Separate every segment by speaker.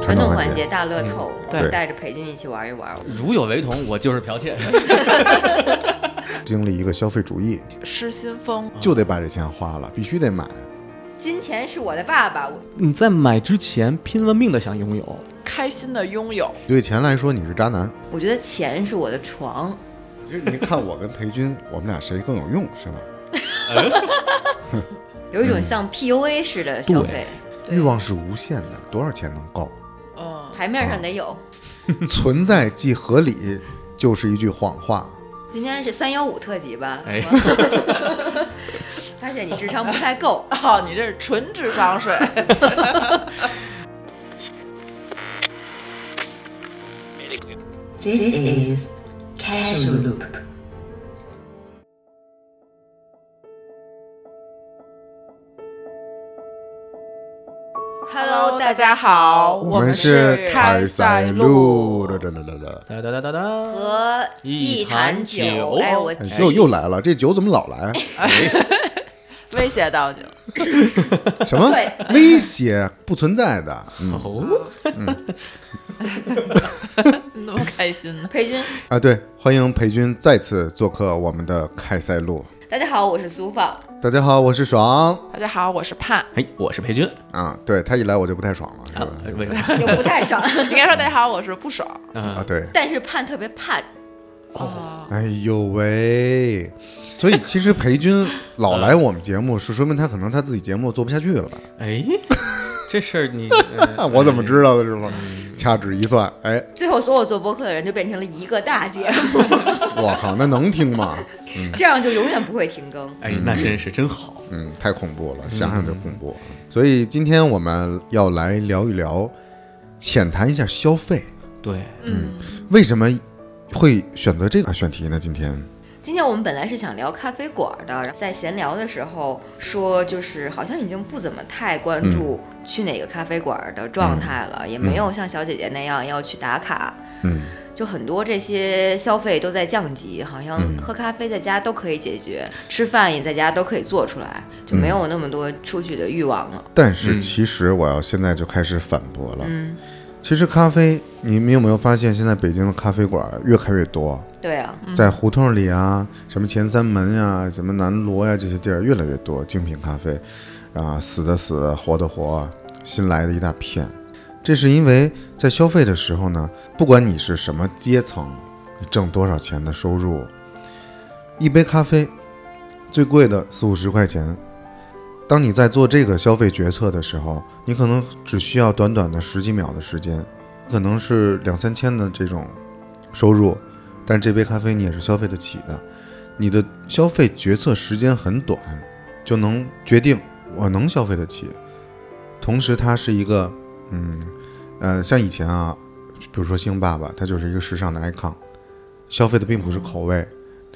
Speaker 1: 传
Speaker 2: 统环
Speaker 1: 统环
Speaker 2: 节
Speaker 1: 节大乐透，
Speaker 3: 对
Speaker 1: 我带着裴军一起玩一玩。
Speaker 4: 如有雷同，我就是剽 窃。
Speaker 2: 经历一个消费主义，
Speaker 3: 失心疯，
Speaker 2: 就得把这钱花了，必须得买。
Speaker 1: 金钱是我的爸爸，我
Speaker 5: 你在买之前拼了命的想拥有，
Speaker 3: 开心的拥有，
Speaker 2: 对钱来说，你是渣男。
Speaker 1: 我觉得钱是我的床，
Speaker 2: 其实你看我跟裴 军，我们俩谁更有用是吗？
Speaker 1: 有一种像 PUA 似的消费，
Speaker 3: 对
Speaker 2: 欲望是无限的，多少钱能够？
Speaker 3: 嗯，
Speaker 1: 牌面上得有。
Speaker 2: 存在即合理，就是一句谎话。
Speaker 1: 今天是三幺五特辑吧？
Speaker 4: 哎
Speaker 1: 是吧发现你智商不太够，
Speaker 3: 哦，你这是纯智商 税，
Speaker 6: This is Casual Loop.
Speaker 1: 大
Speaker 3: 家好，我
Speaker 2: 们
Speaker 3: 是
Speaker 2: 凯
Speaker 3: 塞
Speaker 2: 塞
Speaker 3: 路
Speaker 2: 路，哒哒哒哒哒。
Speaker 4: 哒哒哒哒哒。
Speaker 1: 和
Speaker 4: 一
Speaker 1: 坛
Speaker 4: 坛
Speaker 1: 酒。
Speaker 4: 酒
Speaker 1: 哎，我
Speaker 2: 哎又又来了，这酒怎么老来？
Speaker 3: 威胁到你了，
Speaker 2: 什么
Speaker 1: 对
Speaker 2: 威胁不存在的？嗯
Speaker 4: 哦，
Speaker 3: 那么开心呢？
Speaker 1: 裴军，
Speaker 2: 啊，对，欢迎裴军再次做客我们的凯塞路。
Speaker 1: 大家好，我是苏放。
Speaker 2: 大家好，我是爽
Speaker 3: 大家好，我是盼，
Speaker 4: 哎，我是裴军
Speaker 2: 啊。对他一来我就不太爽了，是
Speaker 4: 啊
Speaker 2: 吧？，
Speaker 4: 为什么？
Speaker 1: 就不太爽，
Speaker 3: 应该说大家好，我是不爽，
Speaker 4: 嗯
Speaker 2: 啊，对，
Speaker 1: 但是盼特别盼，
Speaker 3: 哦，
Speaker 2: 哎呦喂，所以其实裴军老来我们节目，是说明他可能他自己节目做不下去了。
Speaker 4: 哎，这事儿 你呃
Speaker 2: 那我怎么知道的是吗？掐指一算，哎，
Speaker 1: 最后所有做播客的人就变成了一个大节目，
Speaker 2: 我靠，那能听吗？
Speaker 1: 这样就永远不会停更。
Speaker 4: 哎，那真是真好。
Speaker 2: 嗯，太恐怖了，想想就恐怖。啊所以今天我们要来聊一聊，浅谈一下消费，
Speaker 4: 对，
Speaker 2: 为什么会选择这个选题呢？今天
Speaker 1: 今天我们本来是想聊咖啡馆的，然后在闲聊的时候说，就是好像已经不怎么太关注去哪个咖啡馆的状态了，也没有像小姐姐那样要去打卡。
Speaker 2: 嗯，
Speaker 1: 就很多这些消费都在降级，好像
Speaker 2: 嗯
Speaker 1: 喝咖啡在家都可以解决，吃饭也在家都可以做出来，就没有那么多出去的欲望了。
Speaker 2: 但是
Speaker 4: 嗯
Speaker 2: 其实我要现在就开始反驳了。
Speaker 1: 嗯，
Speaker 2: 其实咖啡，你们有没有发现，现在北京的咖啡馆越开越多，
Speaker 1: 对啊，
Speaker 2: 在胡同里啊，什么前三门呀、什么南锣呀、这些地儿越来越多精品咖啡，啊，死的死，活的活，新来的一大片。这是因为在消费的时候呢，不管你是什么阶层，你挣多少钱的收入，一杯咖啡最贵的四五十块钱。当你在做这个消费决策的时候，你可能只需要短短的十几秒的时间，可能是两三千的这种收入，但这杯咖啡你也是消费得起的。你的消费决策时间很短，就能决定我能消费得起。同时，它是一个，嗯，呃，像以前啊，比如说星爸爸，它就是一个时尚的 icon，消费的并不是口味，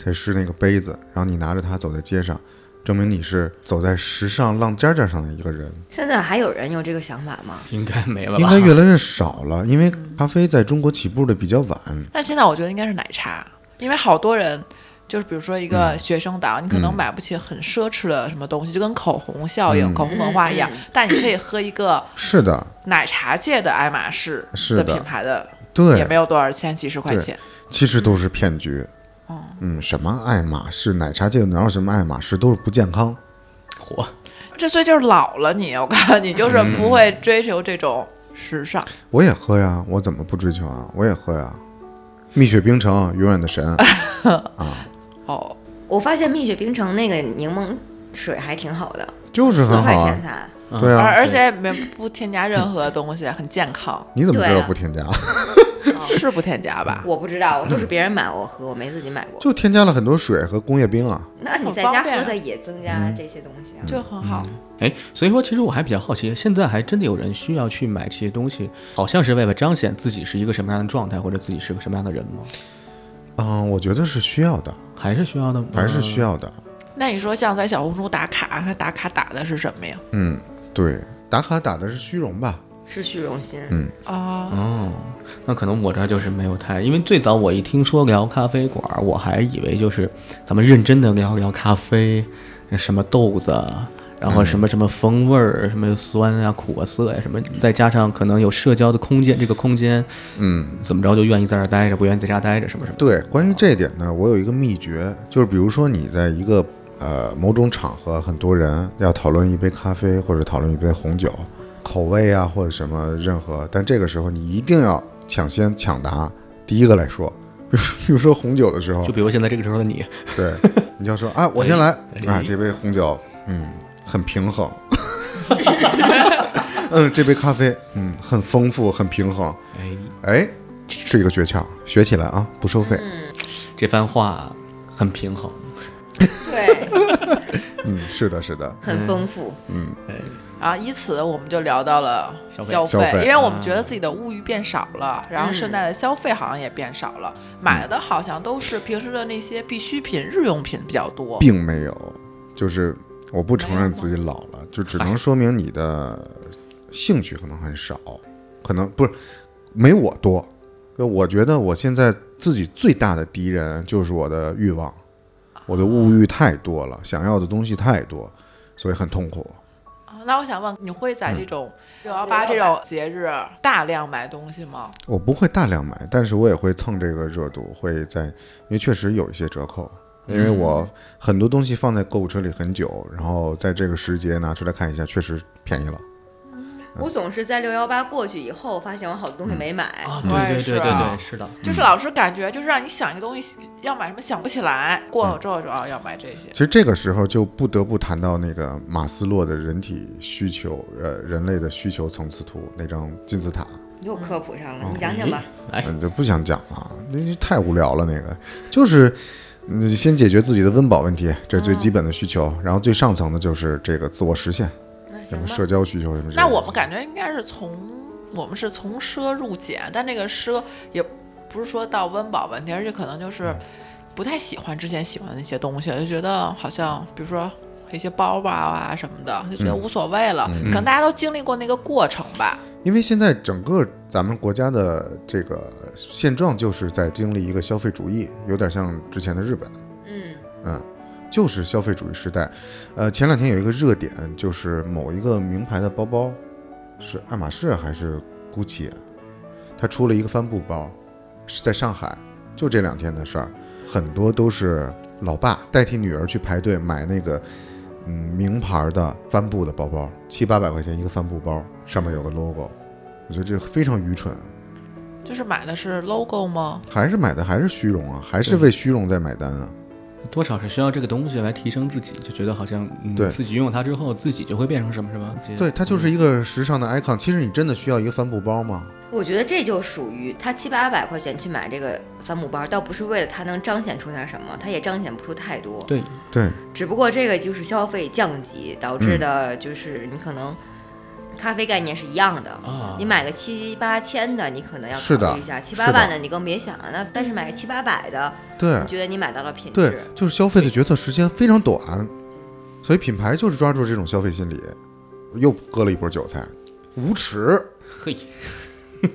Speaker 2: 它是那个杯子，然后你拿着它走在街上，证明你是走在时尚浪尖儿尖儿上的一个人。
Speaker 1: 现在还有人有这个想法吗？
Speaker 4: 应该没了吧？
Speaker 2: 应该越来越少了，因为咖啡在中国起步的比较晚。
Speaker 3: 但现在我觉得应该是奶茶，因为好多人。就是比如说一个学生党，你可能
Speaker 2: 嗯
Speaker 3: 买不起很奢侈的什么东西，就跟口红效应、
Speaker 2: 嗯
Speaker 3: 口红文化一样，
Speaker 1: 嗯嗯
Speaker 3: 但你可以喝一个
Speaker 2: 是的，
Speaker 3: 奶茶界的爱马仕
Speaker 2: 是
Speaker 3: 的
Speaker 2: 的
Speaker 3: 品牌的，也
Speaker 2: 对
Speaker 3: 没，有多少钱，几十块
Speaker 2: 对
Speaker 3: 钱。
Speaker 2: 其实都是骗局。
Speaker 3: 哦
Speaker 2: 嗯，什么爱马仕奶茶界哪有什么爱马仕，都是不健康。
Speaker 4: 火，
Speaker 3: 这岁就是老了你，我看你就是不会追求这种时尚。
Speaker 2: 我也喝呀，我怎么不追求啊？我也喝呀，蜜雪冰城永远的 神啊，
Speaker 3: 哦，
Speaker 1: 我发现蜜雪冰城那个柠檬水还挺好的，
Speaker 2: 就是
Speaker 1: 四
Speaker 2: 很
Speaker 1: 块
Speaker 2: 好啊
Speaker 1: 钱。嗯才。
Speaker 2: 对
Speaker 3: 而
Speaker 2: 啊，
Speaker 3: 而且没不添加任何东西，很健康，
Speaker 2: 你怎么知
Speaker 1: 对
Speaker 2: 道
Speaker 1: 啊
Speaker 2: 不添加？
Speaker 3: 是不添加吧？
Speaker 1: 我不知道，我都是别人买我喝，我没自己买过。
Speaker 2: 就添加了很多水和工业冰啊。
Speaker 1: 那你在家喝的也增
Speaker 2: 嗯
Speaker 1: 加这些东西啊？
Speaker 3: 就很好。
Speaker 4: 哎，所以说其实我还比较好奇，现在还真的有人需要去买这些东西，好像是为了彰显自己是一个什么样的状态，或者自己是个什么样的人吗？
Speaker 2: 嗯，我觉得是需要的，
Speaker 4: 还是需要的吗？嗯
Speaker 2: 还
Speaker 1: 嗯
Speaker 2: 是需
Speaker 4: 要？
Speaker 2: 要的。
Speaker 3: 那你说像在小红书打卡，他打卡打的是什么呀？
Speaker 2: 嗯，对，打卡打的是虚荣吧？
Speaker 1: 是虚荣心。
Speaker 2: 嗯
Speaker 3: 啊、
Speaker 4: 哦，那可能我这儿就是没有太，因为最早我一听说聊咖啡馆儿，我还以为就是咱们认真的聊聊咖啡，什么豆子，啊然后什么什么风味儿，什么酸啊、苦啊、涩呀、什么，再加上可能有社交的空间，这个空间，嗯，怎么着就愿意在这儿待着，不愿意在家待着，什么什么。
Speaker 2: 对，关于这一点呢，我有一个秘诀，就是比如说你在一个呃某种场合，很多人要讨论一杯咖啡或者讨论一杯红酒，口味啊或者什么任何，但这个时候你一定要抢先抢答第一个来说。比如比如说红酒的时候
Speaker 4: 就，比如现在这个时候的你，
Speaker 2: 对，你就要说啊，我先来啊，这杯红酒，嗯，很平衡， 嗯，这杯咖啡，嗯，很丰富，很平衡，
Speaker 4: 哎，
Speaker 2: 哎，是一个诀窍，学起来啊，不收费，
Speaker 4: 这番话很平衡。
Speaker 1: 对，
Speaker 2: 嗯，是的，是的，
Speaker 1: 很丰富，
Speaker 3: 啊，以此我们就聊到了
Speaker 4: 消费
Speaker 3: 消
Speaker 2: 消费嗯
Speaker 3: 因为我们觉得自己的物欲变少了，然后顺带的消费好像也变少了，买
Speaker 2: 嗯
Speaker 3: 的好像都是平时的那些必需品、日用品比较多。
Speaker 2: 并没有，就是我不承认自己老了，就只能说明你的兴趣可能很少，可能不是没我多。就我觉得我现在自己最大的敌人就是我的欲望，我的物欲太多了，想要的东西太多，所以很痛苦。
Speaker 3: 啊那我想问，你会在这种六幺八这种节日大量买东西吗？
Speaker 2: 我不会大量买，但是我也会蹭这个热度，会在，因为确实有一些折扣，因为我很多东西放在购物车里很久，然后在这个时节拿出来看一下，确实便宜了。
Speaker 1: 我总是在六幺八过去以后，发现我好多
Speaker 2: 嗯
Speaker 1: 东西没买。
Speaker 2: 哦
Speaker 4: 啊，
Speaker 3: 对对对对对
Speaker 4: 是的。
Speaker 3: 就是老是感觉就是让你想一个东西要买什么想不起来，过了之后说哦要买这些
Speaker 2: 其。实这个时候就不得不谈到那个马斯洛的人体需求，呃，人类的需求层次图那张金字塔，
Speaker 1: 又科普上
Speaker 2: 哦
Speaker 1: 了，你讲讲吧。
Speaker 4: 哎
Speaker 2: 嗯，就不想讲了，那就太无聊了。那个就是，嗯，先解决自己的温饱问题，这是最基本的需求，然后最上层的就是这个自我实现，
Speaker 1: 那
Speaker 2: 什
Speaker 1: 行
Speaker 2: 么
Speaker 1: 吧，
Speaker 2: 社交需求什么之类的。
Speaker 3: 那我们感觉应该是从我们是从奢入俭，但这个奢也不是说到温饱问题，而且可能就是不太喜欢之前喜欢的那些东西了，就觉得好像比如说。一些包包啊什么的，就觉得无所谓了。可能大家都经历过那个过程吧。
Speaker 2: 因为现在整个咱们国家的这个现状就是在经历一个消费主义，有点像之前的日本，
Speaker 1: 嗯，
Speaker 2: 嗯，就是消费主义时代。呃，前两天有一个热点，就是某一个名牌的包包，是爱马仕还是 GUCCI，它出了一个帆布包，是在上海，就这两天的事儿，很多都是老爸代替女儿去排队买那个。嗯，名牌的帆布的包包，七八百块钱一个帆布包，上面有个 logo，我觉得这个非常愚蠢，
Speaker 3: 就是买的是 logo 吗？
Speaker 2: 还是买的还是虚荣啊，还是为虚荣在买单啊。
Speaker 4: 多少是需要这个东西来提升自己，就觉得好像嗯，
Speaker 2: 对
Speaker 4: 自己拥有它之后，自己就会变成什么什么。这些
Speaker 2: 对，它就是一个时尚的 icon。其实你真的需要一个帆布包吗？
Speaker 1: 我觉得这就属于他七八百块钱去买这个帆布包，倒不是为了他能彰显出点什么，他也彰显不出太多。
Speaker 4: 对，
Speaker 2: 对，
Speaker 1: 只不过这个就是消费降级导致
Speaker 2: 嗯
Speaker 1: 的，就是你可能咖啡概念是一样的。
Speaker 4: 啊
Speaker 1: 你买个七八千的，你可能要
Speaker 2: 是的
Speaker 1: 考虑一下；七
Speaker 2: 是
Speaker 1: 八
Speaker 2: 的
Speaker 1: 万的，你更别想了。那但是买个七八百的，
Speaker 2: 对
Speaker 1: 你，觉得你买到了品
Speaker 2: 对
Speaker 1: 质？，
Speaker 2: 就是消费的决策时间非常短，所以品牌就是抓住这种消费心理，又割了一波韭菜，无耻。
Speaker 4: 嘿。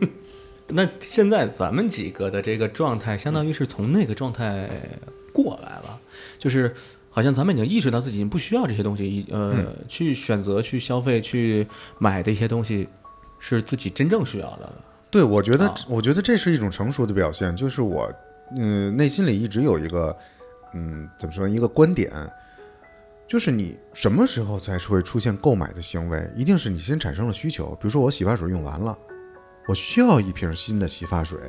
Speaker 4: 那现在咱们几个的这个状态，相当于是从那个状态过来了，就是好像咱们已经意识到自己已经不需要这些东西，呃，
Speaker 2: 嗯
Speaker 4: 去选择、去消费、去买的一些东西，是自己真正需要的了。
Speaker 2: 对，我觉得，
Speaker 4: 啊
Speaker 2: 我觉得这是一种成熟的表现，就是我，嗯、内心里一直有一个，嗯，怎么说呢，一个观点，就是你什么时候才是会出现购买的行为，一定是你先产生了需求，比如说我洗发水用完了，我需要一瓶新的洗发水，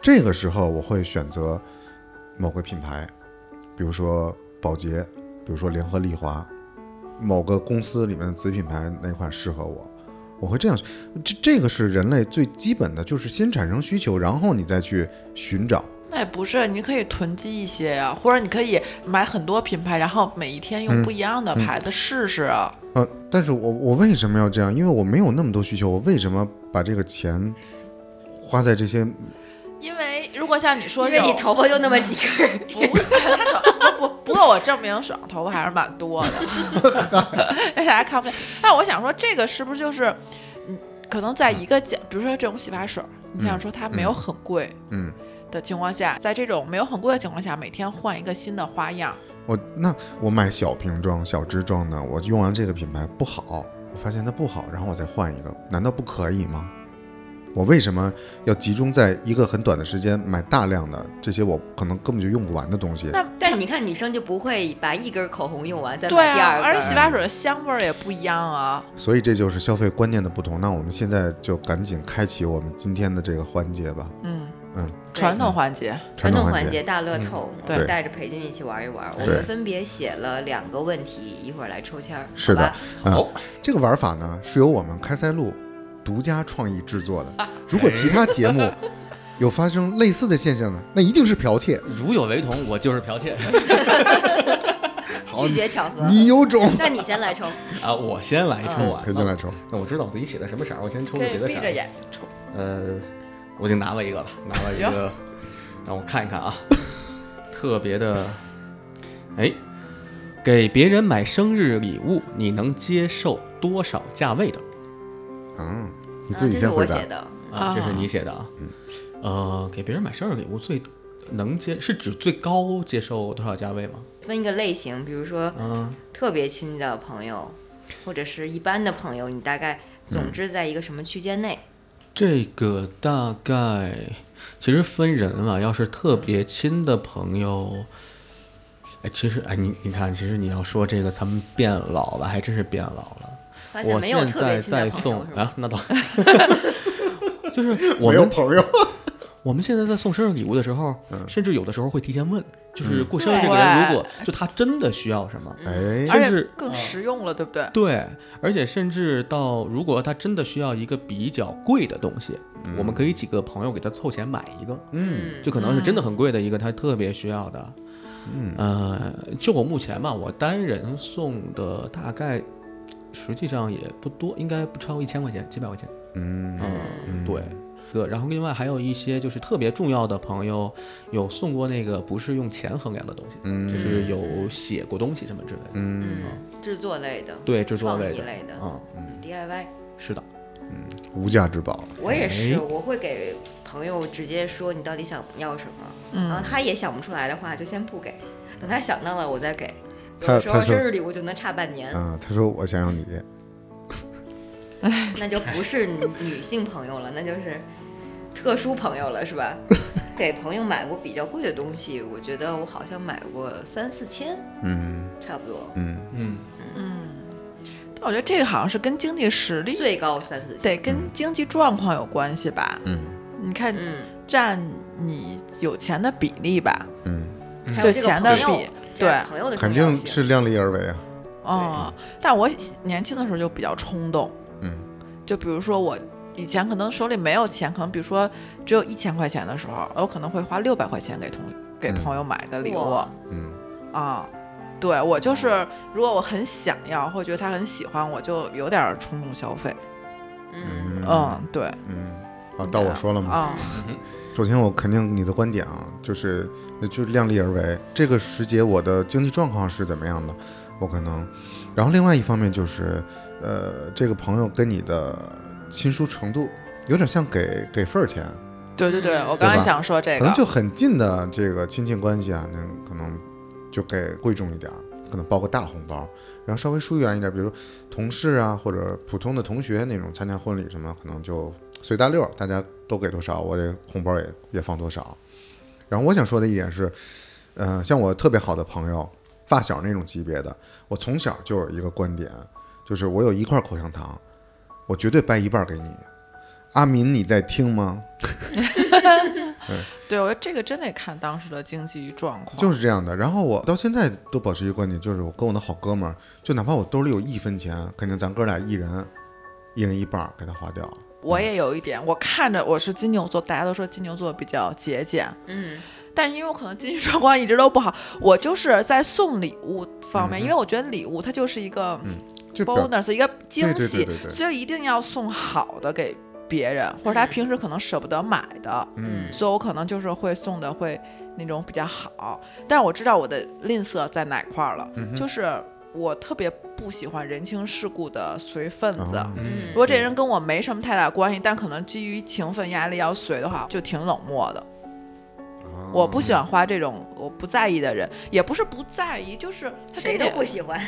Speaker 2: 这个时候我会选择某个品牌，比如说宝洁，比如说联合利华，某个公司里面的子品牌哪款适合我，我会这样这这个是人类最基本的，就是先产生需求，然后你再去寻找。
Speaker 3: 那也不是，你可以囤积一些呀、或者你可以买很多品牌，然后每一天用不一样的牌子试试啊。
Speaker 2: 呃，但是我我为什么要这样？因为我没有那么多需求，我为什么把这个钱花在这些？
Speaker 3: 因为如果像你说
Speaker 1: 因
Speaker 3: 这
Speaker 1: 为
Speaker 3: 种，
Speaker 1: 你头发就那么几根儿，
Speaker 3: 不 不不不过我证明爽头发还是蛮多的， 让大家看不见。但我想说，这个是不是就是，嗯，可能在一个价，比如说这种洗发水，你想说它没有很贵
Speaker 2: 嗯，
Speaker 3: 的情况下，在这种没有很贵的情况下，每天换一个新的花样，
Speaker 2: 我那我买小瓶装、小支装的，我用完这个品牌不好，我发现它不好，然后我再换一个，难道不可以吗？我为什么要集中在一个很短的时间买大量的这些我可能根本就用不完的东西？
Speaker 3: 那
Speaker 1: 但你看女生就不会把一根口红用完再
Speaker 3: 对
Speaker 1: 买第
Speaker 3: 啊
Speaker 1: 二，
Speaker 3: 而且
Speaker 1: 根
Speaker 3: 洗
Speaker 1: 儿。
Speaker 3: 发水的香味儿也不一样啊。
Speaker 2: 所以这就是消费观念的不同。那我们现在就赶紧开启我们今天的这个环节吧，
Speaker 3: 嗯
Speaker 2: 嗯，
Speaker 3: 传统环节，
Speaker 1: 传
Speaker 2: 统
Speaker 1: 统
Speaker 2: 环
Speaker 1: 环节。大乐透，我
Speaker 3: 嗯对
Speaker 1: 们带着裴军一起玩一玩。我
Speaker 2: 对
Speaker 1: 们分别写了两个问题，一会儿来抽签儿。
Speaker 2: 是
Speaker 1: 好
Speaker 2: 的
Speaker 1: 吧，
Speaker 2: 嗯
Speaker 4: 好，
Speaker 2: 这个玩法呢是由我们开塞露独家创意制作的。如
Speaker 1: 哎
Speaker 2: 果其他节目有发生类似的现象呢，那一定是剽窃。
Speaker 4: 如有雷同，我就是剽窃
Speaker 1: 拒绝巧合。
Speaker 2: 你有 种，
Speaker 1: 那你先来抽，
Speaker 4: 啊！我先来抽完，
Speaker 2: 裴军来抽。
Speaker 4: 那我知道我自己写的什么色儿，我先抽个
Speaker 3: 可以
Speaker 4: 别的色
Speaker 3: 闭着
Speaker 4: 儿。
Speaker 3: 眼抽。
Speaker 4: 呃，我已经拿了一个了，拿了一
Speaker 3: 行
Speaker 4: 个， 让我看一看啊，特别的，哎，给别人买生日礼物，你能接受多少价位的？
Speaker 2: 嗯，你
Speaker 1: 你
Speaker 2: 自己先回
Speaker 1: 这
Speaker 2: 答
Speaker 1: 是我写。的，
Speaker 4: 啊，这是
Speaker 3: 啊
Speaker 4: 你写的啊。呃，给别人买生日礼物最能接是指最高接受多少价位吗？
Speaker 1: 分一个类型，比如说
Speaker 4: 嗯，
Speaker 1: 特别亲的朋友，或者是一般的朋友，你大概总
Speaker 2: 嗯
Speaker 1: 之在一个什么区间内？
Speaker 4: 这个大概其实分人啊，要是特别亲的朋友，哎，其实哎，你你看，其实你要说这个，咱们变老了，还真是变老了。
Speaker 1: 发现
Speaker 4: 我
Speaker 1: 没有
Speaker 4: 现
Speaker 1: 特
Speaker 4: 在
Speaker 1: 别亲的
Speaker 4: 在
Speaker 1: 朋
Speaker 4: 送
Speaker 1: 友是吧？
Speaker 4: 啊， 那倒，就是我
Speaker 2: 没有
Speaker 4: 们
Speaker 2: 朋友，
Speaker 4: 我们现在在送生日礼物的时候，
Speaker 1: 嗯
Speaker 4: 甚至有的时候会提前问，就是过生日这个
Speaker 3: 对
Speaker 4: 人，如果就他真的需要什么，
Speaker 2: 哎，
Speaker 3: 而且
Speaker 4: 甚至
Speaker 3: 更实用了，对不对？
Speaker 4: 对，而且甚至到如果他真的需要一个比较贵的东西，
Speaker 1: 嗯
Speaker 4: 我们可以几个朋友给他凑钱买一个，
Speaker 2: 嗯，
Speaker 4: 就可能是真的很贵的一个他特别需要的。嗯，呃，就我目前吧，我单人送的大概实际上也不多，应该不超一千块钱，几百块钱。
Speaker 2: 嗯，
Speaker 4: 嗯，对。对，然后另外还有一些就是特别重要的朋友，有送过那个不是用钱衡量的东西，就是有写过东西什么之类的，
Speaker 1: 嗯，制作类的，
Speaker 4: 对，制作
Speaker 1: 创
Speaker 4: 类
Speaker 1: 意
Speaker 4: 的，
Speaker 1: 类的
Speaker 4: 嗯，
Speaker 1: DIY。
Speaker 4: 是的，
Speaker 2: 无价之宝。
Speaker 1: 我也是，
Speaker 4: 哎
Speaker 1: 我会给朋友直接说你到底想要什么，然后他也想不出来的话，就先不给，等他想到了我再给。有
Speaker 2: 他
Speaker 1: 的时
Speaker 2: 他
Speaker 1: 候
Speaker 2: 说
Speaker 1: 生日礼物就能差半年，
Speaker 2: 嗯，他说我想要你，
Speaker 1: 那就不是女女性朋友了，那就是特殊朋友了，是吧？ 给朋友买过比较贵的东西，我觉得我好像买过三四千，
Speaker 2: 嗯
Speaker 1: 差不多，
Speaker 2: 嗯，
Speaker 4: 嗯，
Speaker 3: 但我觉得这个好像是跟经济实力，
Speaker 1: 最高三四千。
Speaker 3: 得跟经济状况有关系吧？
Speaker 2: 嗯，
Speaker 3: 你看
Speaker 1: 嗯，
Speaker 3: 占你有钱的比例吧，
Speaker 1: 还有
Speaker 3: 就
Speaker 1: 这个
Speaker 3: 钱的
Speaker 1: 朋友
Speaker 3: 比，
Speaker 1: 这
Speaker 3: 对
Speaker 1: 朋友
Speaker 2: 嗯
Speaker 1: 的
Speaker 2: 肯
Speaker 1: 重要
Speaker 2: 定
Speaker 1: 性
Speaker 2: 是量力而为啊。
Speaker 3: 哦，但我年轻的时候就比较冲动，
Speaker 2: 嗯，
Speaker 3: 就比如说我以前可能手里没有钱，可能比如说只有一千块钱的时候，我可能会花六百块钱给同给
Speaker 2: 嗯
Speaker 3: 朋友买个礼物
Speaker 1: 哇
Speaker 2: 嗯，
Speaker 3: 啊。对我就是，如果我很想要，或者觉得他很喜欢，我就有点儿冲动消费。
Speaker 1: 嗯，
Speaker 3: 嗯，对。
Speaker 2: 嗯，啊，到我说了吗？
Speaker 3: 啊，
Speaker 2: 首先，我肯定你的观点啊，就是就是量力而为。这个时节我的经济状况是怎么样的，我可能。然后另外一方面就是，呃，这个朋友跟你的亲疏程度有点像给给份儿钱，
Speaker 3: 对对对，我
Speaker 2: 嗯对
Speaker 3: 刚才
Speaker 2: 吧
Speaker 3: 想说这
Speaker 2: 可能
Speaker 3: 个，
Speaker 2: 就很近的这个亲戚关系啊，那可能就给贵重一点儿，可能包个大红包。然后稍微疏远一点，比如同事啊，或者普通的同学那种参加婚礼什么，可能就呃随大溜儿，大家都给多少，我这红包也也放多少。然后我想说的一点是，呃，像我特别好的朋友，发小那种级别的，我从小就有一个观点，就是我有一块口香糖，我绝对掰一半儿给你。阿敏，你在听吗？
Speaker 3: 对我觉得这个真得看当时的经济状况。
Speaker 2: 就是这样的。然后我到现在都保持一个观点，就是我跟我的好哥们儿，就哪怕我兜里有一分钱，肯定咱哥俩一人一人一半儿给他花掉。
Speaker 3: 我也有一点，我看着我是金牛座，大家都说金牛座比较节俭，
Speaker 1: 嗯，
Speaker 3: 但因为我可能经济状况一直都不好，我就是在送礼物方面，因为我觉得礼物它就是一个
Speaker 2: 嗯就表
Speaker 3: bonus，、一个惊
Speaker 2: 对对
Speaker 3: 喜，
Speaker 2: 对对对嗯
Speaker 3: 所以一定要送好的给别人，或者他平时可能舍不得买的，
Speaker 1: 嗯
Speaker 3: 所以我可能就是会送的会那种比较好。但我知道我的吝啬在哪块儿了，就是我特别不喜欢人情世故的随份子。
Speaker 2: 哦
Speaker 1: 嗯
Speaker 3: 如果这人跟我没什么太大关系，但可能基于情分压力要随的话，就挺冷漠的。
Speaker 2: 啊
Speaker 3: 我不喜欢花这种我不在意的人，也不是不在意，就是他
Speaker 1: 谁
Speaker 3: 跟
Speaker 1: 都
Speaker 3: 你，
Speaker 1: 不喜欢。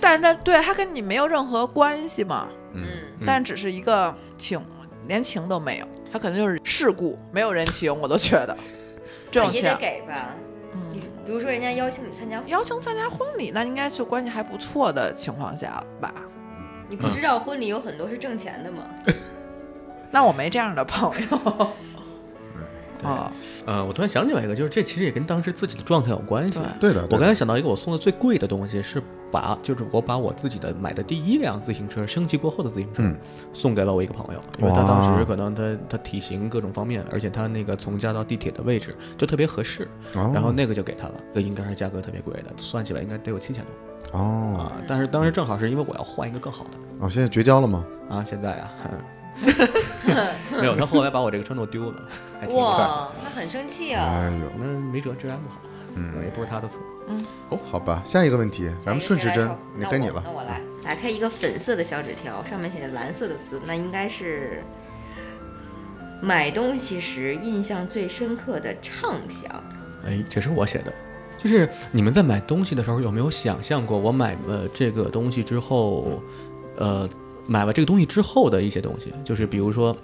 Speaker 3: 但是他对他跟你没有任何关系嘛，
Speaker 1: 嗯，
Speaker 3: 但只是一个情，连情都没有，他可能就是世故，没有人情，我都觉得这种
Speaker 1: 也
Speaker 3: 情
Speaker 1: 得，给吧。
Speaker 3: 嗯，
Speaker 1: 你比如说，人家邀请你参加，
Speaker 3: 邀请参加婚礼，那应该是关系还不错的情况下吧。
Speaker 1: 你不知道婚礼有很多是挣钱的吗？
Speaker 3: 那我没这样的朋 友。哦
Speaker 4: 对
Speaker 2: 哎
Speaker 3: 啊，
Speaker 4: 呃，我突然想起来一个，就是这其实也跟当时自己的状态有关系
Speaker 3: 对。
Speaker 2: 对的，
Speaker 4: 我
Speaker 2: 啊对
Speaker 4: 刚
Speaker 2: 的
Speaker 4: 才想到一个，我送的最贵的东西是把，就是我把我自己的买的第一辆自行车升级过后的自行车，
Speaker 2: 嗯
Speaker 4: 送给了我一个朋友，因为他当
Speaker 2: 哇
Speaker 4: 时可能他他体型各种方面，而且他那个从家到地铁的位置就特别合适，
Speaker 2: 哦
Speaker 4: 然后那个就给他了，这应该是价格特别贵的，算起来应该得有七千多
Speaker 2: 哦，
Speaker 4: 啊。但是当时正好是因为我要换一个更好的
Speaker 2: 哦，现在绝交了吗？
Speaker 4: 啊，现在啊， 嗯没有，他后来把我这个车弄丢了，还挺遗憾的。
Speaker 1: 哇，那很生气啊！
Speaker 2: 哎呦，
Speaker 4: 那没辙，治安不好，嗯，也不是他的错。
Speaker 2: 哦好吧，下一个问题，咱们顺时针
Speaker 1: 那，
Speaker 2: 你
Speaker 1: 我
Speaker 2: 该你
Speaker 1: 那
Speaker 2: 了。
Speaker 1: 我来，打开一个粉色的小纸条，上面写着蓝色的字，那应该是买东西时印象最深刻的畅想。
Speaker 4: 哎，这是我写的，就是你们在买东西的时候有没有想象过，我买了这个东西之后，呃，买了这个东西之后的一些东西，就是比如说，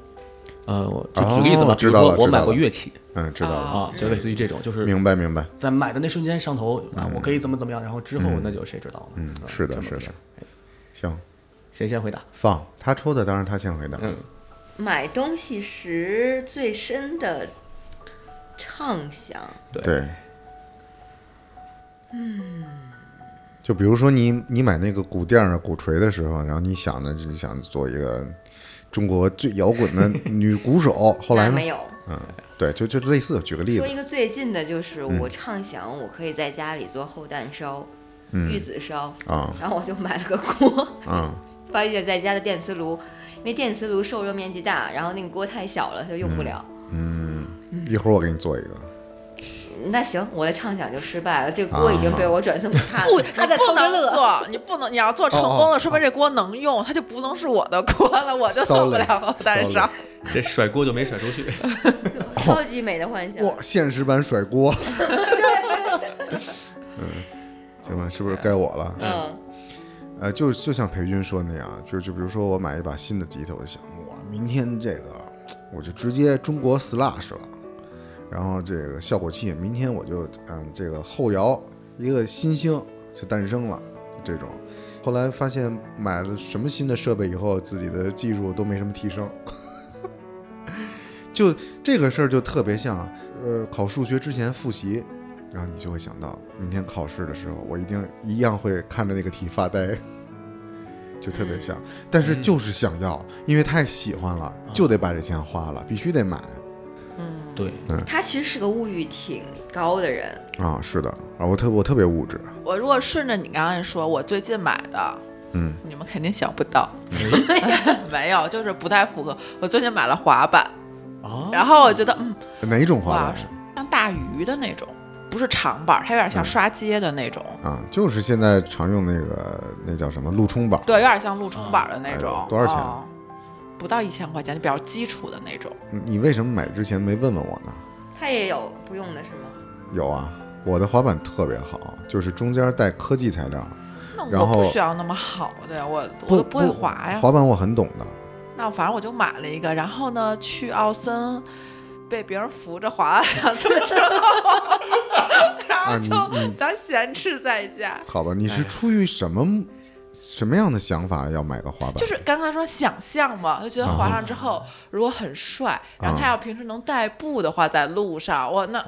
Speaker 4: 呃，我就举例子吧，
Speaker 2: 哦
Speaker 4: 比如
Speaker 2: 知道
Speaker 4: 说
Speaker 2: 了
Speaker 4: 我
Speaker 2: 知道
Speaker 4: 买过
Speaker 2: 了
Speaker 4: 乐器
Speaker 2: 嗯，知道了，
Speaker 3: 哦
Speaker 4: 啊，就类似于这种，就是
Speaker 2: 明白明白，
Speaker 4: 在买的那瞬间上头啊，我可以怎么怎么样，然后之后那就谁知道了？
Speaker 2: 嗯
Speaker 4: 啊，
Speaker 2: 是的，
Speaker 4: 这么
Speaker 2: 是
Speaker 4: 个
Speaker 2: 的
Speaker 4: 事儿，
Speaker 2: 行，
Speaker 4: 谁先回答？
Speaker 2: 放他抽的，当然他先回答。
Speaker 4: 嗯，
Speaker 1: 买东西时最深的畅想，
Speaker 4: 对
Speaker 2: 对，嗯，就比如说你你买那个鼓垫儿啊、鼓槌的时候，然后你想的就想做一个中国最摇滚的女鼓 手，后来
Speaker 1: 那
Speaker 2: 呢
Speaker 1: 没？有。
Speaker 2: 嗯，对，就就类似，举个例
Speaker 1: 说
Speaker 2: 子
Speaker 1: 一，个最近的，就是
Speaker 2: 嗯
Speaker 1: 我畅想我可以在家里做厚蛋烧、玉
Speaker 2: 嗯
Speaker 1: 子烧，
Speaker 2: 啊
Speaker 1: 然后我就买了个锅，
Speaker 2: 啊
Speaker 1: 发现在家的电磁炉，因为电磁炉受热面积大，然后那个锅太小了，它就用不了。
Speaker 2: 嗯，一会儿我给你做一个，
Speaker 1: 那行，我的畅想就失败了，这个锅已经
Speaker 2: 啊
Speaker 1: 被我转送给他
Speaker 3: 不，
Speaker 1: 了，
Speaker 3: 你
Speaker 1: 他在
Speaker 3: 不
Speaker 1: 偷着
Speaker 3: 能
Speaker 1: 乐。
Speaker 3: 做，你不能，你要做成
Speaker 2: 哦
Speaker 3: 功
Speaker 2: 哦
Speaker 3: 了，
Speaker 2: 哦
Speaker 3: 说明这锅能用，它就不能是我的锅了，我就
Speaker 2: Sorry，
Speaker 3: 受不了但
Speaker 2: sorry
Speaker 3: 是
Speaker 4: 这甩锅就没甩出去。
Speaker 1: 超级美的幻想，
Speaker 2: 哇，现实版甩 锅，嗯，行吧，是不是该我了？
Speaker 1: 嗯，
Speaker 2: 呃，就就像裴军说那样，就就比如说我买一把新的吉他，我就想，哇，明天这个我就直接中国 Slash 了，然后这个效果器，明天我就嗯，这个后摇一个新星就诞生了，就这种。后来发现买了什么新的设备以后，自己的技术都没什么提升。 就这个事儿就特别像，呃，考数学之前复习，然后你就会想到，明天考试的时候，我一定一样会看着那个题发呆，就特别像。但是
Speaker 3: 嗯
Speaker 2: 就是想要，因为太喜欢了，
Speaker 3: 啊
Speaker 2: 就得把这钱花了，必须得买
Speaker 4: 对，
Speaker 1: 他其实是个物欲挺高的人，
Speaker 2: 啊！是的，啊，我特我特别物质，
Speaker 3: 我如果顺着你刚才说，我最近买的，
Speaker 2: 嗯，
Speaker 3: 你们肯定想不到， 没有，就是不太符合。我最近买了滑板，
Speaker 4: 啊，
Speaker 3: 然后我觉得，嗯，
Speaker 2: 哪种花
Speaker 3: 哇
Speaker 2: 板，
Speaker 3: 像大鱼的那种，不是长板儿，它有点
Speaker 2: 嗯
Speaker 3: 像刷街的那种，
Speaker 2: 啊？就是现在常用那个那叫什么路冲板，
Speaker 3: 对，有点像路冲板儿的那种。
Speaker 2: 哎呦多少钱
Speaker 3: 哦不到一千块钱，就比较基础的那种。
Speaker 2: 你为什么买之前没问问我呢？
Speaker 1: 他也有不用的是吗？
Speaker 2: 有啊，我的滑板特别好，就是中间带科技材料，
Speaker 3: 那
Speaker 2: 然
Speaker 3: 我
Speaker 2: 后
Speaker 3: 不需要那么好的呀，我我
Speaker 2: 不
Speaker 3: 都不会滑呀。
Speaker 2: 滑板我很懂的，
Speaker 3: 那反正我就买了一个，然后呢，去奥森被别人扶着滑了两次之后， 然
Speaker 2: 啊
Speaker 3: 后
Speaker 2: 你
Speaker 3: 就
Speaker 2: 你
Speaker 3: 当闲置在家。
Speaker 2: 好吧？你是出于什么什么样的想法要买个滑板？
Speaker 3: 就是刚才说想象嘛，就觉得滑上之后、
Speaker 2: 啊
Speaker 3: 如果很帅，然后他要平时能代步的话，在路上，哇，那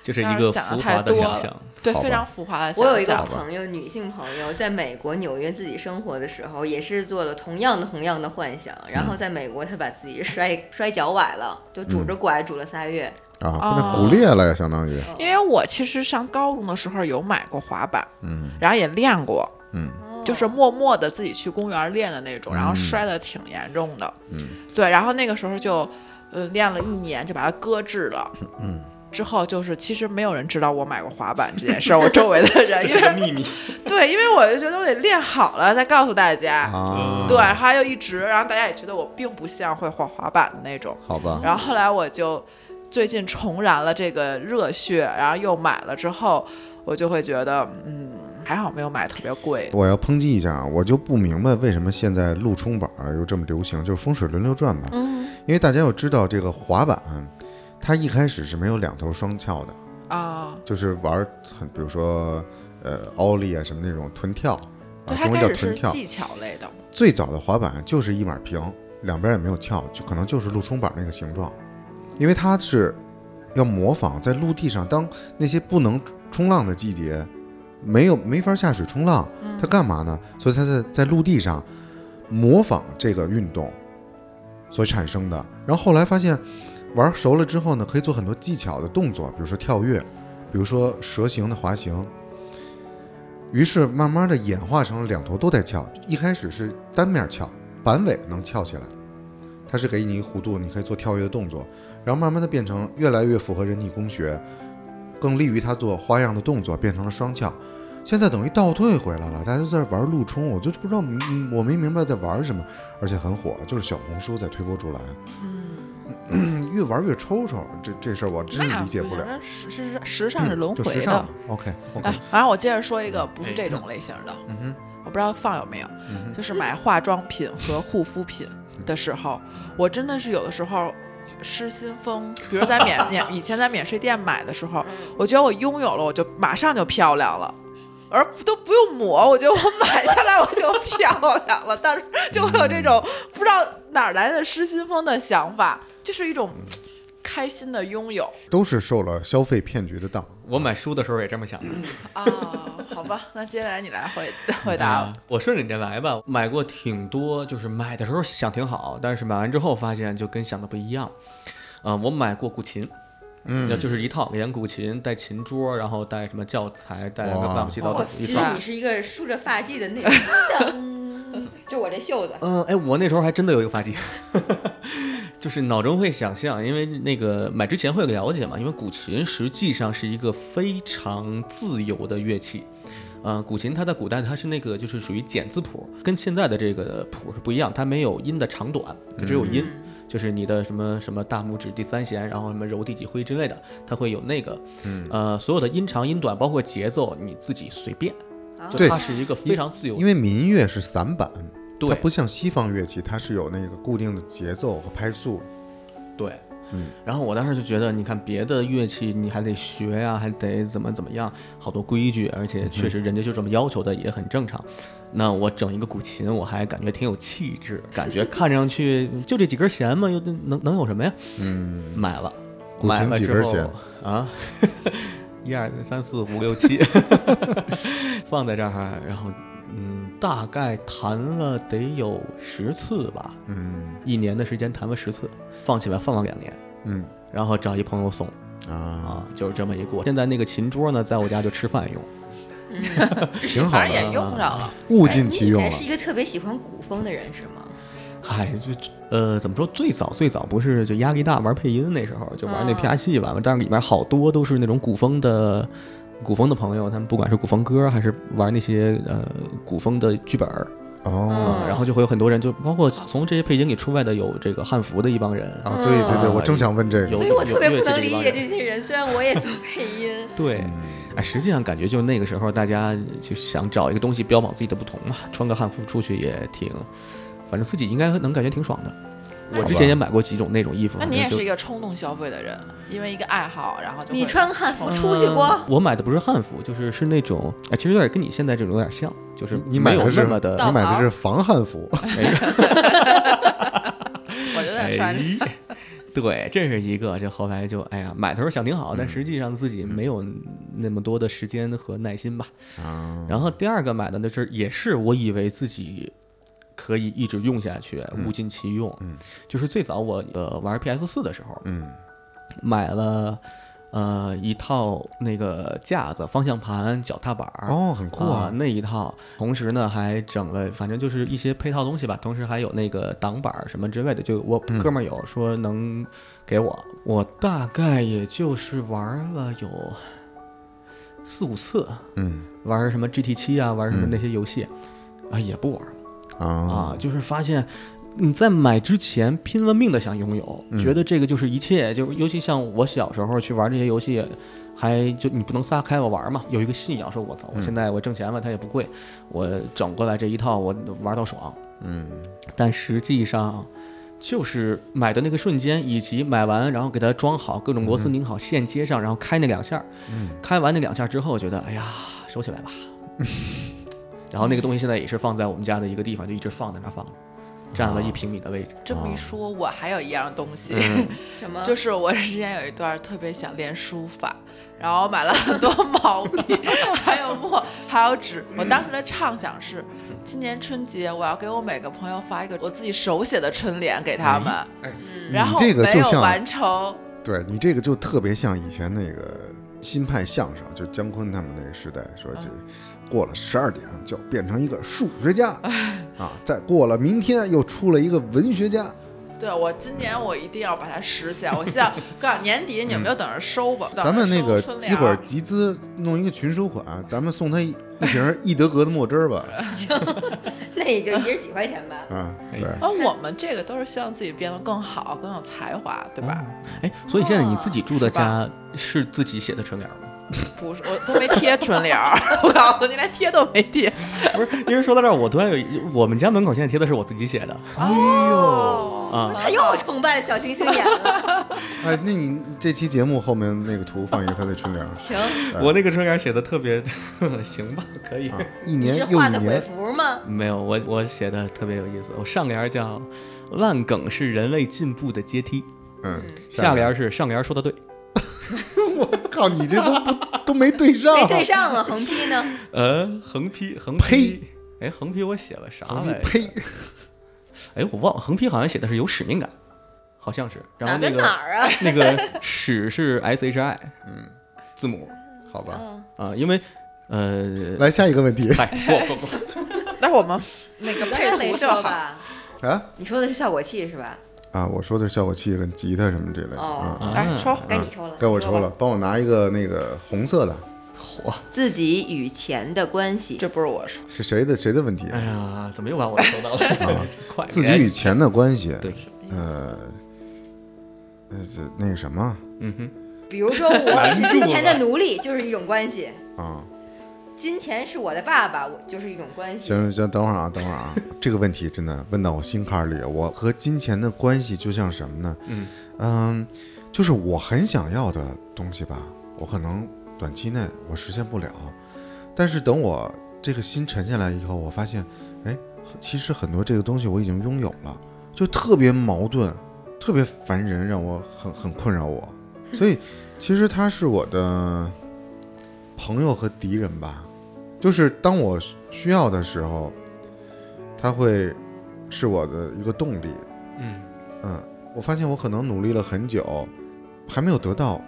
Speaker 4: 就是一个
Speaker 3: 想
Speaker 4: 浮
Speaker 3: 的
Speaker 4: 华
Speaker 3: 太
Speaker 4: 的
Speaker 3: 多
Speaker 4: 想
Speaker 3: 了，
Speaker 4: 象。
Speaker 3: 对，
Speaker 2: 啊好吧
Speaker 3: 非常浮夸的想
Speaker 1: 我
Speaker 3: 象。
Speaker 1: 有一个朋友，女性朋友，在美国纽约自己生活的时候，也是做了同样的同样的幻想，然后在美国她把自己摔摔脚崴了，就拄着拐拄了仨月。
Speaker 2: 啊，
Speaker 3: 啊
Speaker 2: 那骨裂了呀，相当于，
Speaker 3: 因为我其实上高中的时候有买过滑板，
Speaker 2: 嗯
Speaker 3: 然后也练过，
Speaker 2: 嗯
Speaker 3: 就是
Speaker 1: 哦
Speaker 3: 默默的自己去公园练的那种，然后摔的挺严重的。
Speaker 2: 嗯，
Speaker 3: 对，然后那个时候就呃练了一年，就把它搁置了。
Speaker 2: 嗯，
Speaker 3: 之后就是其实没有人知道我买过滑板这件事儿，我周围的
Speaker 4: 哎
Speaker 3: 人，因为
Speaker 4: 秘密。
Speaker 3: 对，因为我就觉得我得练好了再告诉大家。
Speaker 2: 啊，
Speaker 3: 对，然后
Speaker 2: 哦
Speaker 3: 他又一直，然后大家也觉得我并不像会滑滑板的那种。
Speaker 2: 好吧，
Speaker 3: 然后后来我就最近重燃了这个热血，然后又买了之后，我就会觉得，嗯，还好没有买特别贵。
Speaker 2: 我要抨击一下啊，我就不明白为什么现在陆冲板儿又这么流行，就是风水轮流转吧。嗯，因为大家要知道这个滑板，它一开始是没有两头双翘的，
Speaker 3: 啊，
Speaker 2: 就是玩儿很，比如说呃奥利啊什么那种臀跳，啊
Speaker 3: 对，它
Speaker 2: 中文
Speaker 3: 开
Speaker 2: 叫
Speaker 3: 始
Speaker 2: 臀
Speaker 3: 是
Speaker 2: 跳。
Speaker 3: 技巧类的，
Speaker 2: 最早的滑板就是一板平，两边也没有翘，就可能就是陆冲板那个形状，因为它是要模仿在陆地上，当那些不能冲浪的季节，没有没法下水冲浪，它干嘛呢？所以它在在陆地上模仿这个运动所产生的。然后后来发现玩熟了之后呢，可以做很多技巧的动作，比如说跳跃，比如说蛇形的滑行。于是慢慢的演化成了两头都在翘，一开始是单面翘，板尾能翘起来，它是给你一个弧度，你可以做跳跃的动作，然后慢慢的变成越来越符合人体工学，更利于它做花样的动作，变成了双翘。现在等于倒退回来了，大家都在玩陆冲，我就不知道，嗯我没明白在玩什么，而且很火，就是小红书在推波助澜，嗯，越玩越抽抽，这这事儿我真是
Speaker 3: 那
Speaker 2: 理解不了。嗯
Speaker 3: 反正是是时尚是轮
Speaker 2: 就
Speaker 3: 回
Speaker 2: 时
Speaker 3: 的。
Speaker 2: 尚嘛，OK OK，、
Speaker 3: 哎，然后我接着说一个不是这种类型的，
Speaker 2: 嗯哼，
Speaker 3: 我不知道放有没有，
Speaker 2: 嗯哼，
Speaker 3: 就是买化妆品和护肤品的时候，我真的是有的时候失心疯，比如在免免以前在免税店买的时候，我觉得我拥有了，我就马上就漂亮了。而都不用抹，我觉得我买下来我就漂亮了，但是就会有这种不知道哪儿来的失心疯的想法，就是一种开心的拥有
Speaker 2: 都是受了消费骗局的当。
Speaker 4: 我买书的时候也这么想的。
Speaker 3: 啊。好吧，那接下来你来回回答我
Speaker 4: 嗯。我顺着你这来吧，买过挺多，就是买的时候想挺好，但是买完之后发现就跟想的不一样。啊、我买过古琴，
Speaker 2: 嗯
Speaker 4: 那就是一套连古琴带琴桌，然后带什么教材，带
Speaker 2: 哇
Speaker 4: 乱七八糟
Speaker 1: 我
Speaker 4: 的
Speaker 1: 其
Speaker 4: 一
Speaker 1: 实
Speaker 4: 套。
Speaker 1: 你是一个梳着发髻的那种，噔 就我这袖子，
Speaker 4: 嗯，哎，我那时候还真的有一个发髻， 就是脑中会想象，因为那个买之前会有个了解嘛，因为古琴实际上是一个非常自由的乐器。呃，古琴它在古代它是那个就是属于简字谱，跟现在的这个谱是不一样，它没有音的长短，它只有音，就是你的什么什么大拇指第三弦，然后什么揉地几挥之类的，它会有那个，
Speaker 2: 嗯
Speaker 4: 呃，所有的音长音短，包括节奏，你自己随便，就
Speaker 2: 对
Speaker 4: 它是一个非常自由的
Speaker 2: 因为民乐是散板，
Speaker 4: 对
Speaker 2: 它不像西方乐器，它是有那个固定的节奏和拍速。
Speaker 4: 对，
Speaker 2: 嗯。
Speaker 4: 然后我当时就觉得，你看别的乐器你还得学呀、还得怎么怎么样，好多规矩，而且确实人家就这么要求的，也很正常。那我整一个古琴，我还感觉挺有气质，感觉看上去就这几根弦嘛，又能能有什么呀？嗯，买了，
Speaker 2: 古
Speaker 4: 买
Speaker 2: 琴
Speaker 4: 了
Speaker 2: 几
Speaker 4: 之
Speaker 2: 根
Speaker 4: 后
Speaker 2: 弦
Speaker 4: 啊？ 一二三四五六七， 放在这儿，然后嗯，大概弹了得有十次吧，
Speaker 2: 嗯
Speaker 4: 一年的时间弹了十次，放起来放了两年。
Speaker 2: 嗯
Speaker 4: 然后找一朋友送
Speaker 2: 啊，
Speaker 4: 啊，就是这么一过。现在那个琴桌呢，在我家就吃饭用。
Speaker 2: 挺好
Speaker 3: 反正
Speaker 2: 的嗯
Speaker 3: 也，用上了。
Speaker 2: 物尽其
Speaker 1: 哎你以
Speaker 2: 用
Speaker 1: 前
Speaker 2: 了
Speaker 1: 是。一个特别喜欢古风的人是吗？
Speaker 4: 嗨，就呃，怎么说？最早最早不是就压力大玩配音那时候，就玩那
Speaker 1: 哦
Speaker 4: P R 戏吧，但是里面好多都是那种古风的。古风的朋友，他们不管是古风歌，还是玩那些呃古风的剧本儿，啊
Speaker 2: 哦
Speaker 1: 嗯
Speaker 4: 然后就会有很多人，就包括从这些配音里出来的有这个汉服的一帮人，
Speaker 2: 啊，对对对，
Speaker 4: 嗯
Speaker 2: 我正想问这
Speaker 4: 有
Speaker 2: 个
Speaker 1: 所以我
Speaker 4: 有
Speaker 1: 特别
Speaker 4: 乐
Speaker 1: 不
Speaker 4: 器
Speaker 1: 能
Speaker 4: 这一
Speaker 1: 理
Speaker 4: 帮
Speaker 1: 解
Speaker 4: 人
Speaker 1: 这些人，虽然我也做配音，
Speaker 4: 对，哎，实际上感觉就是那个时候，大家就想找一个东西标榜自己的不同嘛，穿个汉服出去也挺，反正自己应该能感觉挺爽的。我之前也买过几种那种衣
Speaker 2: 嗯
Speaker 4: 服，
Speaker 3: 那
Speaker 4: 反
Speaker 3: 你
Speaker 4: 正
Speaker 3: 也
Speaker 4: 就是
Speaker 3: 一个冲动消费的人，因为一个爱好，然后就
Speaker 1: 你
Speaker 3: 会
Speaker 1: 穿个汉服
Speaker 3: 冲
Speaker 1: 出去过
Speaker 4: 呃？我买的不是汉服，就是是那种，哎，其实有点跟你现在这种有点像，就是
Speaker 2: 你你
Speaker 4: 没
Speaker 2: 买
Speaker 4: 有
Speaker 2: 的是
Speaker 4: 那
Speaker 2: 你
Speaker 4: 么的，
Speaker 2: 买的是防汉服，
Speaker 3: 我就在穿。
Speaker 4: 哎
Speaker 2: 哎
Speaker 4: 对，这是一个，这后来就哎呀，买的时候想挺好，但
Speaker 2: 嗯
Speaker 4: 实际上自己没有那么多的时间和耐心吧。
Speaker 2: 啊
Speaker 4: 然后第二个买的那是也是我以为自己可以一直用下去，物尽其用。
Speaker 2: 嗯
Speaker 4: 就是最早我呃玩 PS 四的时候，
Speaker 2: 嗯
Speaker 4: 买了呃一套那个架子、方向盘、脚踏板儿。
Speaker 2: 哦，很酷
Speaker 4: 啊
Speaker 2: 啊，，
Speaker 4: 那一套，同时呢还整了，反正就是一些配套东西吧。同时还有那个挡板儿什么之类的，就我哥们儿有说能给我，我大概也就是玩了有四五次，
Speaker 2: 嗯
Speaker 4: 玩什么 GT 七啊，玩什么那些游戏，啊也不玩
Speaker 2: 啊
Speaker 4: 了啊，就是发现你在买之前拼了命的想拥有，觉得这个就是一切，就尤其像我小时候去玩这些游戏，还就你不能撒开我玩嘛，有一个信仰，说我操，我现在我挣钱了，它也不贵，我整过来这一套我玩到爽，嗯，但实际上。就是买的那个瞬间，以及买完然后给它装好，各种螺丝拧好，线接上，然后开那两下儿，开完那两下之后，觉得哎呀，收起来吧。然后那个东西现在也是放在我们家的一个地方，就一直放在那儿放着，占了一平米的位置。
Speaker 3: 这么一说，我还有一样东西，
Speaker 2: 嗯
Speaker 1: 什么？
Speaker 3: 就是我之前有一段特别想练书法，然后买了很多毛笔， 还有墨，还有纸。我当时的畅想是，今年春节我要给我每个朋友发一个我自己手写的春联给他们，
Speaker 1: 嗯
Speaker 3: 然后
Speaker 2: 哎这个
Speaker 3: 没
Speaker 2: 就
Speaker 3: 有
Speaker 2: 像
Speaker 3: 完成。
Speaker 2: 对你这个就特别像以前那个新派相声，就姜昆他们那个时代，说这
Speaker 1: 嗯
Speaker 2: 过了十二点就变成一个数学 家啊，再过了明天又出了一个文学家，
Speaker 3: 对我今年我一定要把它实现。我希望， 告诉年底你们就等着收吧。
Speaker 2: 嗯
Speaker 3: 等着
Speaker 2: 咱们那
Speaker 3: 收
Speaker 2: 个
Speaker 3: 春联啊
Speaker 2: 一会儿
Speaker 3: 儿
Speaker 2: 集资弄一个群收款，咱们送他一一瓶一德格的墨汁儿 吧。
Speaker 1: 那也就一人几块钱吧。
Speaker 2: 啊，对，
Speaker 3: 啊，我们这个都是希望自己变得更好、更有才华，对吧？
Speaker 4: 哎，所以现在你自己住的
Speaker 3: 哦
Speaker 4: 家是自己写的春联儿吗？
Speaker 3: 不是，我都没贴春联儿， 我告诉你，连贴都没贴。
Speaker 4: 不是，因为说到这儿，我突然有一，我们家门口现在贴的是我自己写的。
Speaker 3: 哎呦
Speaker 4: 啊
Speaker 1: 他又崇拜小星星眼了。，
Speaker 2: 哎，那你这期节目后面那个图放一个他的春联儿啊
Speaker 1: 行，
Speaker 4: 我那个春联儿写的特别， 行吧，可以。
Speaker 2: 一
Speaker 1: 你
Speaker 2: 年
Speaker 1: 是
Speaker 2: 又
Speaker 1: 画
Speaker 2: 一
Speaker 1: 的回
Speaker 2: 年，
Speaker 1: 符吗？
Speaker 4: 没有，我我写的特别有意思。我上联儿叫“烂梗是人类进步的阶梯
Speaker 2: 嗯”，，
Speaker 4: 下联
Speaker 2: 联
Speaker 4: 儿是“上联儿说的对
Speaker 2: 靠，你这都不都没对上，
Speaker 1: 没对上啊，横批呢？”。
Speaker 4: 呃，横批，横批，哎，横批我写了啥
Speaker 2: 你
Speaker 4: 来着？
Speaker 2: 呸！
Speaker 4: 哎，我忘了，横批好像写的是有使命感，好像是。 然
Speaker 1: 哪
Speaker 4: 后那
Speaker 1: 跟
Speaker 4: 个
Speaker 1: 哪儿啊？
Speaker 4: 那个使是 S H I，嗯，字母
Speaker 2: 好吧，
Speaker 1: 嗯，
Speaker 4: 啊、因为呃，哎
Speaker 2: 来下一个问 题
Speaker 4: 来过过过，
Speaker 3: 那我们那个
Speaker 1: 你刚
Speaker 3: 配
Speaker 1: 才没
Speaker 3: 图就
Speaker 1: 说
Speaker 3: 好。
Speaker 1: 吧？
Speaker 2: 啊
Speaker 1: 你说的是效果器是吧？
Speaker 2: 啊！我说的是效果器跟吉他什么之类的
Speaker 1: 哦
Speaker 2: 啊，
Speaker 3: 来哎抽，
Speaker 1: 该你抽了。
Speaker 2: 该我抽了，帮我拿一个那个红色的，
Speaker 1: 自己与钱的关系，
Speaker 3: 这不是我说，
Speaker 2: 是谁的谁的问题？啊
Speaker 4: 哎呀，怎么又把我的收到 了？啊快，哎
Speaker 2: 自己与钱的关系，
Speaker 4: 对，
Speaker 2: 呃，呃，这那个什么
Speaker 1: 比如说我是金钱的奴隶，就是一种关系；
Speaker 2: 啊？
Speaker 1: 金钱是我的爸爸，我就是一种关系。
Speaker 2: 行行，等会儿啊，等会儿啊，这个问题真的问到我心坎儿里。我和金钱的关系就像什么呢？嗯就是我很想要的东西吧，我可能短期内我实现不了，但是等我这个心沉下来以后，我发现，哎，其实很多这个东西我已经拥有了，就特别矛盾，特别烦人，让我很很困扰我。所以，其实他是我的朋友和敌人吧。就是当我需要的时候，它会是我的一个动力。
Speaker 4: 嗯
Speaker 2: 嗯，我发现我可能努力了很久，还没有得到，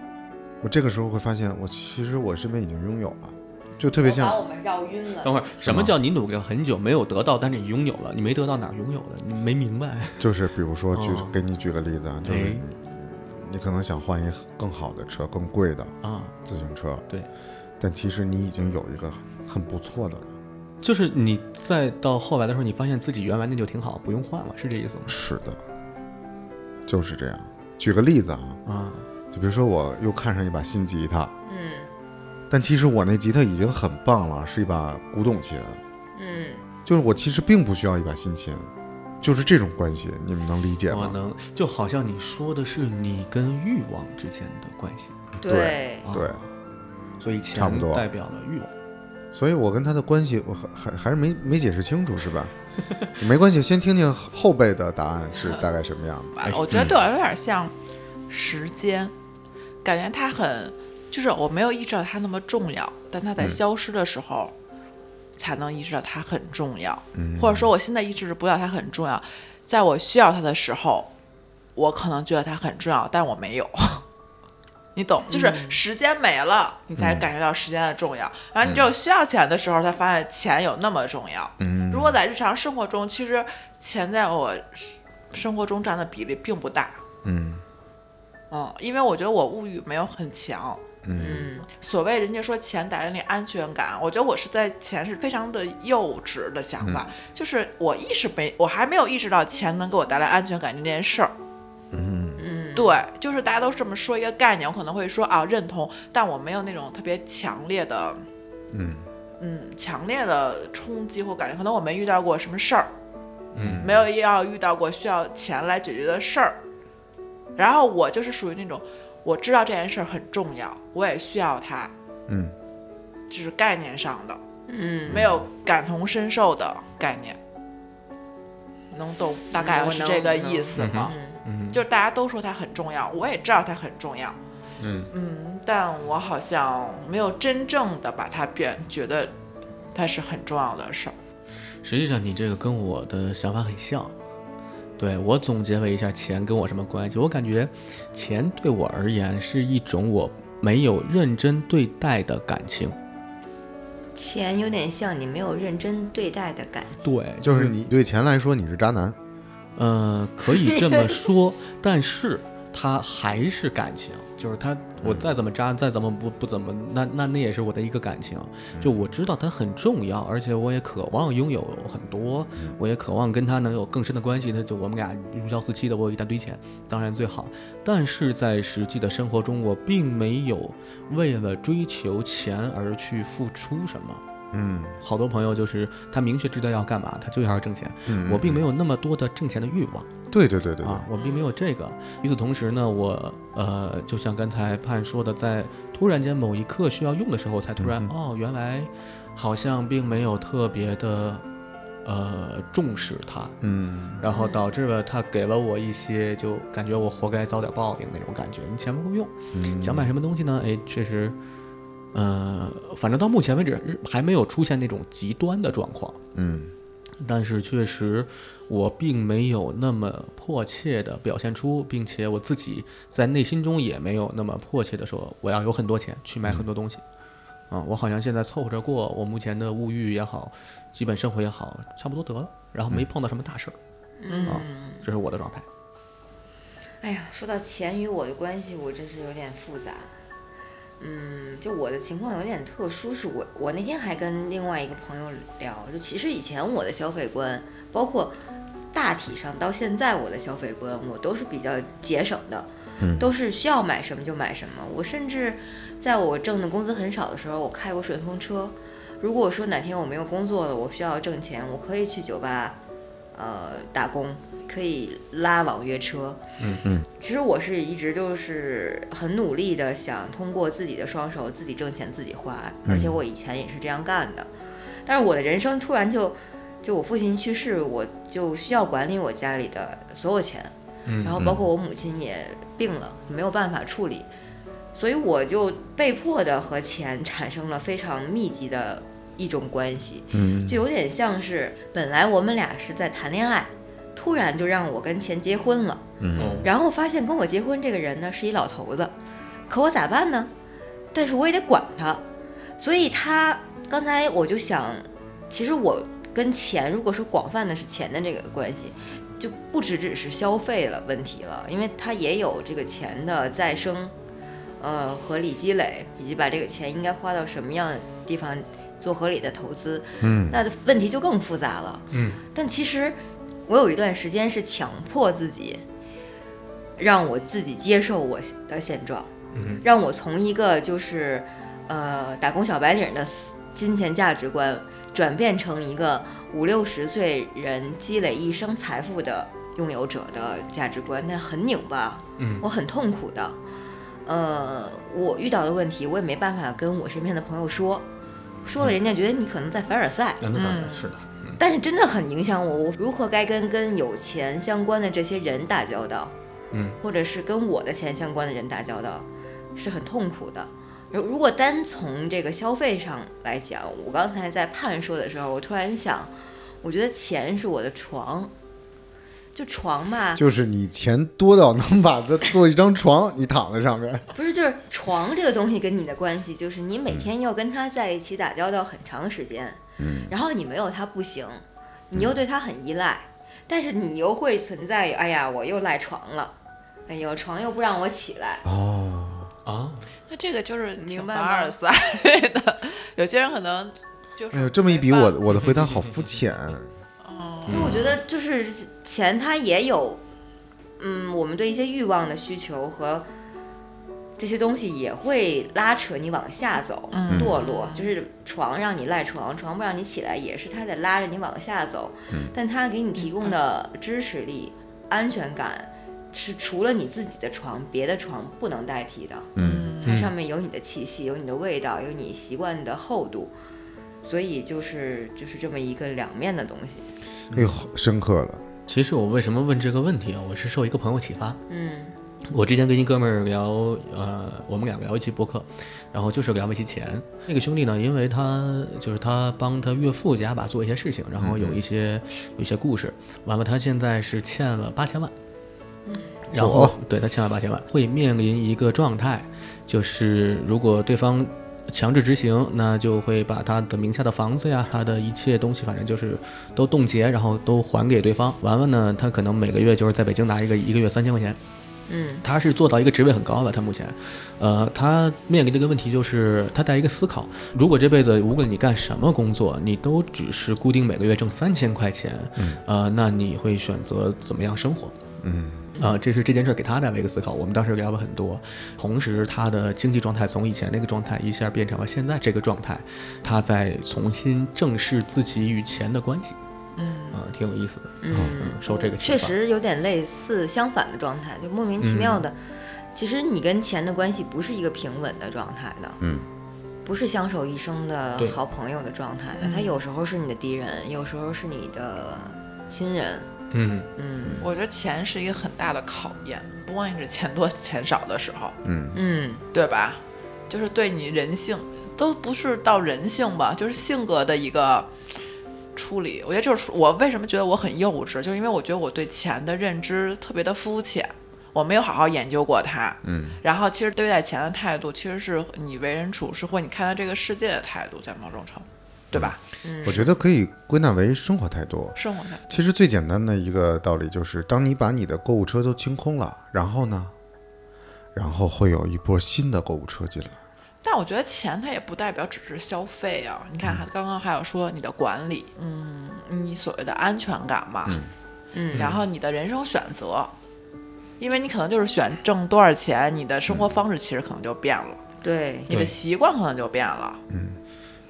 Speaker 2: 我这个时候会发现，我其实我身边已经拥有了，就特别
Speaker 1: 把
Speaker 2: 像
Speaker 1: 我们绕晕
Speaker 4: 等
Speaker 1: 了。
Speaker 4: 会儿，什么叫你努力了很久没有得到，但是你拥有了？你没得到哪儿拥有的？你没明白？
Speaker 2: 就是比如说，举
Speaker 4: 哦
Speaker 2: 给你举个例子啊，就是
Speaker 4: 哎
Speaker 2: 你可能想换一个更好的车、更贵的
Speaker 4: 啊，
Speaker 2: 自行车，
Speaker 4: 对，
Speaker 2: 但其实你已经有一个很不错的了。
Speaker 4: 就是你再到后来的时候，你发现自己原来那就挺好，不用换了，是这意思吗？
Speaker 2: 是的，就是这样。举个例子啊，
Speaker 4: 啊，
Speaker 2: 就比如说我又看上一把新吉他，
Speaker 1: 嗯
Speaker 2: 但其实我那吉他已经很棒了，是一把古董琴，
Speaker 1: 嗯，
Speaker 2: 就是我其实并不需要一把新琴，就是这种关系，你们能理解
Speaker 4: 我
Speaker 2: 吗？
Speaker 4: 能，就好像你说的是你跟欲望之间的关系，
Speaker 1: 对，
Speaker 4: 啊
Speaker 2: 对，
Speaker 4: 所以
Speaker 2: 差
Speaker 4: 钱
Speaker 2: 不多
Speaker 4: 代表了欲望。
Speaker 2: 所以我跟他的关系，我还还还是没没解释清楚，是吧？ 没关系，先听听后辈的答案是大概什么样的。
Speaker 3: 吧我觉得对我有点像时间，感觉它很，就是我没有意识到它那么重要，但它在消失的时候，才能意识到它很重要，
Speaker 2: 嗯
Speaker 3: 或者说我现在意识不到它很重要，在我需要它的时候，我可能觉得它很重要，但我没有。 你懂，就是时间没了，你才感觉到时间的重要。然后你只有需要钱的时候，才发现钱有那么重要。
Speaker 2: 嗯
Speaker 3: 如果在日常生活中，其实钱在我生活中占的比例并不大。
Speaker 2: 嗯
Speaker 3: 嗯，因为我觉得我物欲没有很强，
Speaker 1: 嗯，
Speaker 3: 所谓人家说钱带给你安全感，我觉得我是在钱是非常的幼稚的想法，就是我意识没，我还没有意识到钱能给我带来安全感这件事儿。嗯，对，就是大家都这么说一个概念，我可能会说啊认同，但我没有那种特别强烈的，
Speaker 2: 嗯
Speaker 3: 嗯，强烈的冲击或感觉，可能我没遇到过什么事儿，
Speaker 4: 嗯，
Speaker 3: 没有要遇到过需要钱来解决的事儿。然后我就是属于那种，我知道这件事儿很重要，我也需要它，
Speaker 2: 嗯，
Speaker 3: 只是概念上的，
Speaker 1: 嗯，
Speaker 3: 没有感同身受的概念。能懂大概
Speaker 1: 我
Speaker 3: 是
Speaker 1: 能
Speaker 3: 这个
Speaker 1: 我能
Speaker 3: 意思吗？
Speaker 4: 嗯
Speaker 3: 就是大家都说它很重要，我也知道它很重要，
Speaker 2: 嗯
Speaker 3: 但我好像没有真正的把它变觉得它是很重要的事儿。
Speaker 4: 实际上你这个跟我的想法很像。对我总结了一下钱跟我什么关系，我感觉钱对我而言是一种我没有认真对待的感情。
Speaker 1: 钱有点像你没有认真对待的感觉。
Speaker 4: 对，
Speaker 2: 就是你对钱来说你是渣男，
Speaker 4: 呃，可以这么说，但是它还是感情，就是它，我再怎么渣，再怎么不不怎么，那那那也是我的一个感情。就我知道它很重要，而且我也渴望拥有很多，我也渴望跟他能有更深的关系。那就我们俩如胶似漆的，我有一大堆钱，当然最好。但是在实际的生活中，我并没有为了追求钱而去付出什么。
Speaker 2: 嗯
Speaker 4: 好多朋友就是他明确知道要干嘛，他就要挣钱。
Speaker 2: 嗯，
Speaker 4: 我并没有那么多的挣钱的欲望。
Speaker 2: 对对对对对
Speaker 4: 啊，，我并没有这个。与此同时呢，我呃，就像刚才盼说的，在突然间某一刻需要用的时候，才突然、
Speaker 2: 嗯
Speaker 4: 哦，原来好像并没有特别的呃重视它，
Speaker 2: 嗯
Speaker 4: 然后导致了它给了我一些就感觉我活该遭点报应那种感觉。你钱不够用，
Speaker 2: 嗯，
Speaker 4: 想买什么东西呢？哎，确实。呃，反正到目前为止嗯还没有出现那种极端的状况，
Speaker 2: 嗯
Speaker 4: 但是确实，我并没有那么迫切的表现出，并且我自己在内心中也没有那么迫切的说我要有很多钱去买很多东西。啊，我好像现在凑合着过，我目前的物欲也好，基本生活也好，差不多得了，然后没碰到什么大事儿，
Speaker 1: 嗯
Speaker 4: 啊，这是我的状态。
Speaker 1: 哎呀，说到钱与我的关系，我真是有点复杂。嗯，就我的情况有点特殊，是我我那天还跟另外一个朋友聊，就其实以前我的消费观，包括大体上到现在我的消费观，我都是比较节省的，都是需要买什么就买什么。我甚至在我挣的工资很少的时候，我开过顺风车。如果说哪天我没有工作了，我需要挣钱，我可以去酒吧，呃，打工，可以拉网约车。其实我是一直就是很努力的，想通过自己的双手自己挣钱自己花，而且我以前也是这样干的。但是我的人生突然就，就我父亲去世，我就需要管理我家里的所有钱，然后包括我母亲也病了，没有办法处理，所以我就被迫的和钱产生了非常密集的一种关系，
Speaker 2: 嗯
Speaker 1: 就有点像是本来我们俩是在谈恋爱，突然就让我跟钱结婚了。
Speaker 2: 嗯
Speaker 1: 然后发现跟我结婚这个人呢是一老头子，可我咋办呢？但是我也得管他，所以他刚才我就想，其实我跟钱，如果说广泛的是钱的这个关系，就不只只是消费了问题了，因为他也有这个钱的再生，呃，合理积累，以及把这个钱应该花到什么样的地方做合理的投资，
Speaker 2: 嗯，
Speaker 1: 那问题就更复杂了，嗯。但其实我有一段时间是强迫自己，让我自己接受我的现状，
Speaker 4: 嗯
Speaker 1: 让我从一个就是呃打工小白领的思金钱价值观，转变成一个五六十岁人积累一生财富的拥有者的价值观，那很拧巴，嗯，我很痛苦的。呃，我遇到的问题，我也没办法跟我身边的朋友说，说了人家觉得你可能在凡尔赛，
Speaker 4: 那当
Speaker 1: 嗯
Speaker 4: 然是的，
Speaker 1: 但是真的很影响我，我如何该跟跟有钱相关的这些人打交道，
Speaker 4: 嗯，
Speaker 1: 或者是跟我的钱相关的人打交道，是很痛苦的。如如果单从这个消费上来讲，我刚才在盼说的时候，我突然想，我觉得钱是我的床，就床吧，
Speaker 2: 就是你钱多到能把它做一张床，你躺在上面，
Speaker 1: 不是，就是床这个东西跟你的关系，就是你每天要跟他在一起打交道很长时间，嗯，然后你没有他不行，你又对他很依赖，但是你又会存在，哎呀，我又赖床了，哎呦，床又不让我起来，
Speaker 2: 哦，
Speaker 4: 啊，
Speaker 3: 那这个就是挺
Speaker 1: 明白
Speaker 3: 凡
Speaker 1: 吗
Speaker 3: 尔赛的。有些人可能就是
Speaker 2: 哎呦，这么一比，
Speaker 3: 没办
Speaker 2: 我我的回答好肤浅。啊
Speaker 1: 因
Speaker 3: 嗯
Speaker 1: 为我觉得就是钱，它也有，嗯，我们对一些欲望的需求和这些东西也会拉扯你往下走，
Speaker 3: 嗯
Speaker 1: 堕落。就是床让你赖床，床不让你起来，也是它在拉着你往下走。但它给你提供的支持力、安全感，是除了你自己的床，别的床不能代替的。
Speaker 2: 嗯
Speaker 1: 它上面有你的气息，有你的味道，有你习惯的厚度。所以就是就是这么一个两面的东西，
Speaker 2: 哎呦，深刻了。
Speaker 4: 其实我为什么问这个问题啊？我是受一个朋友启发。
Speaker 1: 嗯。
Speaker 4: 我之前跟一哥们儿聊，呃，我们俩聊一期播客，然后就是聊一期钱。那个兄弟呢，因为他就是他帮他岳父家吧做一些事情，然后有一些有一些故事，完了他现在是欠了八千万，然后
Speaker 2: 哇
Speaker 4: 对他欠了八千万，会面临一个状态，就是如果对方强制执行，那就会把他的名下的房子呀，他的一切东西，反正就是都冻结，然后都还给对方。完了呢，他可能每个月就是在北京拿一个一个月三千块钱。
Speaker 1: 嗯，
Speaker 4: 他是做到一个职位很高了，他目前，呃，他面临这个问题就是他在一个思考，如果这辈子无论你干什么工作，你都只是固定每个月挣三千块钱，呃，那你会选择怎么样生活？
Speaker 2: 嗯
Speaker 4: 啊、这是这件事儿给他带来一个思考。我们当时聊了很多，同时他的经济状态从以前那个状态一下变成了现在这个状态，他在重新正视自己与钱的关系。嗯，啊、挺有意思的。嗯，受这个启
Speaker 1: 确
Speaker 4: 发，
Speaker 1: 实有点类似相反的状态，就莫名其妙
Speaker 2: 嗯
Speaker 1: 的。其实你跟钱的关系不是一个平稳的状态的，
Speaker 2: 嗯，
Speaker 1: 不是相守一生的
Speaker 4: 对
Speaker 1: 好朋友的状态的。他有时候是你的敌人，有时候是你的亲人，
Speaker 4: 嗯，
Speaker 1: 嗯
Speaker 3: 我觉得钱是一个很大的考验，不光是钱多钱少的时候，
Speaker 2: 嗯，
Speaker 1: 嗯，
Speaker 3: 对吧？就是对你人性，都不是到人性吧，就是性格的一个处理。我觉得就是处我为什么觉得我很幼稚，就因为我觉得我对钱的认知特别的肤浅，我没有好好研究过它。嗯，然后其实对待钱的态度，其实是你为人处事或你看待这个世界的态度，在某种程度，对吧？
Speaker 2: 我觉得可以归纳为生活态度。
Speaker 3: 生活态度，
Speaker 2: 其实最简单的一个道理就是，当你把你的购物车都清空了，然后呢，然后会有一波新的购物车进来。
Speaker 3: 但我觉得钱它也不代表只是消费啊。
Speaker 1: 嗯
Speaker 3: 你看，还刚刚还有说你的管理，嗯，你所谓的安全感嘛，
Speaker 1: 嗯
Speaker 3: 然后你的人生选择，因为你可能就是选挣多少钱，你的生活方式其实可能就变了，
Speaker 1: 嗯对，嗯
Speaker 3: 你的习惯可能就变了。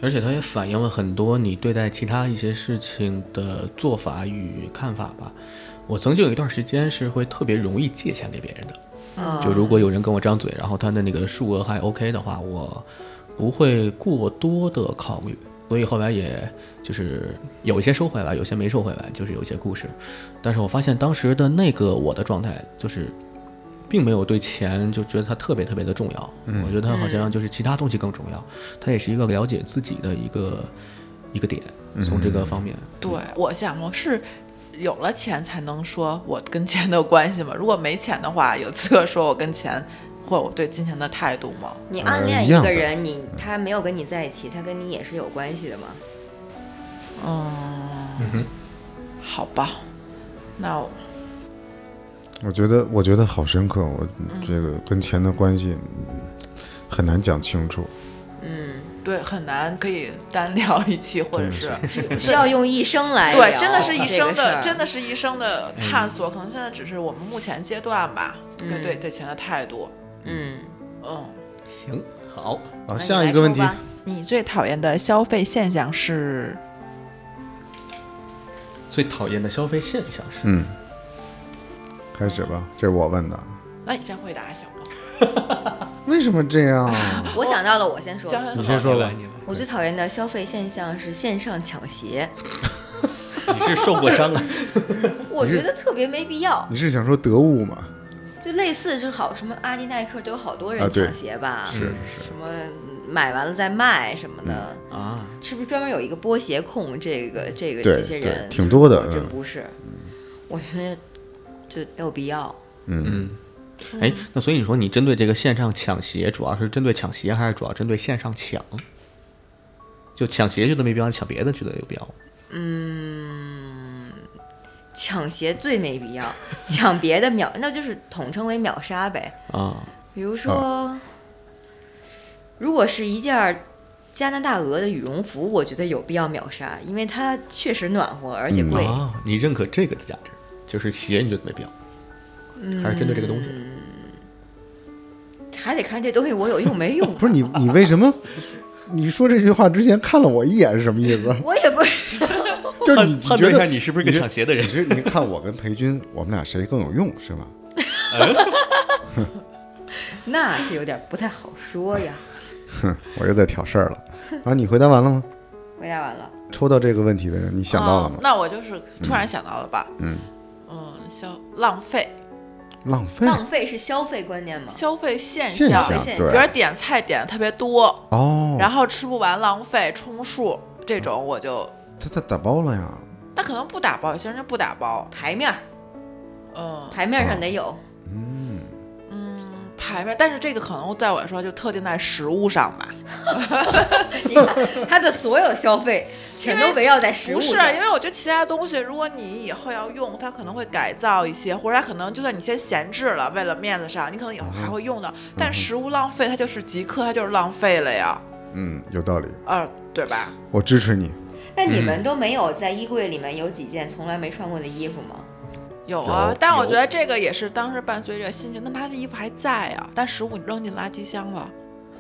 Speaker 4: 而且它也反映了很多你对待其他一些事情的做法与看法吧。我曾经有一段时间是会特别容易借钱给别人的，
Speaker 1: 嗯
Speaker 4: 就如果有人跟我张嘴，然后他的那个数额还 OK 的话，我不会过多的考虑。所以后来也就是有一些收回来，有些没收回来，就是有一些故事。但是我发现当时的那个我的状态就是。并没有对钱就觉得它特别特别的重要，我觉得它好像就是其他东西更重要，它也是一个了解自己的一个一个点，从这个方面，
Speaker 3: 对，我想我是有了钱才能说我跟钱的关系嘛，如果没钱的话，有资格说我跟钱或者我对金钱的态度吗？
Speaker 1: 你
Speaker 2: 呃
Speaker 1: 暗恋
Speaker 2: 一
Speaker 1: 一
Speaker 2: 样
Speaker 1: 个
Speaker 2: 的
Speaker 1: 人，你他没有跟你在一起，他跟你也是有关系的嘛。
Speaker 3: 嗯，好吧，那我
Speaker 2: 我觉得，我觉得好深刻。我这个跟钱的关系嗯很难讲清楚。
Speaker 3: 对很难可以单聊一期，或者是
Speaker 2: 哎
Speaker 1: 需要用一生来
Speaker 3: 对，
Speaker 1: 聊
Speaker 3: 真的是一
Speaker 1: 这个
Speaker 3: 生
Speaker 1: 事
Speaker 3: 的，
Speaker 1: 儿
Speaker 3: 真的是一生的
Speaker 2: 嗯
Speaker 3: 探索。可能现在只是我们目前阶段吧，对对对钱的态度。
Speaker 1: 嗯。
Speaker 3: 嗯，
Speaker 4: 行，好，
Speaker 2: 啊，
Speaker 1: 那你
Speaker 2: 下
Speaker 1: 来
Speaker 2: 一个问题，
Speaker 1: 抽吧
Speaker 3: 你最讨厌的消费现象是？
Speaker 4: 最讨厌的消费现象是，
Speaker 2: 嗯，开始吧，这是我问的。
Speaker 3: 那你先回答行吗？
Speaker 2: 为什么这样？
Speaker 1: 我想到了，我先说。
Speaker 3: 先
Speaker 2: 你先说吧。
Speaker 1: 我最讨厌的消费现象是线上抢鞋，
Speaker 4: 你是受过伤了，
Speaker 1: 我觉得特别没必要。
Speaker 2: 你是想说得物吗？
Speaker 1: 就类似是好什么阿迪耐克都有好多
Speaker 2: 啊
Speaker 1: 人
Speaker 2: 对
Speaker 1: 抢鞋吧，
Speaker 2: 是嗯
Speaker 1: 什么买完了再卖什么的，
Speaker 4: 啊，
Speaker 1: 是不是专门有一个剥鞋控？这个这个
Speaker 2: 对
Speaker 1: 这些
Speaker 2: 对
Speaker 1: 人
Speaker 2: 挺多的
Speaker 1: 我真
Speaker 2: 嗯。
Speaker 1: 不是，我觉得就没有必要。
Speaker 4: 嗯。哎，那所以你说你针对这个线上抢鞋，主要是针对抢鞋，还是主要针对线上抢？就抢鞋觉得没必要，抢别的觉得有必要。
Speaker 1: 抢鞋最没必要，抢别的秒那就是统称为秒杀呗。
Speaker 4: 啊，
Speaker 1: 比如说，如果是一件儿加拿大鹅的羽绒服，我觉得有必要秒杀，因为它确实暖和而且贵。
Speaker 4: 嗯
Speaker 7: 啊，你认可这个的价值，就是鞋你觉得没必要，
Speaker 4: 嗯
Speaker 7: 还是针对这个东西？
Speaker 1: 还得看这东西我有用没用
Speaker 2: 不是你，你为什么？你说这句话之前看了我一眼是什么意 思？
Speaker 1: 我也不是，
Speaker 2: 就是
Speaker 7: 判
Speaker 2: 你你
Speaker 7: 判
Speaker 2: 觉
Speaker 7: 断一下
Speaker 2: 得
Speaker 7: 你是不是个抢鞋的人
Speaker 2: 你？是你看我跟裴军，我们俩谁更有用是吗？
Speaker 1: 那这有点不太好说呀。
Speaker 2: 我又在挑事儿了。啊，你回答完了吗？
Speaker 1: 回答完了，
Speaker 2: 抽到这个问题的人，你想到了
Speaker 3: 啊
Speaker 2: 吗？
Speaker 3: 那我就是突然想到了吧，
Speaker 2: 嗯，
Speaker 3: 嗯，消浪费
Speaker 2: 浪费，
Speaker 1: 浪费是消费观念吗？
Speaker 3: 消费现
Speaker 2: 现
Speaker 3: 象，
Speaker 1: 费
Speaker 2: 象
Speaker 1: 现
Speaker 3: 比
Speaker 1: 象
Speaker 3: 如说
Speaker 2: 对
Speaker 3: 点菜点的特别多，
Speaker 2: 哦，
Speaker 3: 然后吃不完浪费充数这种，我就
Speaker 2: 他他打包了呀，
Speaker 3: 那可能不打包，有些人就不打包，
Speaker 1: 牌面儿，
Speaker 3: 嗯
Speaker 1: 牌面上得有。
Speaker 2: 嗯，
Speaker 3: 嗯，排面，但是这个可能在我来说就特定在食物上吧，
Speaker 1: 你看，它的所有消费全都围绕在食物
Speaker 3: 不是，啊
Speaker 1: 上。
Speaker 3: 因为我觉得其他东西，如果你以后要用，它可能会改造一些，或者它可能就算你先闲置了，为了面子上，你可能以后还会用到。但食物浪费，它就是即刻，它就是浪费了呀，
Speaker 2: 嗯，有道理，
Speaker 3: 呃，对吧？
Speaker 2: 我支持你。
Speaker 1: 那你们都没有在衣柜里面有几件从来没穿过的衣服吗？
Speaker 3: 有啊
Speaker 7: 有，
Speaker 3: 但我
Speaker 7: 有
Speaker 3: 觉得这个也是当时伴随着心情。那他的衣服还在啊，但食物你扔进垃圾箱了，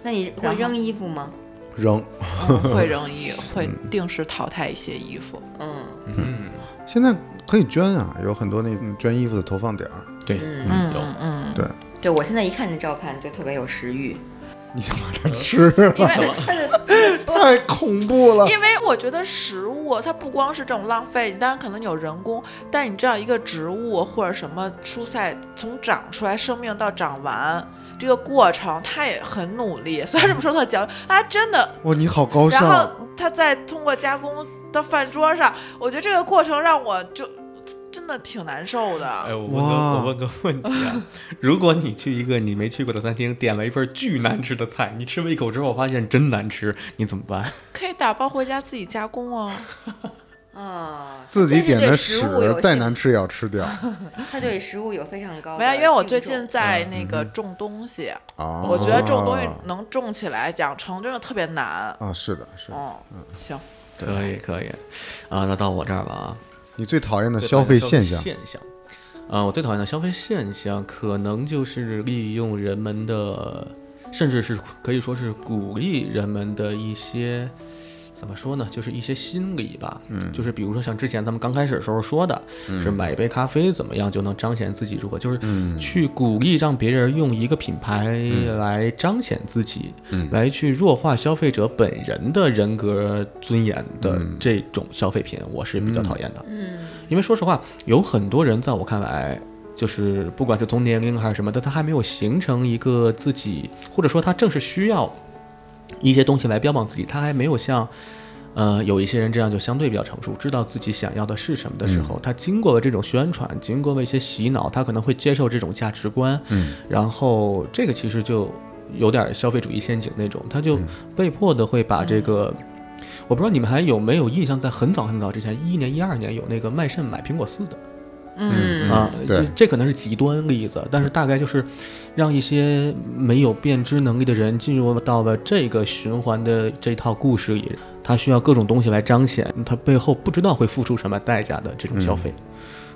Speaker 1: 那你会
Speaker 3: 然后
Speaker 1: 扔衣服吗？
Speaker 2: 扔，
Speaker 3: 嗯会扔衣，会定时淘汰一些衣服。
Speaker 1: 嗯
Speaker 7: 嗯，
Speaker 2: 现在可以捐啊，有很多那种捐衣服的投放点儿。
Speaker 7: 对，
Speaker 1: 嗯，
Speaker 3: 嗯
Speaker 7: 有
Speaker 3: 嗯，
Speaker 1: 对我现在一看这照片就特别有 食欲，
Speaker 2: 你想把它
Speaker 7: 嗯
Speaker 2: 吃了，
Speaker 1: 因为它 的
Speaker 2: 太恐怖了。
Speaker 3: 因为我觉得食物它不光是这种浪费，你当然可能有人工，但你知道一个植物或者什么蔬菜从长出来生命到长完这个过程，它也很努力。虽然这么说特矫情啊，真的。
Speaker 2: 哇，你好高
Speaker 3: 然后
Speaker 2: 尚，啊
Speaker 3: 它再通过加工到饭桌上，我觉得这个过程让我就真的挺难受
Speaker 7: 哎，
Speaker 3: 的。
Speaker 7: 我问个
Speaker 2: 哇
Speaker 7: 我问个问题啊， 如果你去一个你没去过的餐厅，点了一份巨难吃的菜，你吃了一口之后发现真难吃，你怎么办？
Speaker 3: 可以打包回家自己加工哦。
Speaker 1: 啊，
Speaker 2: 自己点的屎
Speaker 1: 但是对食物有
Speaker 2: 再难吃也要吃 掉
Speaker 1: 他对食物有非常高的
Speaker 3: 没有，啊因为我最
Speaker 1: 敬
Speaker 3: 近
Speaker 1: 重
Speaker 3: 在那个种东西，
Speaker 2: 啊！
Speaker 3: 我觉得这种东西能种起来养成真的特别难。
Speaker 2: 啊，是的，是的。
Speaker 3: 哦，行，
Speaker 7: 可以可以，
Speaker 4: 啊，那到我这儿了啊。
Speaker 2: 你最讨厌的消费现象，
Speaker 4: 现象。啊，我最讨厌的消费现象，可能就是利用人们的，甚至是可以说是鼓励人们的一些，怎么说呢，就是一些心理吧。嗯，就是比如说像之前咱们刚开始的时候说的，
Speaker 2: 嗯
Speaker 4: 是买一杯咖啡怎么样就能彰显自己如何，就是去鼓励让别人用一个品牌
Speaker 2: 嗯
Speaker 4: 来彰显自己，来去弱化消费者本人的人格尊严的
Speaker 2: 嗯
Speaker 4: 这种消费品，我是比较讨厌的。
Speaker 1: 嗯
Speaker 4: 因为说实话，有很多人在我看来，就是不管是从年龄还是什么的，他还没有形成一个自己，或者说他正是需要一些东西来标榜自己，他还没有像。呃，有一些人这样就相对比较成熟，知道自己想要的是什么的时候，他经过了这种宣传，经过了一些洗脑，他可能会接受这种价值观，
Speaker 2: 嗯，
Speaker 4: 然后这个其实就有点消费主义陷阱那种，他就被迫的会把这个，我不知道你们还有没有印象，在很早很早之前，一一年、一二年有那个卖肾买苹果四的，
Speaker 1: 嗯
Speaker 4: 啊，
Speaker 2: 对
Speaker 4: 这这可能是极端例子，但是大概就是让一些没有辨知能力的人进入到了这个循环的这套故事里，他需要各种东西来彰显他背后不知道会付出什么代价的这种消费，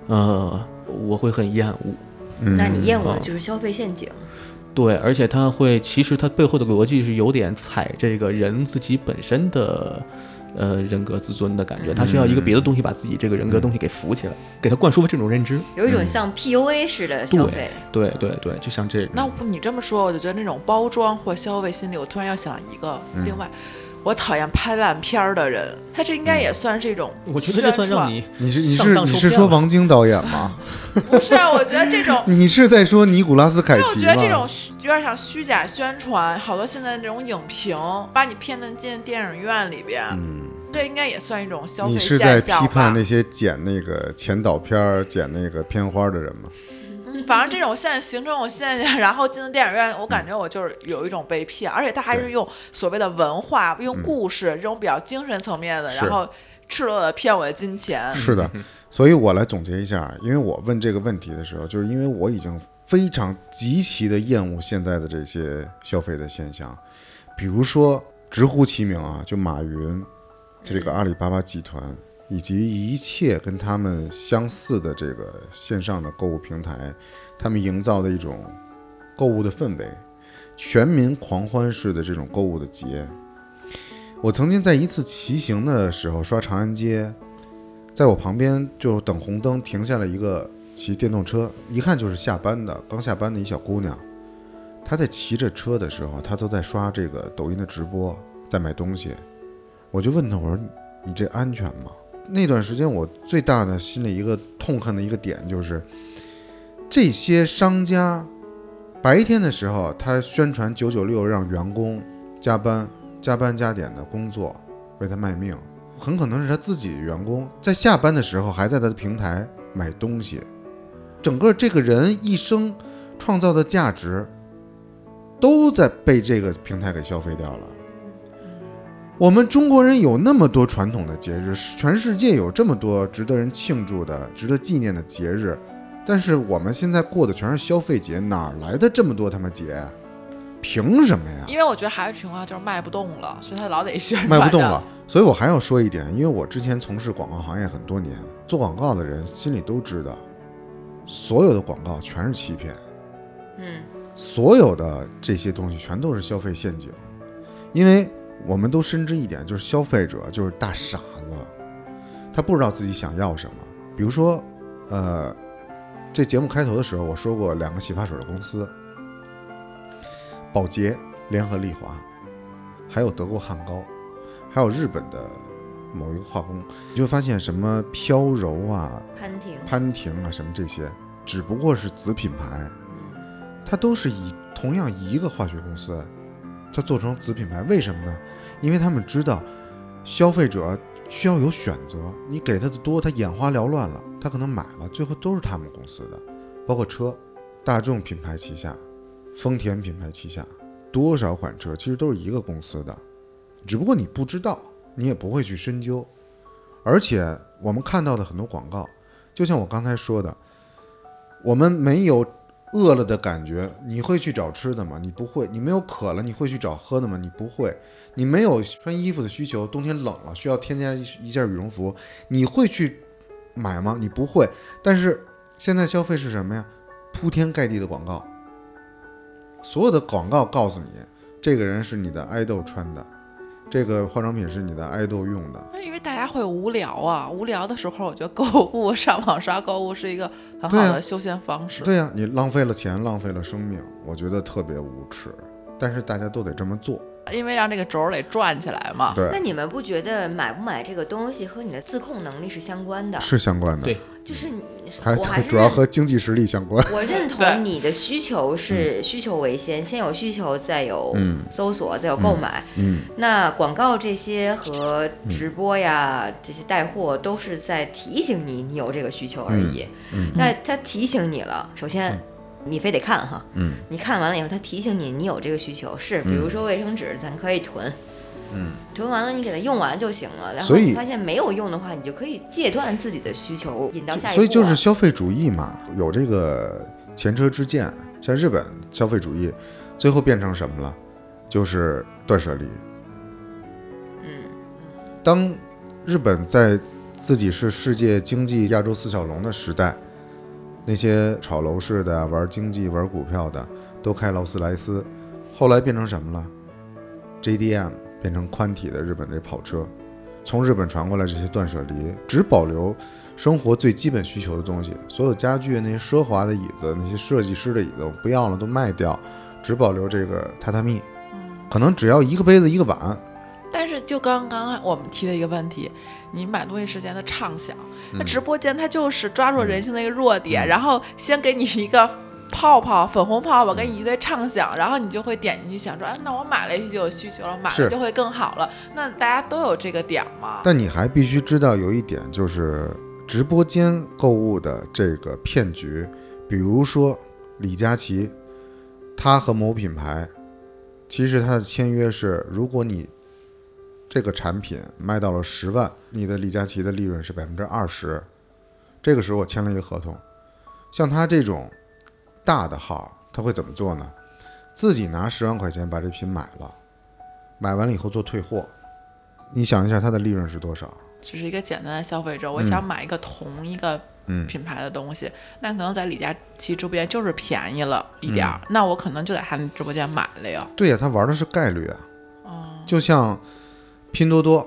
Speaker 4: 呃，我会很厌恶。
Speaker 2: 嗯
Speaker 1: 那你厌恶的
Speaker 4: 嗯
Speaker 1: 就是消费陷阱，
Speaker 4: 对，而且他会，其实他背后的逻辑是有点踩这个人自己本身的，呃，人格自尊的感觉，他需要一个别的东西把自己这个人格东西给扶起来，给他灌输这种认知。
Speaker 1: 有一
Speaker 2: 嗯
Speaker 1: 种像 PUA 式的消费。
Speaker 4: 对对对，就像这，
Speaker 3: 那不你这么说，我就觉得那种包装或消费心理，我突然要想一个。
Speaker 2: 嗯
Speaker 3: 另外，我讨厌拍烂片儿的人，他这
Speaker 2: 嗯
Speaker 3: 应该也算是一种
Speaker 4: 我觉得这算
Speaker 3: 宣
Speaker 4: 让
Speaker 3: 传
Speaker 4: 你
Speaker 2: 你是你
Speaker 4: 上
Speaker 2: 是
Speaker 4: 当
Speaker 2: 你
Speaker 4: 受
Speaker 2: 是
Speaker 4: 骗
Speaker 2: 说
Speaker 4: 了
Speaker 2: 王晶导演吗？
Speaker 3: 不是啊，我觉得 这种
Speaker 2: 你是在说尼古拉斯凯
Speaker 3: 但我
Speaker 2: 奇
Speaker 3: 觉
Speaker 2: 吗
Speaker 3: 得？这种虚有点像虚假宣传，好多现在这种影评把你骗进进电影院里边，
Speaker 2: 嗯，
Speaker 3: 这应该也算一种消费
Speaker 2: 你是在
Speaker 3: 现象
Speaker 2: 批
Speaker 3: 吧？
Speaker 2: 判那些剪那个前导片儿、剪那个片花的人吗？
Speaker 3: 嗯反正这种现在形成这种现象， 然后进了电影院，我感觉我就是有一种被骗，而且他还是
Speaker 2: 对嗯
Speaker 3: 用所谓的文化、用故事、这种比较精神层面的，
Speaker 2: 是
Speaker 3: 然后赤裸裸的骗我的金钱。
Speaker 2: 是的，所以我来总结一下，因为我问这个问题的时候，就是因为我已经非常极其的厌恶现在的这些消费的现象，比如说直呼其名啊，就马云，这个阿里巴巴集团以及一切跟他们相似的这个线上的购物平台，他们营造的一种购物的氛围，全民狂欢式的这种购物的节。我曾经在一次骑行的时候刷长安街，在我旁边就等红灯停下了一个骑电动车，一看就是下班的，刚下班的一小姑娘。她在骑着车的时候，她都在刷这个抖音的直播，在买东西。我就问她，我说你你这安全吗？那段时间我最大的心里一个痛恨的一个点就是，这些商家白天的时候他宣传九九六让员工加班，加班加点的工作，为他卖命，很可能是他自己员工在下班的时候还在他的平台买东西，整个这个人一生创造的价值都在被这个平台给消费掉了。我们中国人有那么多传统的节日，全世界有这么多值得人庆祝的、值得纪念的节日，但是我们现在过的全是消费节，哪儿来的这么多他妈节啊？凭什么呀？
Speaker 3: 因为我觉得还有一种情况就是卖不动了，所以他老得宣传。
Speaker 2: 卖不动了。。所以我还要说一点，因为我之前从事广告行业很多年，做广告的人心里都知道，所有的广告全是欺骗，
Speaker 1: 嗯，
Speaker 2: 所有的这些东西全都是消费陷阱，因为我们都深知一点，就是消费者就是大傻子，他不知道自己想要什么。比如说，呃，这节目开头的时候我说过两个洗发水的公司，宝洁、联合利华，还有德国汉高。还有日本的某一个化工，你就会发现什么飘柔啊、
Speaker 1: 潘婷，
Speaker 2: 潘婷啊什么这些，只不过是子品牌，它都是以同样一个化学公司，它做成子品牌，为什么呢？因为他们知道消费者需要有选择，你给他的多，他眼花缭乱了，他可能买了，最后都是他们公司的，包括车，大众品牌旗下，丰田品牌旗下，多少款车其实都是一个公司的，只不过你不知道，你也不会去深究，而且我们看到的很多广告。就像我刚才说的，我们没有饿了的感觉，你会去找吃的吗？你不会。你没有渴了，你会去找喝的吗？你不会。你没有穿衣服的需求，冬天冷了需要添加一一件羽绒服，你会去买吗？你不会。但是现在消费是什么呀？铺天盖地的广告，所有的广告告诉你，这个人是你的爱豆穿的，这个化妆品是你的爱豆用的，
Speaker 3: 因为大家会无聊啊，无聊的时候，我觉得购物、上网刷购物是一个很好
Speaker 2: 对啊
Speaker 3: 的休闲方式。
Speaker 2: 对呀、你浪费了钱，浪费了生命，我觉得特别无耻。但是大家都得这么做，
Speaker 3: 因为让这个轴儿得转起来嘛。
Speaker 1: 那
Speaker 2: 对，
Speaker 1: 你们不觉得买不买这个东西和你的自控能力是相关的？
Speaker 2: 是相关的，
Speaker 4: 对
Speaker 1: 就是你
Speaker 2: 还
Speaker 1: 我还是
Speaker 2: 主要
Speaker 1: 认
Speaker 2: 和经济实力相关。
Speaker 1: 我认
Speaker 3: 对
Speaker 1: 同你的需求是需求为先，先有需求，再有
Speaker 2: 嗯
Speaker 1: 搜索，再有购买。
Speaker 2: 嗯，
Speaker 1: 那广告这些和直播呀，这些带货都是在提醒你，你有这个需求
Speaker 2: 嗯
Speaker 1: 而已。那他提醒你了，首先。你非得看哈，
Speaker 2: 嗯，
Speaker 1: 你看完了以后，他提醒你你有这个需求，是，比如说卫生纸，咱可以囤，
Speaker 2: 嗯，
Speaker 1: 囤完了你给它用完就行了。然后
Speaker 2: 所以
Speaker 1: 你发现没有用的话，你就可以戒断自己的需求，引到下一步啊。
Speaker 2: 所以就是消费主义嘛，有这个前车之鉴。像日本消费主义，最后变成什么了？就是断舍离。
Speaker 1: 嗯，
Speaker 2: 当日本在自己是世界经济亚洲四小龙的时代，那些炒楼市的、玩经济、玩股票的都开劳斯莱斯，后来变成什么了？JDM 变成宽体的日本这跑车，从日本传过来这些断舍离，只保留生活最基本需求的东西，所有家具那些奢华的椅子、那些设计师的椅子我不要了，都卖掉，只保留这个榻榻米，可能只要一个杯子一个碗，
Speaker 3: 但是就刚刚我们提的一个问题，你买东西之前的畅想，那
Speaker 2: 嗯
Speaker 3: 直播间它就是抓住人性的一个弱点，然后先给你一个。泡泡粉红泡泡给你一堆畅想，然后你就会点进去想说，哎，那我买了就有需求了，买了
Speaker 2: 是
Speaker 3: 就会更好了。那大家都有这个点嘛？
Speaker 2: 但你还必须知道有一点，就是直播间购物的这个骗局，比如说李佳琦，他和某品牌，其实他的签约是，如果你这个产品卖到了十万，你的李佳琦的利润是百分之二十，这个时候我签了一个合同。像他这种大的号，他会怎么做呢？自己拿十万块钱把这品买了，买完了以后做退货，你想一下它的利润是多少？
Speaker 3: 只是一个简单的消费者，我
Speaker 2: 嗯
Speaker 3: 想买一个同一个
Speaker 2: Hmm.
Speaker 3: 品牌的东西，那可能在李佳琦直播间就是便宜了一点
Speaker 2: 嗯
Speaker 3: 儿，那我可能就在他们直播间买了呀。
Speaker 2: 对呀、他玩的是概率啊。就像拼多多，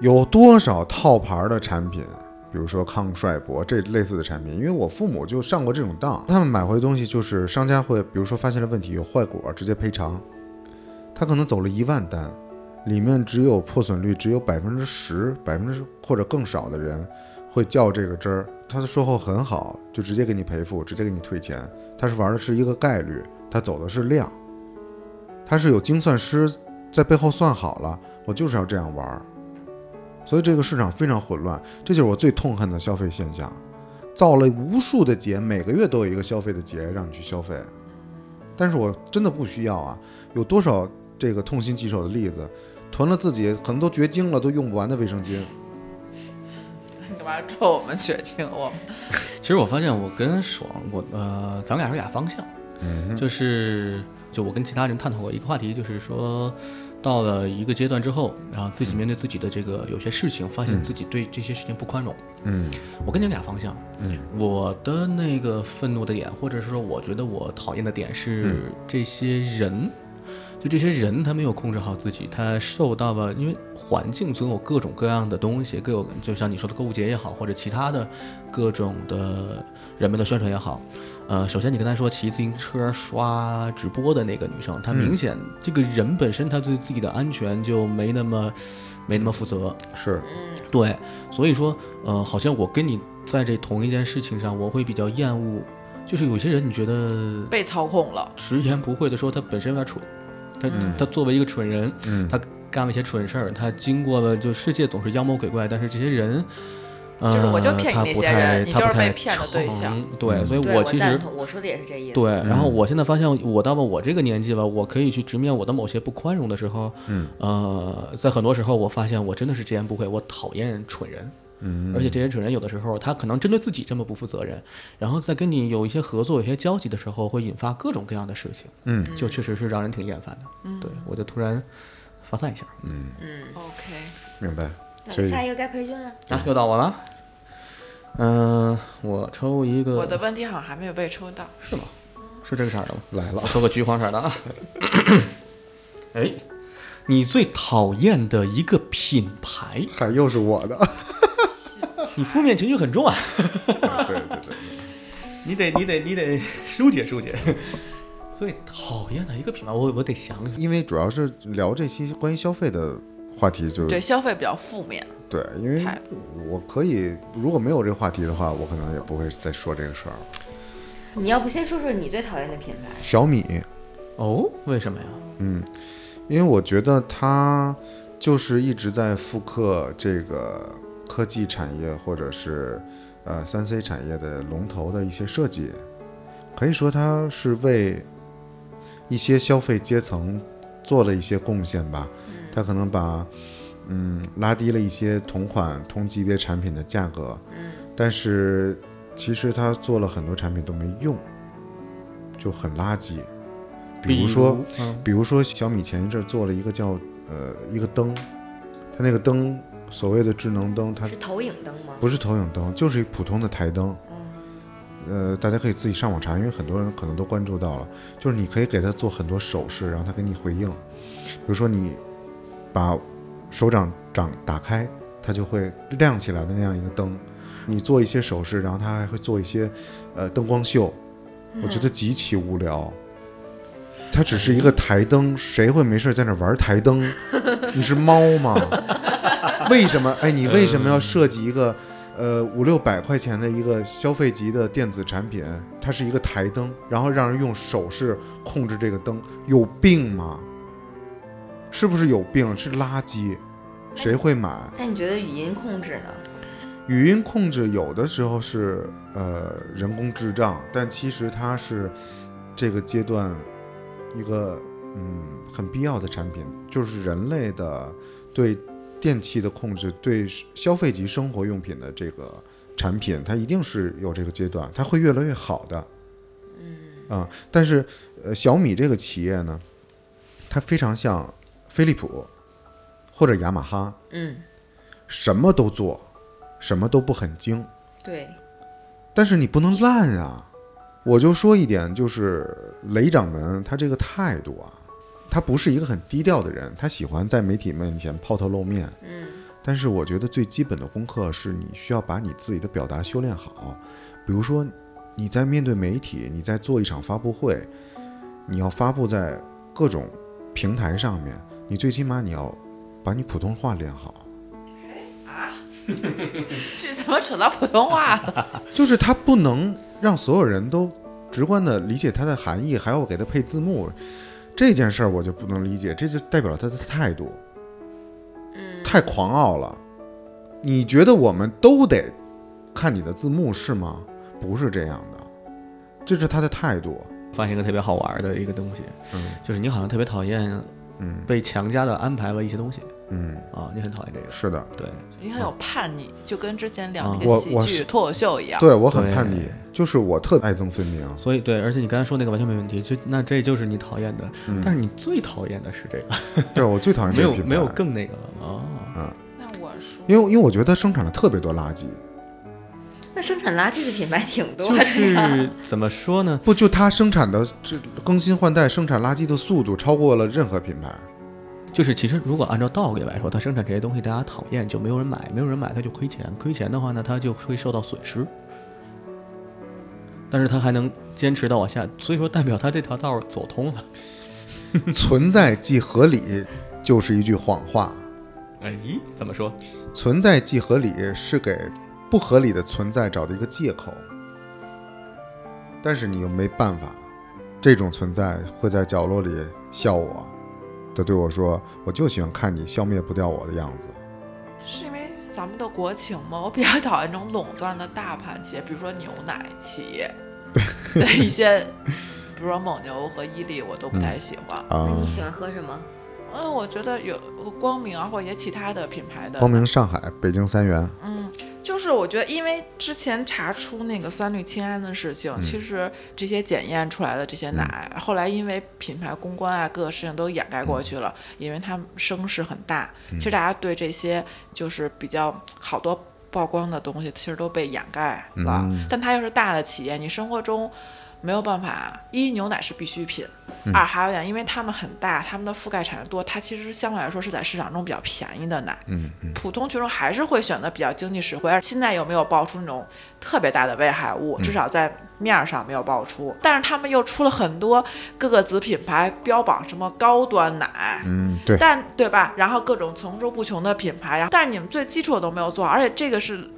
Speaker 2: 有多少套牌儿的产品，比如说抗衰博这类似的产品，因为我父母就上过这种当，他们买回东西就是商家会，比如说发现了问题有坏果，直接赔偿。他可能走了一万单，里面只有破损率只有百分之十、百分之或者更少的人会较这个真儿。他的售后很好，就直接给你赔付，直接给你退钱。他是玩的是一个概率，他走的是量。他是有精算师在背后算好了，我就是要这样玩儿，所以这个市场非常混乱，这就是我最痛恨的消费现象，造了无数的节，每个月都有一个消费的节让你去消费，但是我真的不需要啊，有多少这个痛心疾首的例子，囤了自己可能都绝经了，都用不完的卫生巾，
Speaker 3: 你干嘛说我们血清？我们
Speaker 4: 其实我发现我跟爽，我呃，咱们俩是俩方向，嗯就是就我跟其他人探讨过一个话题，就是说到了一个阶段之后，然后自己面对自己的这个有些事情，发现自己对这些事情不宽容。
Speaker 2: 嗯
Speaker 4: 我跟你俩方向，我的那个愤怒的点，或者是说我觉得我讨厌的点是这些人。就这些人，他没有控制好自己，他受到了因为环境总有各种各样的东西，各有就像你说的购物节也好，或者其他的各种的人们的宣传也好。呃，首先你跟他说骑自行车刷直播的那个女生，她明显这个人本身她对自己的安全就没那么没那么负责，
Speaker 2: 是
Speaker 1: 嗯
Speaker 4: 对，所以说，呃，好像我跟你在这同一件事情上，我会比较厌恶，就是有些人你觉得
Speaker 3: 被操控了，
Speaker 4: 直言不讳的说，他本身有点蠢，他、他作为一个蠢人，他干了一些蠢事儿，他经过了就世界总是妖魔鬼怪，但是这些人。呃、
Speaker 3: 就是我就骗你那些人你
Speaker 4: 他不
Speaker 3: 就是被
Speaker 4: 太
Speaker 3: 骗的对
Speaker 4: 诚
Speaker 3: 象。
Speaker 4: 对，所以
Speaker 1: 对，我
Speaker 4: 其
Speaker 1: 赞
Speaker 4: 实
Speaker 1: 同，我说的也是这意思。
Speaker 4: 对，然后我现在发现，我到了我这个年纪了，我可以去直面我的某些不宽容的时候。嗯，呃，在很多时候，我发现我真的是直言不讳，我讨厌蠢人。嗯，而且这些蠢人有的时候，他可能针对自己这么不负责任，然后在跟你有一些合作、有些交集的时候，会引发各种各样的事情。
Speaker 2: 嗯，
Speaker 4: 就确实是让人挺厌烦的。嗯，对我就突然发散一下
Speaker 3: OK，
Speaker 2: 嗯明白，
Speaker 1: 嗯那
Speaker 2: 所以
Speaker 1: 嗯下一个该裴军了。
Speaker 4: 啊，又到我了。嗯、我抽一
Speaker 2: 呃
Speaker 4: 个，
Speaker 3: 我的问题好像还没有被抽到。
Speaker 4: 是吗？是这个色儿的吗？
Speaker 2: 来了
Speaker 4: 我说个橘黄色的啊。 哎，你最讨厌的一个品牌，
Speaker 2: 还又是我的，
Speaker 4: 你负面情绪很重啊，
Speaker 2: 对对对，
Speaker 4: 你得你得你得疏解疏解。最讨厌的一个品牌，我我得想想。
Speaker 2: 因为主要是聊这期关于消费的话题，就是嗯
Speaker 3: 对，消费比较负面，
Speaker 2: 对，因为
Speaker 3: 态
Speaker 2: 我可以，如果没有这个话题的话，我可能也不会再说这个事儿了。
Speaker 1: 你要不先说说你最讨厌的品牌？
Speaker 2: 小米，
Speaker 4: 哦，为什么呀？
Speaker 2: 因为我觉得它就是一直在复刻这个科技产业或者是呃三 C 产业的龙头的一些设计，可以说它是为一些消费阶层做了一些贡献吧。它可能把嗯拉低了一些同款同级别产品的价格，但是其实它做了很多产品都没用，就很垃圾。比如说，
Speaker 4: 嗯，
Speaker 2: 比如说小米前一阵儿做了一个叫呃一个灯，它那个灯所谓的智能灯，它
Speaker 1: 是投影灯吗？
Speaker 2: 不是投影灯，就是一普通的台灯。
Speaker 1: 嗯，
Speaker 2: 呃，大家可以自己上网查，因为很多人可能都关注到了，就是你可以给它做很多手势，然后它给你回应。比如说你把手掌掌打开，它就会亮起来的那样一个灯。你做一些手势，然后它还会做一些呃灯光秀，我觉得极其无聊。它只是一个台灯，谁会没事在那玩台灯？你是猫吗？为什么？哎，你为什么要设计一个呃五六百块钱的一个消费级的电子产品？它是一个台灯，然后让人用手势控制这个灯，有病吗？是不是有病？是垃圾，谁会买？
Speaker 1: 那你觉得语音控制呢？
Speaker 2: 语音控制有的时候是呃人工智障，但其实它是这个阶段一个嗯很必要的产品，就是人类的对电器的控制，对消费级生活用品的这个产品，它一定是有这个阶段，它会越来越好的。嗯啊，但是呃，小米这个企业呢，它非常像飞利浦或者雅马哈，
Speaker 1: 嗯，
Speaker 2: 什么都做，什么都不很精，
Speaker 1: 对，
Speaker 2: 但是你不能烂啊！我就说一点，就是雷掌门他这个态度啊，他不是一个很低调的人，他喜欢在媒体面前抛头露面。嗯，但是我觉得最基本的功课是你需要把你自己的表达修炼好。比如说，你在面对媒体，你在做一场发布会，你要发布在各种平台上面，你最起码你要把你普通话练好。
Speaker 3: 这怎么扯到普通话了？
Speaker 2: 就是它不能让所有人都直观的理解它的含义，还要给它配字幕，这件事儿我就不能理解，这就代表了他的态度，
Speaker 1: 嗯
Speaker 2: 太狂傲了。你觉得我们都得看你的字幕是吗？不是这样的，这是他的态度。
Speaker 4: 发现一个特别好玩的一个东西，
Speaker 2: 嗯
Speaker 4: 就是你好像特别讨厌，嗯，被强加的安排了一些东西
Speaker 2: 嗯，
Speaker 4: 啊，你很讨厌这个，
Speaker 2: 是的，
Speaker 4: 对，
Speaker 3: 你很有叛逆，就跟之前聊
Speaker 4: 啊
Speaker 3: 那
Speaker 2: 我
Speaker 3: 个喜
Speaker 2: 我是
Speaker 3: 剧脱口秀一样。
Speaker 2: 对我很
Speaker 4: 对
Speaker 2: 叛逆，就是我特爱憎分明。
Speaker 4: 所以对，而且你刚才说那个完全没问题，就那这就是你讨厌的，
Speaker 2: 嗯
Speaker 4: 但是你最讨厌的是这个，
Speaker 2: 对我最讨厌
Speaker 4: 没
Speaker 2: 这个
Speaker 4: 有
Speaker 2: 品牌，
Speaker 4: 没有更那个了哦。
Speaker 3: 那我说，
Speaker 2: 因为因为我觉得它生产了特别多垃圾，
Speaker 1: 那生产垃圾的品牌挺多
Speaker 4: 就
Speaker 1: 的呀，
Speaker 4: 是 啊怎么说呢？
Speaker 2: 不就它生产的这更新换代、生产垃圾的速度超过了任何品牌。
Speaker 4: 就是其实如果按照道理来说，它生产这些东西大家讨厌，就没有人买，没有人买它就亏钱，亏钱的话呢，它就会受到损失。但是它还能坚持到往下，所以说代表它这条道儿走通了。
Speaker 2: 存在即合理就是一句谎话，
Speaker 4: 哎，咦，怎么说？
Speaker 2: 存在即合理是给不合理的存在找的一个借口，但是你又没办法，这种存在会在角落里笑我，他对我说：“我就喜欢看你消灭不掉我的样子。
Speaker 3: 是因为咱们的国情吗？ 我比较讨厌这种垄断的大盘企业，比如说牛奶企 业的一些，比如说蒙牛和伊利，我都不太喜欢。”
Speaker 1: 那
Speaker 2: 啊
Speaker 1: 你，喜欢喝什么？
Speaker 3: 因为我觉得有光明啊，或者一些其他的品牌的
Speaker 2: 光明上海，北京三元，
Speaker 3: 嗯，就是我觉得，因为之前查出那个三氯氰胺的事情，其实这些检验出来的这些奶，后来因为品牌公关啊，各个事情都掩盖过去了，因为他们声势很大。其实大家对这些就是比较好多曝光的东西，其实都被掩盖了。但它又是大的企业，你生活中。没有办法，一牛奶是必需品，二还有一点，因为它们很大，它们的覆盖产量多，它其实相对来说是在市场中比较便宜的奶。
Speaker 2: 嗯嗯
Speaker 3: 普通群众还是会选择比较经济实惠，而现在又没有爆出那种特别大的危害
Speaker 2: 嗯
Speaker 3: 物，至少在面儿上没有爆出。但是他们又出了很多各个子品牌标榜什么高端奶，
Speaker 2: 嗯，对，
Speaker 3: 但对吧？然后各种层出不穷的品牌，然后但是你们最基础的都没有做好，而且这个是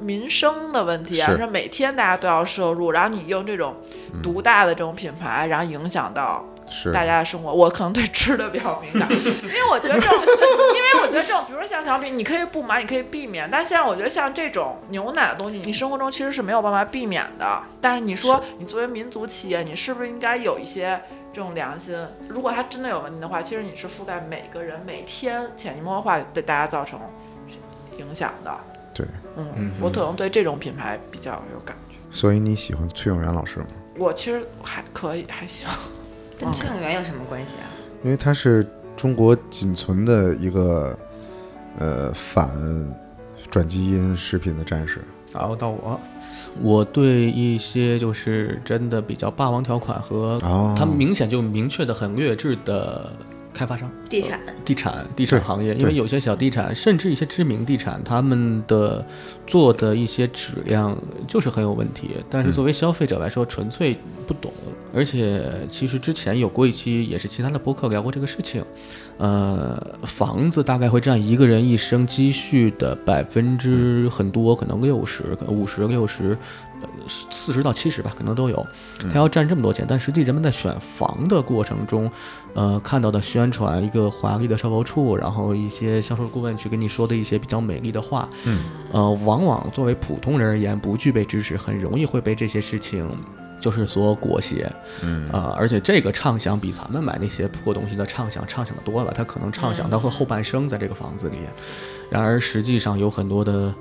Speaker 3: 民生的问题啊，
Speaker 2: 是嗯
Speaker 3: 就是每天大家都要摄入，然后你用这种独大的这种品牌，然后影响到
Speaker 2: 是
Speaker 3: 大家的生活。我可能对吃的比较敏 感，因为我觉得这种，因为我觉得这种，比如说像调品，你可以不买，你可以避免。但现在我觉得像这种牛奶的东西，你生活中其实是没有办法避免的。但是你说你作为民族企业，你是不是应该有一些这种良心？如果它真的有问题的话，其实你是覆盖每个人每天潜移默化对大家造成影响的。
Speaker 2: 对，
Speaker 3: 嗯，我可能对这种品牌比较有感觉。
Speaker 2: 所以你喜欢崔永元老师吗？
Speaker 3: 我其实还可以，还行。
Speaker 1: 跟崔永元有什么关系啊？
Speaker 2: 因为它是中国仅存的一个呃反转基因食品的战士。
Speaker 4: 然后到我，我对一些就是真的比较霸王条款和
Speaker 2: 哦
Speaker 4: 它明显就明确的很劣质的开发商。
Speaker 1: 地产，
Speaker 4: 地产地产
Speaker 2: 对
Speaker 4: 行业，因为
Speaker 2: 对
Speaker 4: 有些小地产，甚至一些知名地产，他们的做的一些质量就是很有问题。但是作为消费者来说，纯粹不懂。而且其实之前有过一期，也是其他的播客聊过这个事情。呃，房子大概会占一个人一生积蓄的百分之很多，可能六十、五十、六十。呃，四十到七十吧，可能都有。它要占这么多钱，但实际人们在选房的过程中，呃，看到的宣传，一个华丽的售楼处，然后一些销售顾问去跟你说的一些比较美丽的话，嗯，呃，往往作为普通人而言，不具备知识，很容易会被这些事情就是所裹挟，嗯，呃，而且这个畅想比咱们买那些破东西的畅想畅想的多了，他可能畅想到他后半生在这个房子里，然而实际上有很多的。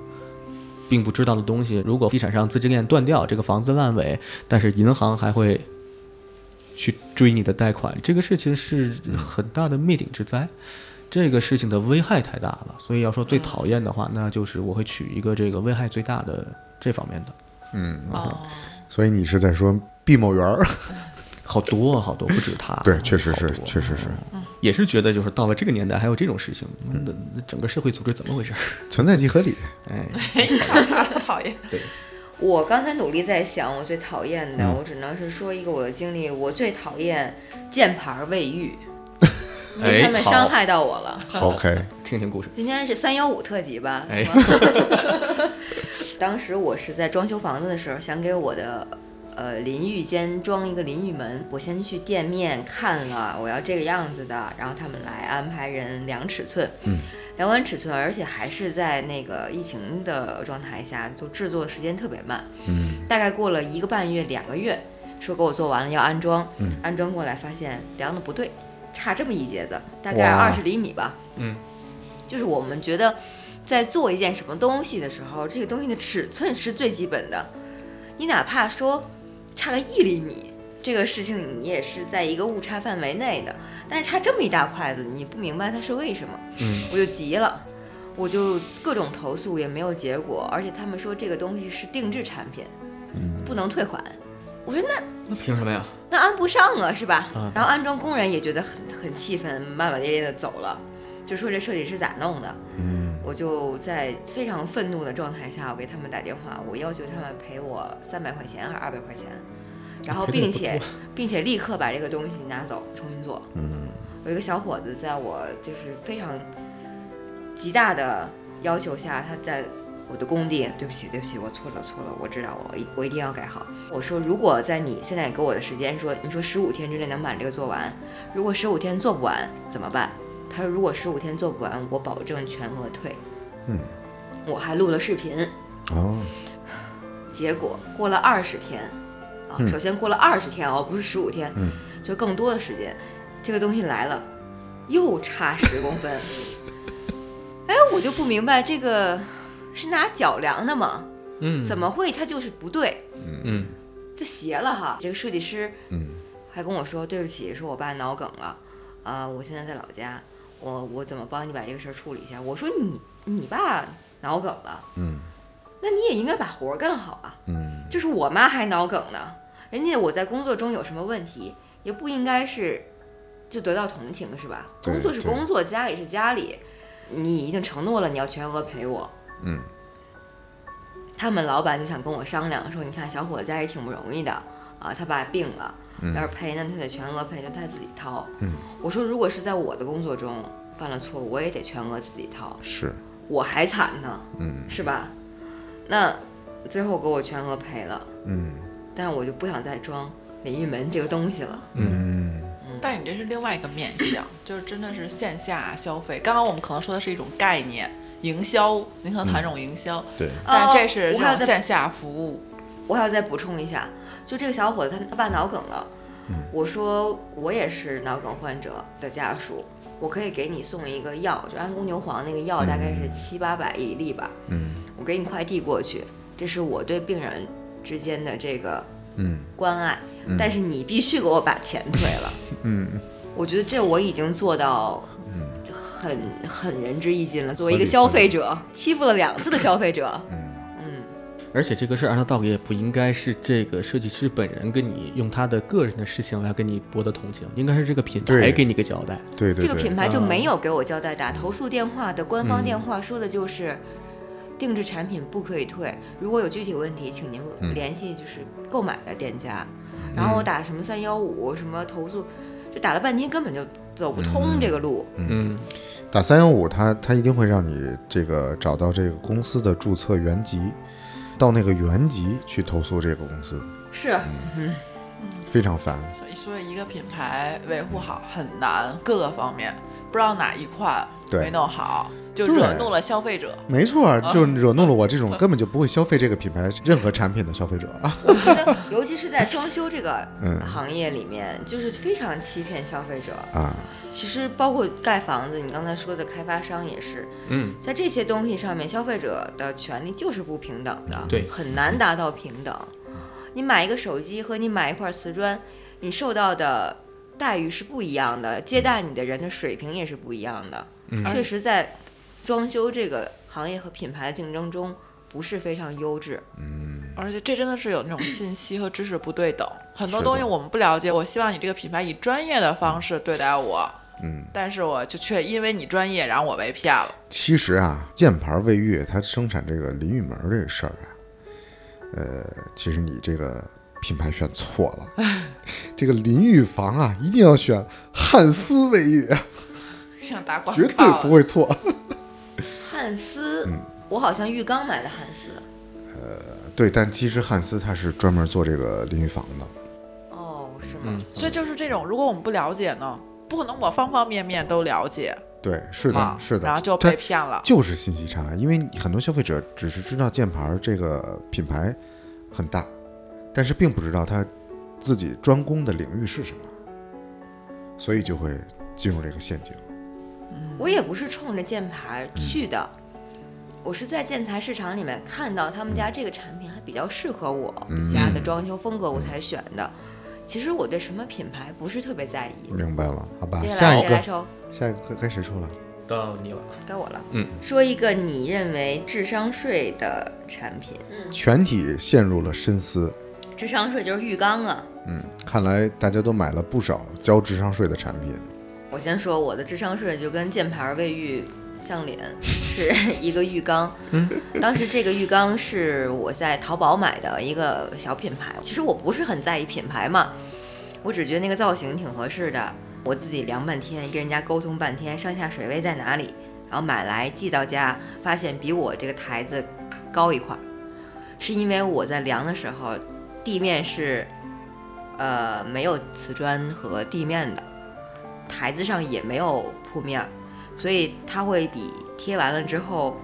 Speaker 4: 并不知道的东西，如果地产商资金链断掉，这个房子烂尾，但是银行还会
Speaker 5: 去追你的贷款，这个事情是很大的灭顶之灾。这个事情的危害太大了，所以要说最讨厌的话，那就是我会取一个这个危害最大的这方面的，
Speaker 2: 嗯
Speaker 3: 哦，
Speaker 2: 所以你是在说毕某 园儿？
Speaker 5: 好多啊好多，不止他。
Speaker 2: 对，确实
Speaker 5: 好
Speaker 2: 是
Speaker 5: 多，
Speaker 2: 确实是
Speaker 5: 也是觉得就是到了这个年代还有这种事情，那、那整个社会组织怎么回事儿？
Speaker 2: 存在即合理。
Speaker 5: 哎，
Speaker 3: 讨厌，
Speaker 1: 我刚才努力在想，我最讨厌的，我只能是说一个我的经历，我最讨厌键盘卫浴，因为
Speaker 5: 哎
Speaker 1: 他们
Speaker 5: 好
Speaker 1: 伤害到我了。
Speaker 2: OK，
Speaker 5: 听听故事。
Speaker 1: 今天是三幺五特辑吧？
Speaker 5: 哎
Speaker 1: 是吗当时我是在装修房子的时候，想给我的呃淋浴间装一个淋浴门。我先去店面看了，我要这个样子的，然后他们来安排人量尺寸。嗯，量完尺寸，而且还是在那个疫情的状态下，就制作的时间特别慢。
Speaker 2: 嗯，
Speaker 1: 大概过了一个半月、两个月，说给我做完了要安装，安装过来发现量的不对，差这么一截子，大概
Speaker 2: 哇
Speaker 1: 二十厘米吧。就是我们觉得，在做一件什么东西的时候，这个东西的尺寸是最基本的。你哪怕说差个一厘米，这个事情你也是在一个误差范围内的，但是差这么一大块子，你不明白它是为什么，
Speaker 5: 嗯，
Speaker 1: 我就急了。我就各种投诉也没有结果，而且他们说这个东西是定制产品，不能退款。我说那
Speaker 5: 那凭什么呀？
Speaker 1: 那安不上啊，是吧
Speaker 5: 啊？
Speaker 1: 然后安装工人也觉得很很气愤，骂骂咧咧的走了，就说这设计师咋弄的。嗯，我就在非常愤怒的状态下，我给他们打电话，我要求他们赔我三百块钱还是二百块钱，然后
Speaker 5: 赔得也
Speaker 1: 并
Speaker 5: 不多
Speaker 1: 且并且立刻把这个东西拿走，重新做。
Speaker 2: 嗯，
Speaker 1: 有一个小伙子在我就是非常极大的要求下，他在我的工地，对不起，对不起，我错了，错了，我知道，我一我一定要改好。我说，如果在你现在给我的时间说，你说十五天之内能把这个做完，如果十五天做不完怎么办？他说，如果十五天做不完，我保证全额退。
Speaker 2: 嗯，
Speaker 1: 我还录了视频，
Speaker 2: 哦，
Speaker 1: 结果过了二十天，啊，
Speaker 2: 嗯
Speaker 1: 首先过了二十天哦，不是十五天，
Speaker 2: 嗯
Speaker 1: 就更多的时间，这个东西来了，又差十公分，哎，我就不明白这个是拿脚量的吗？
Speaker 5: 嗯，
Speaker 1: 怎
Speaker 5: 么？
Speaker 1: 么会它就是不对，
Speaker 5: 嗯，
Speaker 1: 就斜了哈？这个设计师
Speaker 2: 嗯，
Speaker 1: 还跟我说，对不起，说我爸脑梗了，啊、我现在在老家，我我怎么帮你把这个事儿处理一下？我说你你爸脑梗了，
Speaker 2: 嗯，
Speaker 1: 那你也应该把活儿干好啊。
Speaker 2: 嗯，
Speaker 1: 就是我妈还脑梗呢，人家我在工作中有什么问题，也不应该是就得到同情是吧？
Speaker 2: 对
Speaker 1: 工作是
Speaker 2: 对
Speaker 1: 工作，家里是家里，你已经承诺了你要全额赔我。
Speaker 2: 嗯。
Speaker 1: 他们老板就想跟我商量说，你看小伙子家也挺不容易的啊，他爸病了，要是赔呢，他得全额赔，就他自己掏。
Speaker 2: 嗯。
Speaker 1: 我说，如果是在我的工作中犯了错，我也得全额自己掏。
Speaker 2: 是，
Speaker 1: 我还惨呢，
Speaker 2: 嗯
Speaker 1: 是吧？那最后给我全额赔了，
Speaker 2: 嗯
Speaker 1: 但是我就不想再装淋浴门这个东西了。
Speaker 2: 嗯
Speaker 3: 但你这是另外一个面向， 就是真的是线下消费。刚刚我们可能说的是一种概念营销，你可能谈这种营销，
Speaker 2: 对，
Speaker 3: 但这是
Speaker 1: 哦我
Speaker 3: 这
Speaker 1: 还要
Speaker 3: 种
Speaker 1: 再
Speaker 3: 线下服务。
Speaker 1: 我还要再补充一下，就这个小伙子他他爸脑梗了，
Speaker 2: 嗯
Speaker 1: 我说我也是脑梗患者的家属，我可以给你送一个药，就安宫牛黄那个药，大概是七八百一粒吧，
Speaker 2: 嗯
Speaker 1: 我给你快递过去，这是我对病人之间的这个
Speaker 2: 嗯
Speaker 1: 关爱，但是你必须给我把钱退了。
Speaker 2: 嗯，
Speaker 1: 我觉得这我已经做到，很很仁至义尽了。作为一
Speaker 2: 合
Speaker 1: 个
Speaker 2: 理
Speaker 1: 消费者，欺负了两次的消费者，嗯
Speaker 5: 而且这个事儿按照道理也不应该是这个设计师本人跟你用他的个人的事情来跟你博得同情，应该是这个品
Speaker 2: 对
Speaker 5: 牌给你个交代。
Speaker 2: 对对
Speaker 1: 这个
Speaker 2: 对，
Speaker 1: 品牌就没有给我交代打投诉电话的官方电话说的就是，定制产品不可以退，如果有具体问题，请您
Speaker 2: 嗯
Speaker 1: 联系就是购买的店家。然后我打什么三幺五什么投诉，就打了半天根本就走不通这个路。
Speaker 5: 嗯，
Speaker 2: 打三幺五，他他一定会让你这个找到这个公司的注册原籍，到那个原籍去投诉这个公司，
Speaker 1: 是，
Speaker 2: 非常烦。
Speaker 3: 所以一个品牌维护好很难，各个方面不知道哪一款
Speaker 2: 对
Speaker 3: 没弄好，就
Speaker 2: 对
Speaker 3: 惹怒了消费者。
Speaker 2: 没错
Speaker 3: 啊
Speaker 2: 儿，就惹怒了我这种根本就不会消费这个品牌任何产品的消费者啊！
Speaker 1: 我觉得，尤其是在装修这个
Speaker 2: 嗯
Speaker 1: 行业里面，就是非常欺骗消费者。
Speaker 2: 啊，
Speaker 1: 其实包括盖房子，你刚才说的开发商也是，
Speaker 5: 嗯，
Speaker 1: 在这些东西上面，消费者的权利就是不平等的，
Speaker 5: 对
Speaker 1: 很难达到平等。你买一个手机和你买一块瓷砖，你受到的待遇是不一样的，接待你的人的水平也是不一样的。确实，在装修这个行业和品牌的竞争中，不是非常优质。
Speaker 3: 而且这真的是有那种信息和知识不对等，很多
Speaker 2: 是的
Speaker 3: 东西我们不了解。我希望你这个品牌以专业的方式对待我，
Speaker 2: 嗯，
Speaker 3: 但是我就却因为你专业，然后我被骗了。
Speaker 2: 其实啊，箭牌卫浴它生产这个淋浴门儿这个事儿啊，呃，其实你这个品牌选错了。 这个淋浴房啊，一定要选汉斯卫浴，啊
Speaker 3: 想打广告，
Speaker 2: 绝对不。会错。
Speaker 1: 汉斯，我好像浴缸买的汉斯。
Speaker 2: 对，但其实汉斯它是专门做这个淋浴房的。
Speaker 1: 哦，是吗？
Speaker 3: 所以就是这种，如果我们不了解呢，不可能我方方面面都了解
Speaker 2: 对，是的
Speaker 3: 嘛，，
Speaker 2: 是的，
Speaker 3: 啊然后就
Speaker 2: 它
Speaker 3: 被骗了。
Speaker 2: 就是信息差，因为很多消费者只是知道箭牌这个品牌很大，但是并不知道它自己专攻的领域是什么，所以就会进入这个陷阱。
Speaker 1: 我也不是冲着箭牌
Speaker 2: 嗯
Speaker 1: 去的，我是在建材市场里面看到他们家这个产品还比较适合我
Speaker 2: 嗯
Speaker 1: 家的装修风格，我才选的。其实我对什么品牌不是特别在意。
Speaker 2: 明白了，好吧，
Speaker 1: 接下
Speaker 2: 嗯下
Speaker 1: 来
Speaker 2: 一
Speaker 1: 谁来
Speaker 2: 个，
Speaker 1: 抽？
Speaker 2: 下一个该该谁出了？
Speaker 5: 到你了，
Speaker 1: 该我了。
Speaker 5: 嗯，
Speaker 1: 说一个你认为智商税的产品，
Speaker 2: 全体陷入了深思。
Speaker 1: 智商税就是浴缸啊。
Speaker 2: 嗯，看来大家都买了不少交智商税的产品。
Speaker 1: 我先说我的智商税就跟箭牌卫浴相连，是一个浴缸。当时这个浴缸是我在淘宝买的一个小品牌，其实我不是很在意品牌嘛，我只觉得那个造型挺合适的。我自己量半天，跟人家沟通半天，上下水位在哪里，然后买来寄到家，发现比我这个台子高一块儿，是因为我在量的时候，地面是呃没有瓷砖和地面的，台子上也没有铺面儿，所以它会比贴完了之后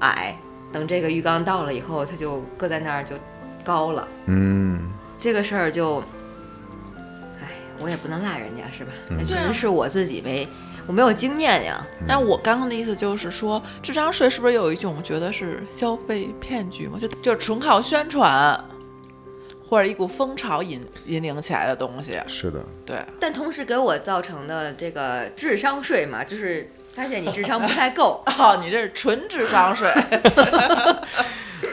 Speaker 1: 矮。等这个浴缸到了以后，它就搁在那儿就高了。
Speaker 2: 嗯，
Speaker 1: 这个事儿就，哎，我也不能赖人家是吧？那确
Speaker 3: 对啊
Speaker 1: 实是我自己没，我没有经验呀。
Speaker 2: 嗯
Speaker 3: 那我刚刚的意思就是说，智商税是不是有一种觉得是消费骗局嘛？就就纯靠宣传，或者一股风潮引引领起来的东西？
Speaker 2: 是的，
Speaker 3: 对，，
Speaker 1: 但同时给我造成的这个智商税嘛，就是发现你智商不太够
Speaker 3: 哦，你这是纯智商税。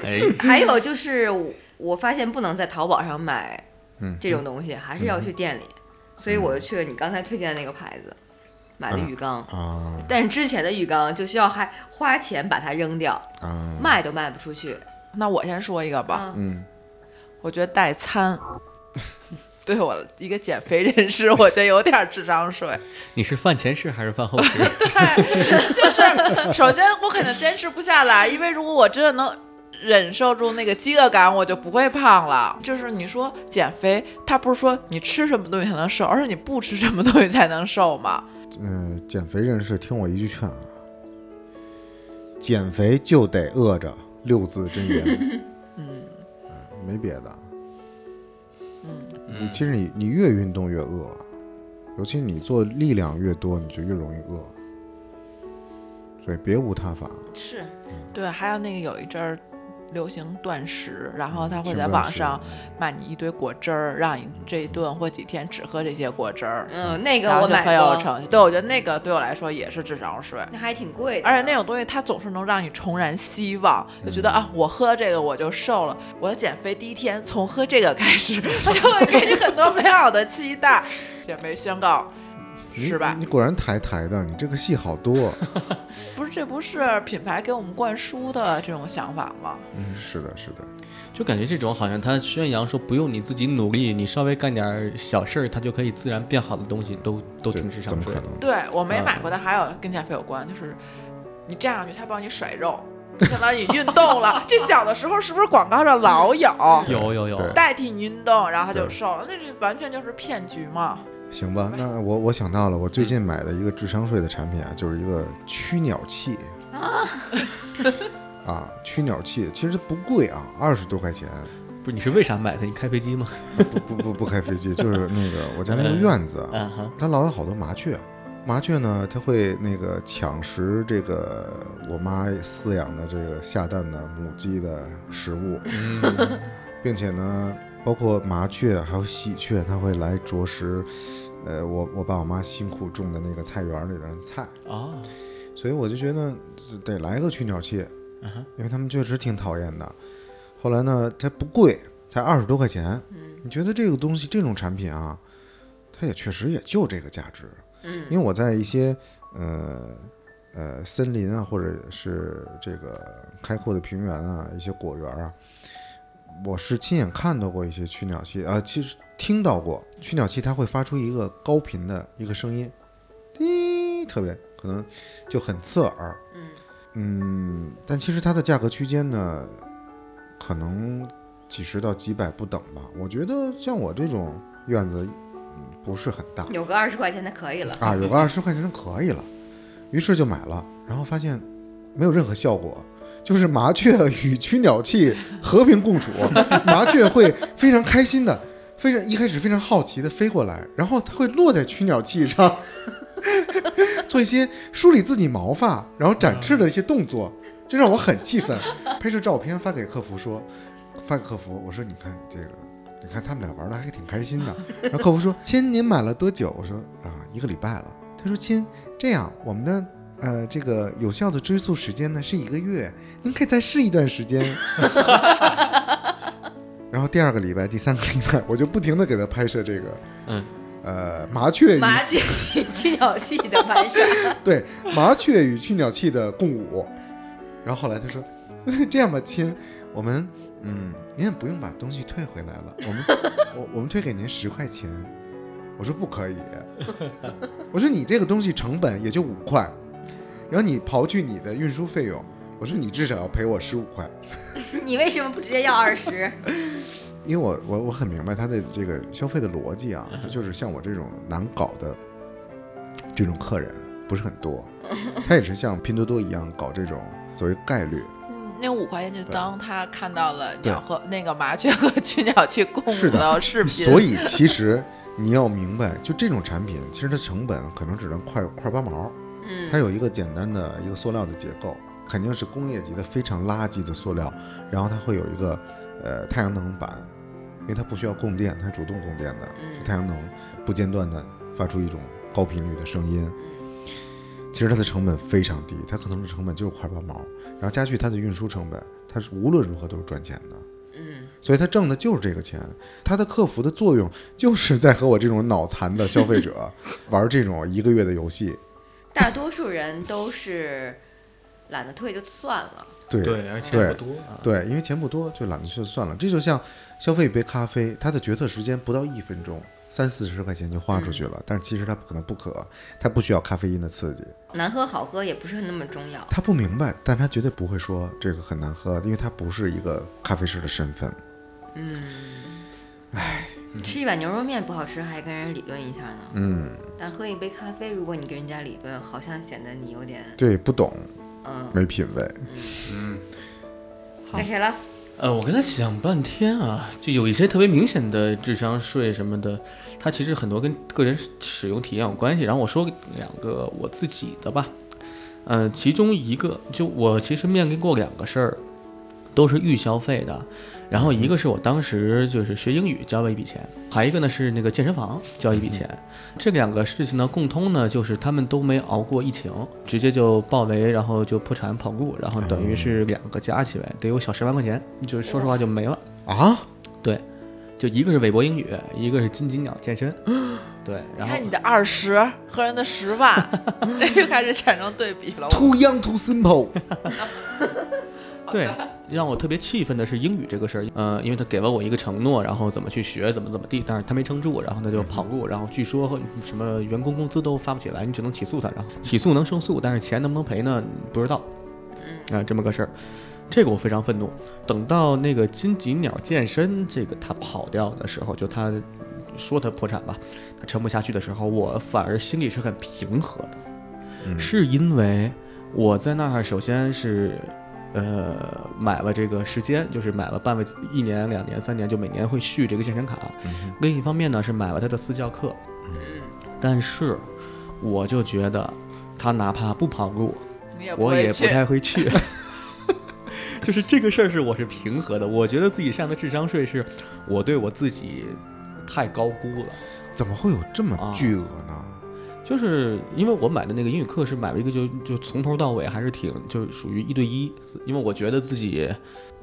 Speaker 5: 哎，
Speaker 1: 还有就是我我发现不能在淘宝上买
Speaker 3: 嗯
Speaker 1: 这种东西，还是要去店里，所以我就去了你刚才推荐的那个牌子，买了
Speaker 2: 嗯
Speaker 1: 浴缸。
Speaker 2: 啊
Speaker 1: 但是之前的浴缸就需要还花钱把它扔掉，
Speaker 2: 啊，
Speaker 1: 卖都卖不出去。
Speaker 3: 那我先说一个嗯吧，
Speaker 1: 嗯，
Speaker 2: 嗯，
Speaker 3: 我觉得代餐， 对我一个减肥人士，我觉得有点智商税。
Speaker 5: 你是饭前吃还是饭后吃？
Speaker 3: 对，就是首先我可能坚持不下来，因为如果我真的能忍受住那个饥饿感，我就不会胖了。就是你说减肥，它不是说你吃什么东西才能瘦，而是你不吃什么东西才能瘦嘛。
Speaker 2: 嗯、减肥人士，听我一句劝啊，减肥就得饿着，六字真言。嗯，没别的。 嗯，你其实你你越运动越饿，尤其你做力量越多，你就越容易饿。所以别无他法，
Speaker 1: 是
Speaker 3: 对，还有那个有一阵儿流行断食，然后他会
Speaker 2: 轻
Speaker 3: 在
Speaker 2: 断
Speaker 3: 网
Speaker 2: 食
Speaker 3: 上卖你一堆果汁儿，让你这一顿或几天只喝这些果汁儿。
Speaker 1: 嗯，那个
Speaker 3: 然后
Speaker 1: 我
Speaker 3: 就
Speaker 1: 买
Speaker 3: 很有
Speaker 1: 过，
Speaker 3: 成绩，对我觉得那个对我来说也是智商税，
Speaker 1: 那还挺贵的。
Speaker 3: 而且那种东西它总是能让你重燃希望，就觉得啊，我喝这个我就瘦了。我的减肥第一天从喝这个开始，它就会给你很多美好的期待。减肥宣告
Speaker 2: 你
Speaker 3: 失败
Speaker 2: 你，果然抬抬的，你这个戏好多。
Speaker 3: 不是这不是品牌给我们灌输的这种想法吗？
Speaker 2: 是的，是的，
Speaker 5: 就感觉这种好像他宣扬说不用你自己努力，你稍微干点儿小事儿，它就可以自然变好的东西，都都
Speaker 2: 对
Speaker 5: 挺智
Speaker 2: 怎
Speaker 5: 商
Speaker 2: 么
Speaker 5: 税
Speaker 2: 可
Speaker 5: 的
Speaker 2: 能。？
Speaker 3: 对我没买过的还有跟减肥有关，就是你站上去，它帮你甩肉，相当于你运动了。这小的时候是不是广告上老有？
Speaker 4: 嗯
Speaker 5: 有有有
Speaker 2: 对，
Speaker 3: 代替你运动，然后他就
Speaker 2: 对
Speaker 3: 瘦了，那这完全就是骗局嘛。
Speaker 2: 行吧，那我我想到了，我最近买的一个智商税的产品啊，就是一个驱鸟器 啊，啊，驱鸟器其实不贵啊，二十多块钱，
Speaker 5: 不是你是为啥买它？你开飞机吗？
Speaker 2: 不不不不开飞机，就是那个我家那个院子，
Speaker 5: 啊哈，
Speaker 2: 它老有好多麻雀，啊麻雀呢，它会那个抢食这个我妈饲养的这个下蛋的母鸡的食物，并且呢，包括麻雀啊还有喜鹊，它会来啄食，呃，我我爸我妈辛苦种的那个菜园里边的菜，
Speaker 4: 啊，
Speaker 2: 所以我就觉得得来个群鸟切，因为他们确实挺讨厌的。后来呢，它不贵，才二十多块钱。你觉得这个东西这种产品啊，它也确实也就这个价值。嗯，因为我在一些呃呃森林啊，或者是这个开阔的平原啊，一些果园啊，我是亲眼看到过一些驱鸟器啊、其实听到过驱鸟器，它会发出一个高频的一个声音，滴，特别可能就很刺耳。
Speaker 1: 嗯
Speaker 2: 嗯，但其实它的价格区间呢，可能几十到几百不等吧。我觉得像我这种院子，嗯不是很大
Speaker 1: 有个二十块钱的可以了。
Speaker 2: 啊，有个二十块钱的可以了，于是就买了，然后发现没有任何效果。就是麻雀与驱鸟器和平共处，麻雀会非常开心的，非常一开始非常好奇的飞过来，然后它会落在驱鸟器上， 做一些梳理自己毛发，然后展翅的一些动作，这让我很气愤。拍摄照片发给客服说，发给客服我说你看这个，你看他们俩玩的还挺开心的。 然后客服说亲您买了多久？我说啊一个礼拜了。他说亲这样我们的。呃，这个有效的追溯时间呢是一个月，您可以再试一段时间。 然后第二个礼拜、第三个礼拜，我就不停的给他拍摄这个，
Speaker 4: 嗯，
Speaker 2: 呃，麻雀与
Speaker 1: 麻雀 与驱鸟器的玩耍，
Speaker 2: 对，麻雀与驱鸟器的共舞。然后后来他说：“ 这样吧，亲，我们嗯，您也不用把东西退回来了，我们我我们退给您十块钱。”我说：“不可以。”我说：“你这个东西成本也就五块，然后你刨去你的运输费用，我说你至少要赔我十五块。”
Speaker 1: 你为什么不直接要二十？
Speaker 2: 因为我我我很明白他的这个消费的逻辑啊，
Speaker 3: 嗯
Speaker 2: 这就是像我这种难搞的这种客人不是很多， 他也是像拼多多一样搞这种所谓概率。
Speaker 3: 嗯，那五块钱就
Speaker 2: 对
Speaker 3: 当他看到了
Speaker 2: 对
Speaker 3: 鸟和那个麻雀和 群鸟去共
Speaker 2: 是
Speaker 3: 舞
Speaker 2: 的
Speaker 3: 的视频，
Speaker 2: 所以其实你要明白，就这种产品，其实它成本可能只能块块八毛，
Speaker 1: 嗯
Speaker 2: 它有一个简单的一个塑料的结构，肯定是工业级的非常垃圾的塑料，然后它会有一个呃太阳能板，因为它不需要供电，它是主动供电的，
Speaker 1: 嗯
Speaker 2: 就太阳能不间断的发出一种高频率的声音。其实它的成本非常低，它可能的成本就是块八毛，然后加去它的运输成本，它是无论如何都是赚钱的。
Speaker 1: 嗯，
Speaker 2: 所以他挣的就是这个钱，他的客服的作用就是在和我这种脑残的消费者玩这种一个月的游戏。
Speaker 1: 大多数人都是懒得退就算了。
Speaker 2: 对
Speaker 4: 对，而且
Speaker 2: 对
Speaker 4: 不多啊，
Speaker 2: 对因为钱不多，就懒得去算了。这就像消费一杯咖啡，它的决策时间不到一分钟，三四十块钱就花出去了，但是其实它可能不渴，它不需要咖啡因的刺激，
Speaker 1: 难喝好喝也不是那么重要。
Speaker 2: 他不明白，但他绝对不会说这个很难喝，因为他不是一个咖啡师的身份。
Speaker 1: 吃一碗牛肉面不好吃，还跟人理论一下呢。
Speaker 2: 嗯，
Speaker 1: 但喝一杯咖啡，如果你跟人家理论，好像显得你有点
Speaker 2: 对，不懂，
Speaker 1: 嗯。
Speaker 2: 没品位。
Speaker 1: 该谁了？
Speaker 4: 呃，我跟他想半天啊，就有一些特别明显的智商税什么的，它其实很多跟个人使使用体验有关系。然后我说两个我自己的吧，呃，其中一个就我其实面临过两个事儿，都是预消费的。然后一个是我当时就是学英语交了一笔钱，还有一个呢是那个健身房交一笔钱。这两个事情呢，共通呢就是他们都没熬过疫情，直接就爆雷，然后就破产跑路，然后等于是两个加起来得有小十万块钱，就说实话就没了。
Speaker 2: 啊，
Speaker 4: 就一个是韦伯英语，一个是金鸡鸟健身，对，
Speaker 3: 你
Speaker 4: 然后
Speaker 3: 看你的二十和人的十 万，这又开始产生对比了。
Speaker 2: too young too simple。
Speaker 4: 对，让我特别气愤的是英语这个事儿，呃，因为他给了我一个承诺，然后怎么去学，怎么怎么地，但是他没撑住，然后他就跑路，然后据说和什么员工工资都发不起来，你只能起诉他，然后起诉能胜诉，但是钱能不能赔呢？不知道，啊、这么个事儿，这个我非常愤怒。等到那个金吉鸟健身这个他跑掉的时候，就他说他破产吧，他撑不下去的时候，我反而心里是很平和的，是因为我在那儿首先是呃，买了这个时间，就是买了办了一年、两年、三年，就每年会续这个健身卡。另一方面呢，是买了他的私教课。但是，我就觉得他哪怕不跑路，
Speaker 3: 你也不
Speaker 4: 我
Speaker 3: 会
Speaker 4: 也不
Speaker 3: 去，
Speaker 4: 太会去。 就是这个事儿是我是平和的，我觉得自己上的智商税是我对我自己太高估了。
Speaker 2: 怎么会有这么
Speaker 4: 啊
Speaker 2: 巨额呢？
Speaker 4: 就是因为我买的那个英语课是买了一个就就从头到尾还是挺就是属于一对一，因为我觉得自己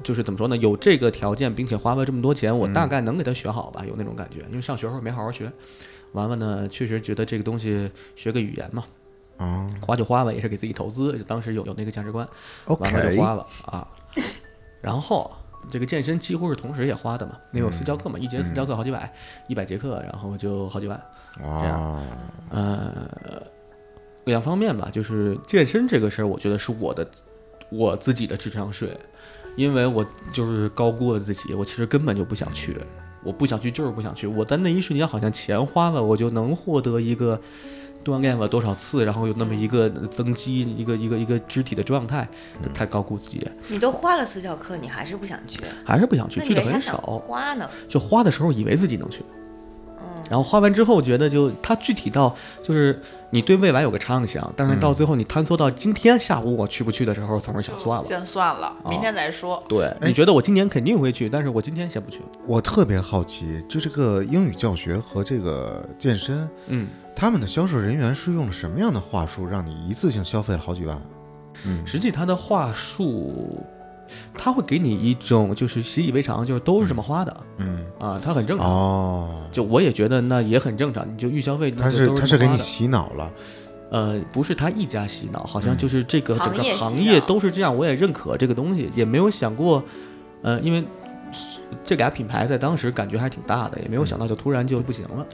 Speaker 4: 就是怎么说呢，有这个条件，并且花了这么多钱，我大概能给他学好吧，有那种感觉。因为上学时候没好好学，完了呢，确实觉得这个东西学个语言嘛，
Speaker 2: 啊
Speaker 4: 花就花了，也是给自己投资，就当时有有那个价值观，完了
Speaker 2: ，OK，
Speaker 4: 就花了啊。然后这个健身几乎是同时也花的嘛，因为有私教课嘛，一节私教课好几百，一百节课，然后就好几万。这
Speaker 2: 哇，
Speaker 4: 两方面吧，就是健身这个事儿，我觉得是我的我自己的智商税，因为我就是高估了自己，我其实根本就不想去，我不想去就是不想去，我在那一瞬间好像钱花了，我就能获得一个锻炼了多少次，然后有那么一个增肌，一个一个一个肢体的状态，
Speaker 1: 嗯
Speaker 4: 太高估自己，
Speaker 1: 你都花了私教课，你还是不想去，
Speaker 4: 还是不想去，
Speaker 1: 那
Speaker 4: 去
Speaker 1: 你
Speaker 4: 的
Speaker 1: 为啥
Speaker 4: 很
Speaker 1: 想
Speaker 4: 少。
Speaker 1: 花呢？
Speaker 4: 就花的时候以为自己能去，然后花完之后觉得就它具体到就是你对未来有个畅想，但是到最后你坍缩到今天下午我去不去的时候，总是想哎算了。
Speaker 3: 先算了，
Speaker 2: 啊
Speaker 3: 明天再说。
Speaker 4: 对，你觉得我今年肯定会去，但是我今天先不去。
Speaker 2: 我特别好奇，就这个英语教学和这个健身，
Speaker 4: 嗯，
Speaker 2: 他们的销售人员是用了什么样的话术，让你一次性消费了好几万？嗯
Speaker 4: 实际他的话术，他会给你一种就是习以为常，就是都是这么花的
Speaker 2: 嗯，
Speaker 4: 啊，他很正常。
Speaker 2: 哦，
Speaker 4: 就我也觉得那也很正常，你就预消费，那
Speaker 2: 他
Speaker 4: 就是都
Speaker 2: 他
Speaker 4: 这
Speaker 2: 是
Speaker 4: 么
Speaker 2: 给
Speaker 4: 花
Speaker 2: 你
Speaker 4: 的
Speaker 2: 洗脑了，
Speaker 4: 呃，不是他一家洗脑，好像就是这个
Speaker 1: 嗯
Speaker 4: 整个
Speaker 1: 行业洗
Speaker 4: 行业
Speaker 1: 脑
Speaker 4: 都是这样，我也认可这个东西，也没有想过，呃，因为这俩品牌在当时感觉还挺大的，也没有想到就突然就不行了。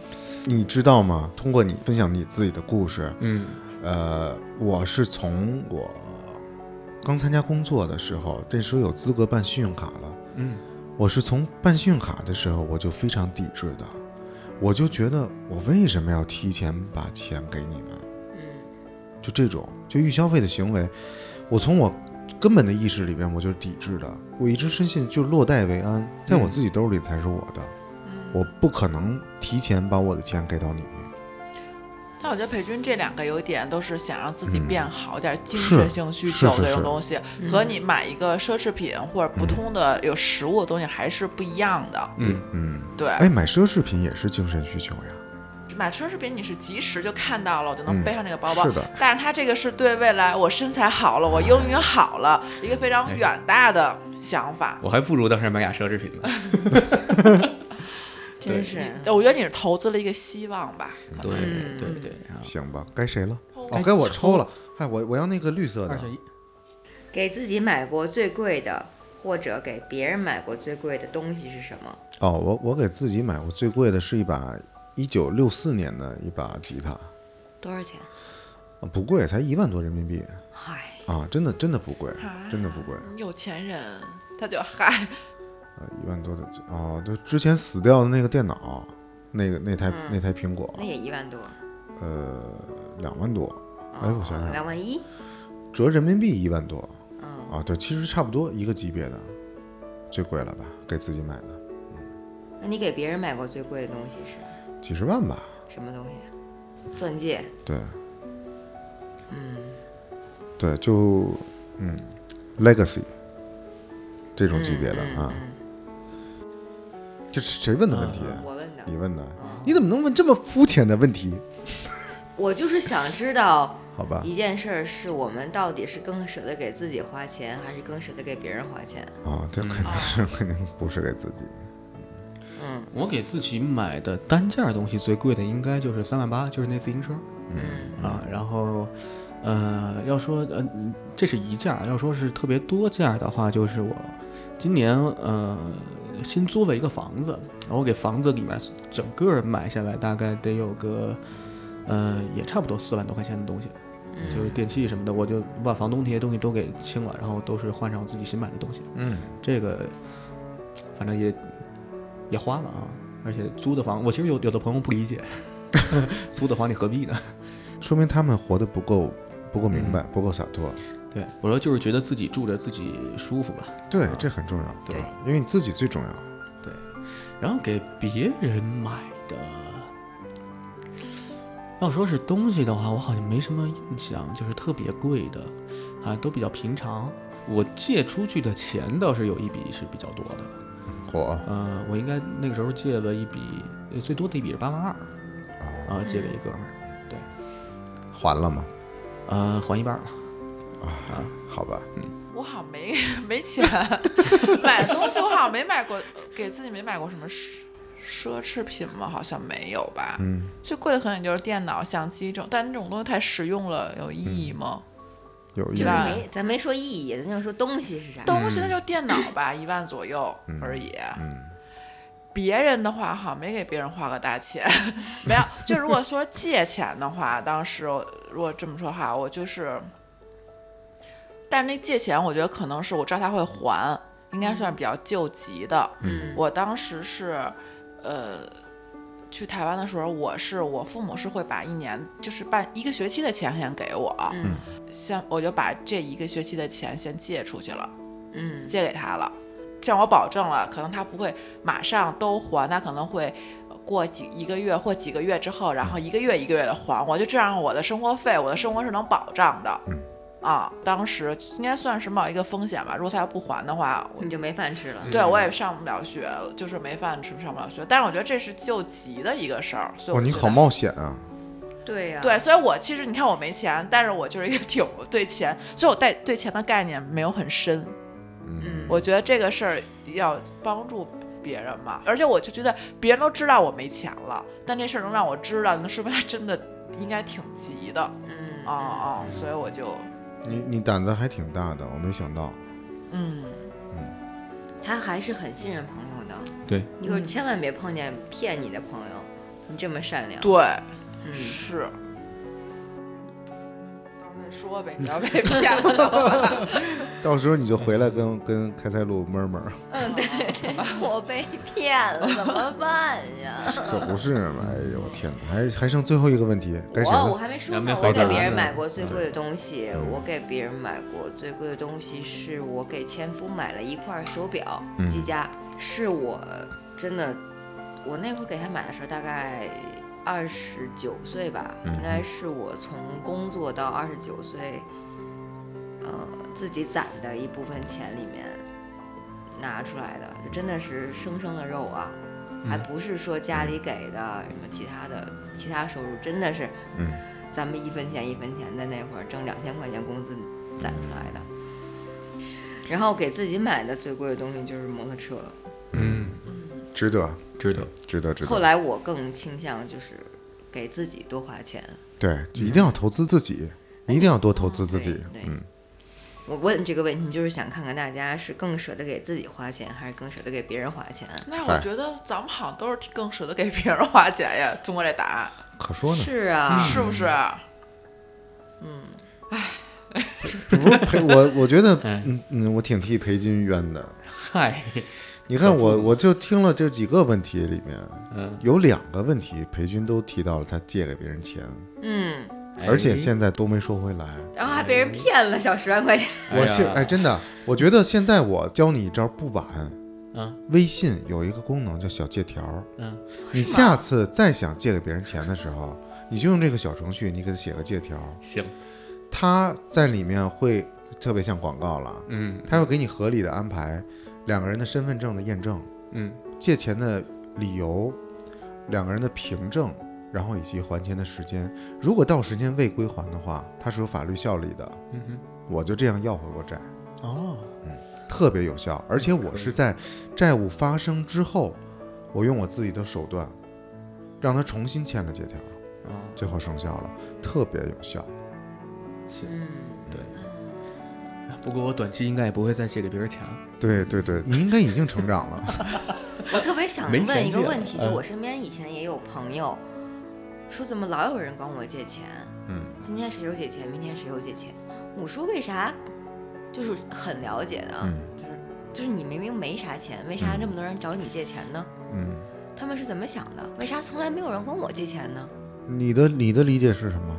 Speaker 2: 你知道吗？通过你分享你自己的故事，
Speaker 4: 嗯
Speaker 2: 呃，我是从我刚参加工作的时候，这时候有资格办信用卡了。
Speaker 4: 嗯，
Speaker 2: 我是从办信用卡的时候我就非常抵制的，我就觉得我为什么要提前把钱给你们？
Speaker 1: 嗯，
Speaker 2: 就这种就预消费的行为，我从我根本的意识里边我就是抵制的。我一直深信，就落袋为安，在我自己兜里才是我的，我不可能提前把我的钱给到你。
Speaker 3: 但我觉得裴军这两个有点都是想让自己变好，点精
Speaker 2: 嗯是
Speaker 3: 神性需
Speaker 2: 是
Speaker 3: 求
Speaker 2: 是
Speaker 3: 这
Speaker 2: 是嗯
Speaker 3: 种东西，和你买一个奢侈品或者不同的有实物的东西还是不一样的。
Speaker 4: 嗯，
Speaker 2: 嗯，
Speaker 3: 对，
Speaker 2: 哎，买奢侈品也是精神需求呀。
Speaker 3: 买奢侈品你是及时就看到了，我就能
Speaker 2: 嗯
Speaker 3: 背上这个包包。
Speaker 2: 是的
Speaker 3: 但是它这个是对未来我身材好了，我英语好了，一个非常远大的想法。
Speaker 4: 我还不如当时买俩奢侈品呢。
Speaker 1: 真是。
Speaker 3: 对我觉得你是投资了一个希望吧。哎可
Speaker 4: 对
Speaker 3: 能
Speaker 1: 嗯
Speaker 4: 对对啊，
Speaker 2: 行吧，该谁了？哦
Speaker 3: 该，
Speaker 2: 该我抽了。嗨，我我要那个绿色
Speaker 5: 二
Speaker 2: 的。
Speaker 5: 选一，
Speaker 1: 给自己买过最贵的，或者给别人买过最贵的东西是什么？
Speaker 2: 哦，我我给自己买过最贵的是一把一九六四年的一把吉他，
Speaker 1: 多少钱？
Speaker 2: 呃不贵，才一万多人民币
Speaker 1: 嗨，
Speaker 2: 啊，真的真的不贵，真的不贵。
Speaker 3: 你有钱人他就嗨，
Speaker 2: 呃，一万多的哦，就之前死掉的那个电脑，那个那台、那台苹果
Speaker 1: 那，也一万多。嗯
Speaker 2: 呃，两万多，哎，我想想，
Speaker 1: 两万一。
Speaker 2: 折人民币一万多
Speaker 1: 嗯，
Speaker 2: 啊，对，其实差不多一个级别的，最贵了吧，给自己买的
Speaker 1: 那你给别人买过最贵的东西是
Speaker 2: 几十万吧，
Speaker 1: 什么东西？钻戒。
Speaker 2: 对，嗯，对，就嗯，legacy 这种级别的、啊，这是谁问的问题？啊
Speaker 1: 我问的。
Speaker 2: 你问的，你怎么能问这么肤浅的问题？
Speaker 1: 我就是想知道
Speaker 2: 好吧，
Speaker 1: 一件事儿，是我们到底是更舍得给自己花钱，还是更舍得给别人花钱？
Speaker 2: 啊，这肯定是肯定不是给自己。
Speaker 1: 嗯
Speaker 4: 我给自己买的单件东西最贵的应该就是三万八，就是那自行车。
Speaker 1: 嗯
Speaker 4: 啊，然后，呃，要说呃，这是一件儿，要说是特别多件儿的话，就是我今年呃新租了一个房子，然后给房子里面整个儿买下来大概得有个，呃，也差不多四万多块钱的东西，
Speaker 1: 嗯
Speaker 4: 就是电器什么的，我就把房东那些东西都给清了，然后都是换上我自己新买的东西，
Speaker 2: 嗯，
Speaker 4: 这个反正也也花了啊。而且租的房，我其实有有的朋友不理解， 租的房你何必呢？
Speaker 2: 说明他们活得不够不够明白，不够洒脱。
Speaker 4: 对，我说就是觉得自己住着自己舒服吧。
Speaker 2: 对，这很重要。
Speaker 4: 对
Speaker 2: 啊，因为你自己最重要。
Speaker 4: 对，然后给别人买的，要说是东西的话，我好像没什么印象，就是特别贵的，啊，都比较平常。
Speaker 5: 我借出去的钱倒是有一笔是比较多的，
Speaker 2: 火
Speaker 5: 呃，我应该那个时候借了一笔，呃最多的一笔是八万二，
Speaker 4: 哦
Speaker 5: 啊，借给一哥们儿，
Speaker 2: 还了吗？
Speaker 5: 呃，还一半儿吧。
Speaker 2: 好吧，
Speaker 3: 我好像没没钱买东西，我好像没买过，给自己没买过什么奢奢侈品吗？好像没有吧。
Speaker 2: 嗯，
Speaker 3: 最贵的可能也就是电脑、相机这种，但这种东西太实用了，有意义吗？
Speaker 2: 有意思
Speaker 1: 就是
Speaker 3: 对。吧
Speaker 1: 没咱没说意义，咱就说东西是啥。
Speaker 3: 东西那就电脑吧，一万左右而已。
Speaker 2: 嗯，
Speaker 3: 别人的话哈，没给别人花个大钱， 没有。就如果说借钱的话，当时我如果这么说哈，我就是，但是那借钱，我觉得可能是我知道他会还，应该算比较救急的。
Speaker 1: 嗯，
Speaker 3: 我当时是，呃，去台湾的时候，我是我父母是会把一年就是办一个学期的钱先给我，
Speaker 1: 嗯
Speaker 3: 先我就把这一个学期的钱先借出去了。
Speaker 1: 嗯
Speaker 3: 借给他了，向我保证了，可能他不会马上都还，他可能会呃过几一个月或几个月之后，然
Speaker 2: 嗯
Speaker 3: 后一个月一个月的还我，就这样我的生活费，我的生活是能保障的。
Speaker 2: 嗯
Speaker 3: 啊，当时应该算是冒一个风险吧，如果他要不还的话，我
Speaker 1: 你就没饭吃
Speaker 2: 嗯
Speaker 1: 了。
Speaker 3: 对我也上不了学了，就是没饭吃，上不了学。但是我觉得这是救急的一个事儿，所以
Speaker 2: 哇，
Speaker 3: 我
Speaker 2: 哦你
Speaker 3: 觉
Speaker 2: 好
Speaker 3: 得
Speaker 2: 冒险啊！
Speaker 1: 对呀，
Speaker 3: 对，所以我其实你看我没钱，但是我就是一个挺对钱，所以我对对钱的概念没有很深。
Speaker 1: 嗯，
Speaker 3: 我觉得这个事儿要帮助别人嘛，而且我就觉得别人都知道我没钱了，但这事儿能让我知道，那说明他真的应该挺急的
Speaker 1: 嗯
Speaker 3: 啊啊、所以我就
Speaker 2: 你你胆子还挺大的，我没想到。
Speaker 3: 嗯，
Speaker 1: 他还是很信任朋友的。
Speaker 5: 对，
Speaker 1: 你可千万别碰见骗你的朋友，你这么善良。
Speaker 3: 对，
Speaker 1: 嗯
Speaker 3: 是。
Speaker 5: 嗯
Speaker 3: 到时候再说 呗，你要被骗了的话，
Speaker 2: 到时候你就回来跟跟开塞露闷闷儿，
Speaker 1: 嗯，对， 我被骗了，怎么办呀？
Speaker 2: 可不是嘛？哎呦我天哪，还还剩最后一个问题，该谁
Speaker 1: 我我
Speaker 2: 了？
Speaker 1: 还没说
Speaker 5: 咱
Speaker 1: 呢
Speaker 5: 们，
Speaker 1: 我
Speaker 5: 回
Speaker 1: 给
Speaker 5: 答
Speaker 1: 别人
Speaker 5: 呢
Speaker 2: 嗯
Speaker 1: 买过最贵的东西，我给别人买过最贵的东西是我给前夫买了一块手表，
Speaker 2: 嗯
Speaker 1: 积家是我真的，我那会儿给他买的时候大概二十九岁吧，
Speaker 2: 嗯
Speaker 1: 应该是我从工作到二十九岁，呃，自己攒的一部分钱里面拿出来的，就真的是生生的肉啊。
Speaker 2: 嗯
Speaker 1: 还不是说家里给的什么其他的其他收入，真的是
Speaker 2: 嗯，
Speaker 1: 咱们一分钱一分钱的那会儿挣两千块钱工资攒出来的。然后给自己买的最贵的东西就是摩托车。
Speaker 4: 嗯，
Speaker 2: 值得，
Speaker 4: 值得。
Speaker 2: 值得，值
Speaker 1: 后
Speaker 2: 得。
Speaker 1: 来我更倾向就是给自己多花钱。
Speaker 2: 对，就一定要投资自己，一定要多投资自己
Speaker 1: 对。对
Speaker 2: 嗯，
Speaker 1: 我问这个问题，就是想看看大家是更舍得给自己花钱，还是更舍得给别人花钱？
Speaker 3: 那
Speaker 2: 嗨
Speaker 3: 我觉得咱们好像都是挺更舍得给别人花钱呀。通过这答案，
Speaker 2: 可说呢，
Speaker 1: 是
Speaker 5: 嗯
Speaker 1: 啊，
Speaker 3: 是不是？
Speaker 2: 这不是裴我，我 觉得，
Speaker 5: 哎
Speaker 2: 嗯嗯，我挺替裴军冤的。
Speaker 5: 嗨，
Speaker 2: 你看我，我就听了这几个问题里面，
Speaker 4: 呃
Speaker 5: 嗯，
Speaker 2: 有两个问题，裴军都提到了他借给别人钱，
Speaker 1: 嗯，
Speaker 4: 哎
Speaker 2: 而且现在都没收回来。
Speaker 1: 然后还被人骗了小十万块钱。
Speaker 2: 我现
Speaker 5: 哎
Speaker 2: 哎，
Speaker 5: 呀
Speaker 2: 真的，我觉得现在我教你一招不晚。
Speaker 5: 嗯，
Speaker 2: 微信有一个功能叫小借条，
Speaker 5: 嗯，
Speaker 2: 你下次再想借给别人钱的时候，你就用这个小程序，你给他写个借条，
Speaker 5: 行，
Speaker 2: 他在里面会特别像广告了，
Speaker 5: 嗯
Speaker 2: 他会给你合理的安排两个人的身份证的验证、
Speaker 5: 嗯，
Speaker 2: 借钱的理由、两个人的凭证，然后以及还钱的时间。如果到时间未归还的话，它是有法律效力的。
Speaker 5: 嗯哼，
Speaker 2: 我就这样要回过债，
Speaker 5: 哦，
Speaker 2: 特别有效。而且我是在债务发生之后，我用我自己的手段让他重新签了借条，
Speaker 5: 哦，
Speaker 2: 最后生效了，特别有效。
Speaker 5: 行，
Speaker 1: 嗯，
Speaker 5: 啊不过我短期应该也不会再借给别人钱了。
Speaker 2: 对对对，你应该已经成长了。
Speaker 1: 我特别想
Speaker 5: 没钱
Speaker 1: 问一个
Speaker 5: 借了
Speaker 1: 问题，就
Speaker 5: 嗯
Speaker 1: 我身边以前也有朋友说，怎么老有人管我借钱？
Speaker 2: 嗯，
Speaker 1: 今天谁又借钱，明天谁又借钱？我说为啥？就是很了解的，
Speaker 2: 嗯
Speaker 1: 就是就是你明明没啥钱，为啥
Speaker 2: 嗯
Speaker 1: 这么多人找你借钱呢？
Speaker 2: 嗯，
Speaker 1: 他们是怎么想的？为啥从来没有人管我借钱呢？
Speaker 2: 你的你的理解是什么？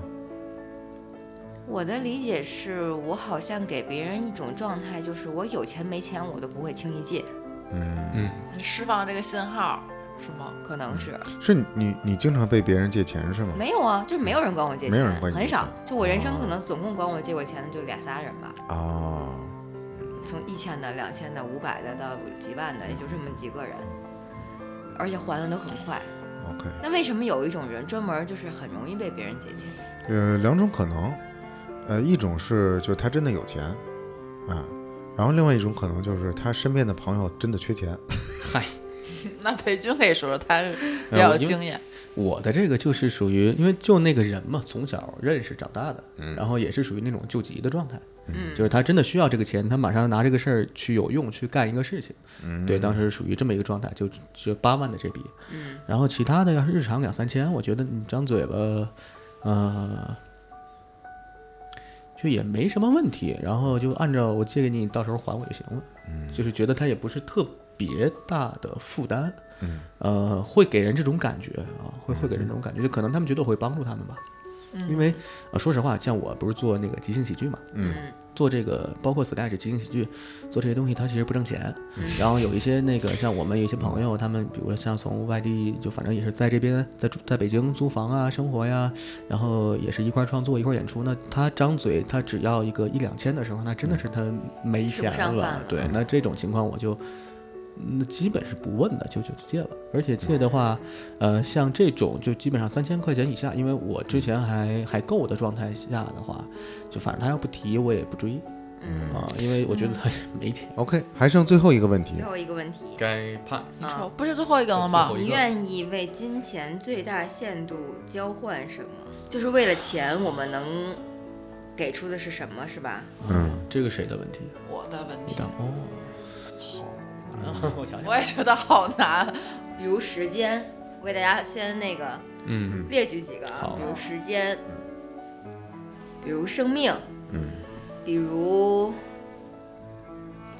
Speaker 1: 我的理解是我好像给别人一种状态，就是我有钱没钱我都不会轻易借，
Speaker 2: 嗯，
Speaker 5: 嗯，
Speaker 3: 你释放了这个信号是吗？
Speaker 1: 可能是。
Speaker 2: 是你你你经常被别人借钱是吗？
Speaker 1: 没有啊，就是没有人管我借钱，
Speaker 2: 没有人管你
Speaker 1: 很
Speaker 2: 借钱
Speaker 1: 少。就我人生
Speaker 2: 哦
Speaker 1: 可能总共管我借过钱的就俩仨人吧。
Speaker 2: 啊，嗯
Speaker 1: 从一千的、两千的、五百的到几万的，也就这么几个人，而且还的都很快。
Speaker 2: OK，
Speaker 1: 那为什么有一种人专门就是很容易被别人借钱？
Speaker 2: 呃，两种可能，呃，一种是就他真的有钱，啊，然后另外一种可能就是他身边的朋友真的缺钱。
Speaker 4: 嗨，
Speaker 3: 那裴军可以说说他
Speaker 5: 呃
Speaker 3: 比较有经验，
Speaker 4: 我的这个就是属于，因为就那个人嘛，从小认识长大的，然后也是属于那种救急的状态，
Speaker 1: 嗯
Speaker 4: 就是他真的需要这个钱，他马上拿这个事儿去有用去干一个事情，对，当时属于这么一个状态，就就八万的这笔，
Speaker 1: 嗯，
Speaker 4: 然后其他的要是日常两三千，我觉得你张嘴巴，呃，就也没什么问题，然后就按照我借给你，到时候还我就行了，
Speaker 1: 嗯
Speaker 4: 就是觉得他也不是特别大的负担，
Speaker 2: 嗯，
Speaker 4: 呃，会给人这种感觉啊，会会给人这种感觉，就可能他们觉得我会帮助他们吧，因为、呃、说实话，像我不是做那个即兴喜剧嘛，
Speaker 1: 嗯
Speaker 4: 做这个包括 sketch 即兴喜剧，做这些东西它其实不挣钱。
Speaker 1: 嗯
Speaker 4: 然后有一些那个像我们有一些朋友，他们比如说像从外地，就反正也是在这边在住在北京租房啊、生活呀，然后也是一块儿创作一块儿演出。那他张嘴他只要一个一两千的时候，那真的是他没
Speaker 1: 吃不
Speaker 4: 钱
Speaker 1: 上饭了
Speaker 4: 对，那这种情况我就。嗯，基本是不问的，就就借了。而且借的话，呃，像这种就基本上三千块钱以下，因为我之前还还够的状态下的话，就反正他要不提我也不追
Speaker 1: 嗯。
Speaker 4: 啊，因为我觉得他也没钱。
Speaker 2: OK，还剩最后一个问题
Speaker 1: 最，后一个问题，
Speaker 5: 该判
Speaker 3: 你
Speaker 1: 啊
Speaker 3: 瞅，不是最后一个了吗
Speaker 5: 最后？一
Speaker 1: 你
Speaker 5: 个
Speaker 1: 愿意为金钱最大限度交换什么？就是为了钱，我们能给出的是什么，是吧？
Speaker 2: 嗯，
Speaker 4: 这个谁的问题？
Speaker 3: 我的问
Speaker 4: 你
Speaker 3: 题
Speaker 4: 的，哦，好，我想
Speaker 3: 我也觉得好难。
Speaker 1: 比如时间，我给大家先那个
Speaker 4: 嗯，
Speaker 1: 列举几个啊
Speaker 4: 好，
Speaker 1: 比如时间，比如生命，
Speaker 2: 嗯，
Speaker 1: 比如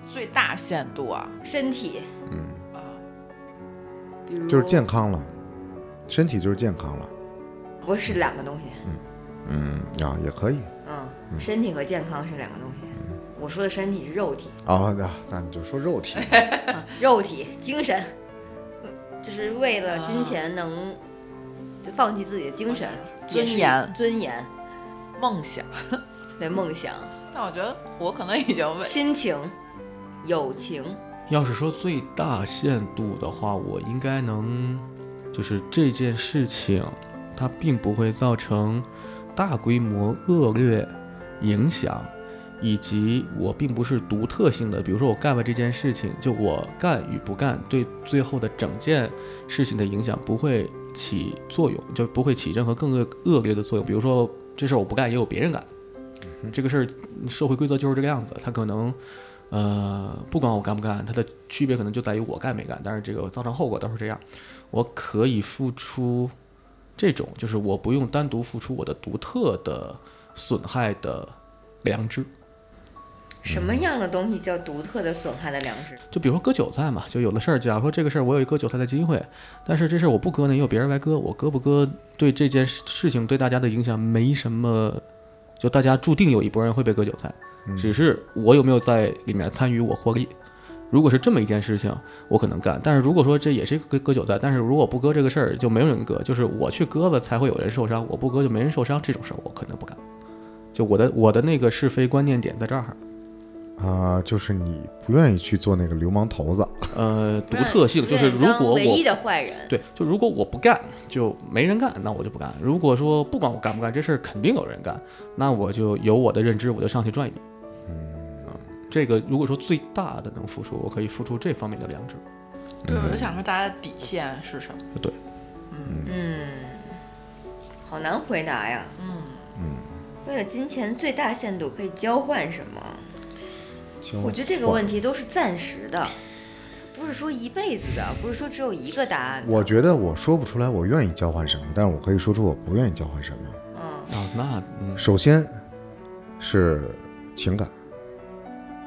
Speaker 3: 最大限度啊
Speaker 1: 身体，
Speaker 3: 啊！
Speaker 1: 比如
Speaker 2: 就是健。康了，身体就是健康了，
Speaker 1: 不是两个东西，
Speaker 2: 嗯啊，也可以
Speaker 1: 嗯，身体和健康是两个东西。我说的身体是肉体，
Speaker 2: 啊，那那你就说肉体，
Speaker 1: 肉体、精神，嗯就是为了金钱能就放弃自己的
Speaker 3: 嗯
Speaker 1: 精神、
Speaker 3: 尊严、
Speaker 1: 尊严、
Speaker 3: 梦想。
Speaker 1: 对梦想、
Speaker 3: 但我觉得我可能已经为
Speaker 1: 亲情、友情。
Speaker 5: 要是说最大限度的话，我应该能，就是这件事情，它并不会造成大规模恶劣影响，以及我并不是独特性的。比如说我干了这件事情，就我干与不干对最后的整件事情的影响不会起作用，就不会起任何更恶恶劣的作用。比如说这事儿我不干，也有别人干。这个事儿，社会规则就是这个样子，它可能呃，不管我干不干，它的区别可能就在于我干没干，但是这个造成后果都是这样。我可以付出这种，就是我不用单独付出我的独特的损害的良知。
Speaker 1: 什么样的东西叫独特的损害的良知？
Speaker 5: 就比如说割韭菜嘛，就有的事儿，假如说这个事儿我有一割韭菜的机会，但是这事儿我不割呢，也有别人来割，我割不割对这件事事情对大家的影响没什么，就大家注定有一波人会被割韭菜，只是我有没有在里面参与我获利。如果是这么一件事情，我可能干；但是如果说这也是一个割割韭菜，但是如果不割这个事儿，就没有人割，就是我去割了才会有人受伤，我不割就没人受伤，这种事儿我肯定不干。就我的我的那个是非观念点在这儿，
Speaker 2: 啊，就是你不愿意去做那个流氓头子，
Speaker 5: 呃，独特性就是
Speaker 1: 愿
Speaker 5: 如
Speaker 1: 意当
Speaker 5: 果
Speaker 1: 唯
Speaker 5: 我
Speaker 1: 一的坏人，
Speaker 5: 对，就如果我不干，就没人干，那我就不干。如果说不管我干不干，这事儿肯定有人干，那我就有我的认知，我就上去赚一笔。嗯，这个如果说最大的能付出，我可以付出这方面的良知。
Speaker 3: 对，我就想说大家的底线是什么？
Speaker 1: 嗯，好难回答呀。嗯为了金钱最大限度可以交换什么？
Speaker 5: 嗯
Speaker 1: 我觉得这个问题都是暂时的，不是说一辈子的，不是说只有一个答案的。
Speaker 2: 我觉得我说不出来我愿意交换什么，但是我可以说出我不愿意交换什么。
Speaker 1: 嗯
Speaker 5: 啊，那嗯，
Speaker 2: 首先是情感，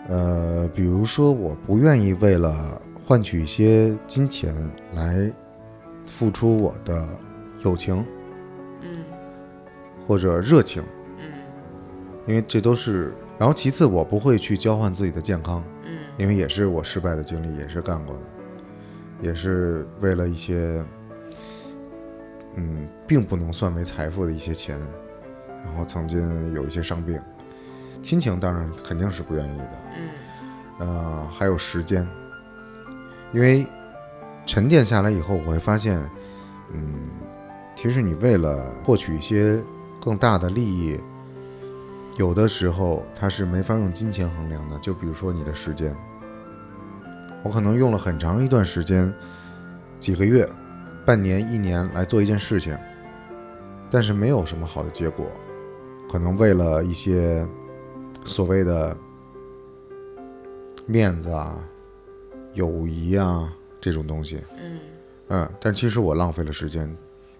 Speaker 2: 呃，比如说我不愿意为了换取一些金钱来付出我的友情
Speaker 1: 嗯
Speaker 2: 或者热情，
Speaker 1: 嗯
Speaker 2: 因为这都是。然后其次，我不会去交换自己的健康，
Speaker 1: 嗯
Speaker 2: 因为也是我失败的经历，也是干过的，也是为了一些，嗯，并不能算为财富的一些钱，然后曾经有一些伤病，亲情当然肯定是不愿意的，
Speaker 1: 嗯
Speaker 2: 呃，还有时间，因为沉淀下来以后，我会发现，嗯，其实你为了获取一些更大的利益，有的时候它是没法用金钱衡量的。就比如说你的时间，我可能用了很长一段时间，几个月、半年、一年来做一件事情，但是没有什么好的结果，可能为了一些所谓的面子啊、友谊啊这种东西，
Speaker 1: 嗯，
Speaker 2: 嗯，但其实我浪费了时间，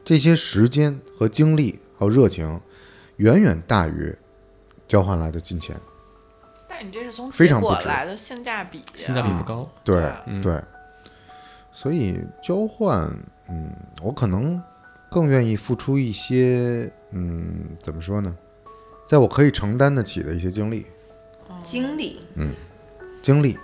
Speaker 2: 这些时间和精力还有热情，远远大于交换来的金钱。
Speaker 3: 但你这是从
Speaker 2: 非
Speaker 3: 结
Speaker 2: 常不
Speaker 3: 果
Speaker 2: 值
Speaker 3: 来的性价比、啊，
Speaker 5: 性价比不高。
Speaker 2: 对
Speaker 3: 啊
Speaker 2: 对，所以交换，嗯，我可能更愿意付出一些，嗯，怎么说呢，在我可以承担得起的一些精力、
Speaker 1: 经历，
Speaker 2: 精力，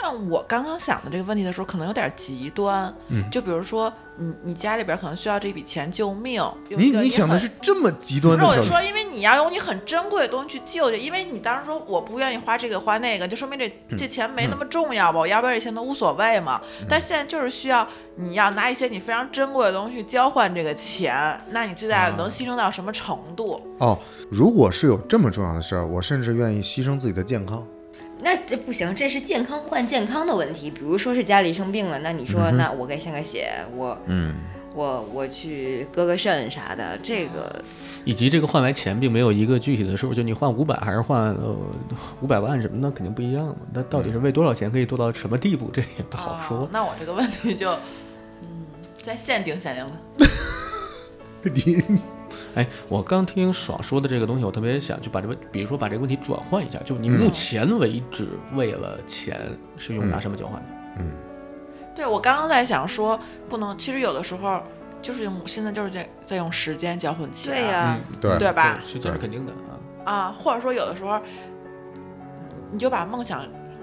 Speaker 3: 那我刚刚想的这个问题的时候，可能有点极端。嗯，就比如说，你你家里边可能需要这笔钱救命，有一
Speaker 2: 你
Speaker 3: 个
Speaker 2: 你想的
Speaker 3: 很
Speaker 2: 是这么极
Speaker 3: 不
Speaker 2: 端
Speaker 3: 是
Speaker 2: 的
Speaker 3: 我
Speaker 2: 条
Speaker 3: 就
Speaker 2: 件
Speaker 3: 说，因为你要用你很珍贵的东西去救济，因为你当时说我不愿意花这个花那个，就说明这
Speaker 2: 嗯
Speaker 3: 这钱没那么重要吧，我要不要这钱都无所谓嘛。但现在就是需要你要拿一些你非常珍贵的东西去交换这个钱，那你最大能
Speaker 2: 啊
Speaker 3: 牺牲到什么程度？
Speaker 2: 哦，如果是有这么重要的事儿，我甚至愿意牺牲自己的健康。
Speaker 1: 那这不行，这是健康换健康的问题。比如说是家里生病了，那你说，那我给献个血，我
Speaker 2: 嗯，
Speaker 1: 我我去割个肾啥的，这个
Speaker 5: 以及这个换来钱并没有一个具体的数，就你换五百还是换呃五百万什么，那肯定不一样嘛。那到底是为多少钱可以做到什么地步，这也不好说
Speaker 3: 啊。那我这个问题就，嗯，再限定限定了。
Speaker 2: 你
Speaker 5: 哎，我刚听爽说的这个东西，我特别想就把这个，比如说把这个问题转换一下，就你
Speaker 2: 嗯
Speaker 5: 目前为止为了钱是用拿什么交换的？
Speaker 3: 对，我刚刚在想说，不能，其实有的时候就是用现在就是在在用时间交换钱，
Speaker 1: 对呀、
Speaker 2: 对
Speaker 3: 对吧？
Speaker 5: 是这是肯定的啊。
Speaker 3: 啊，或者说有的时候，你就把梦想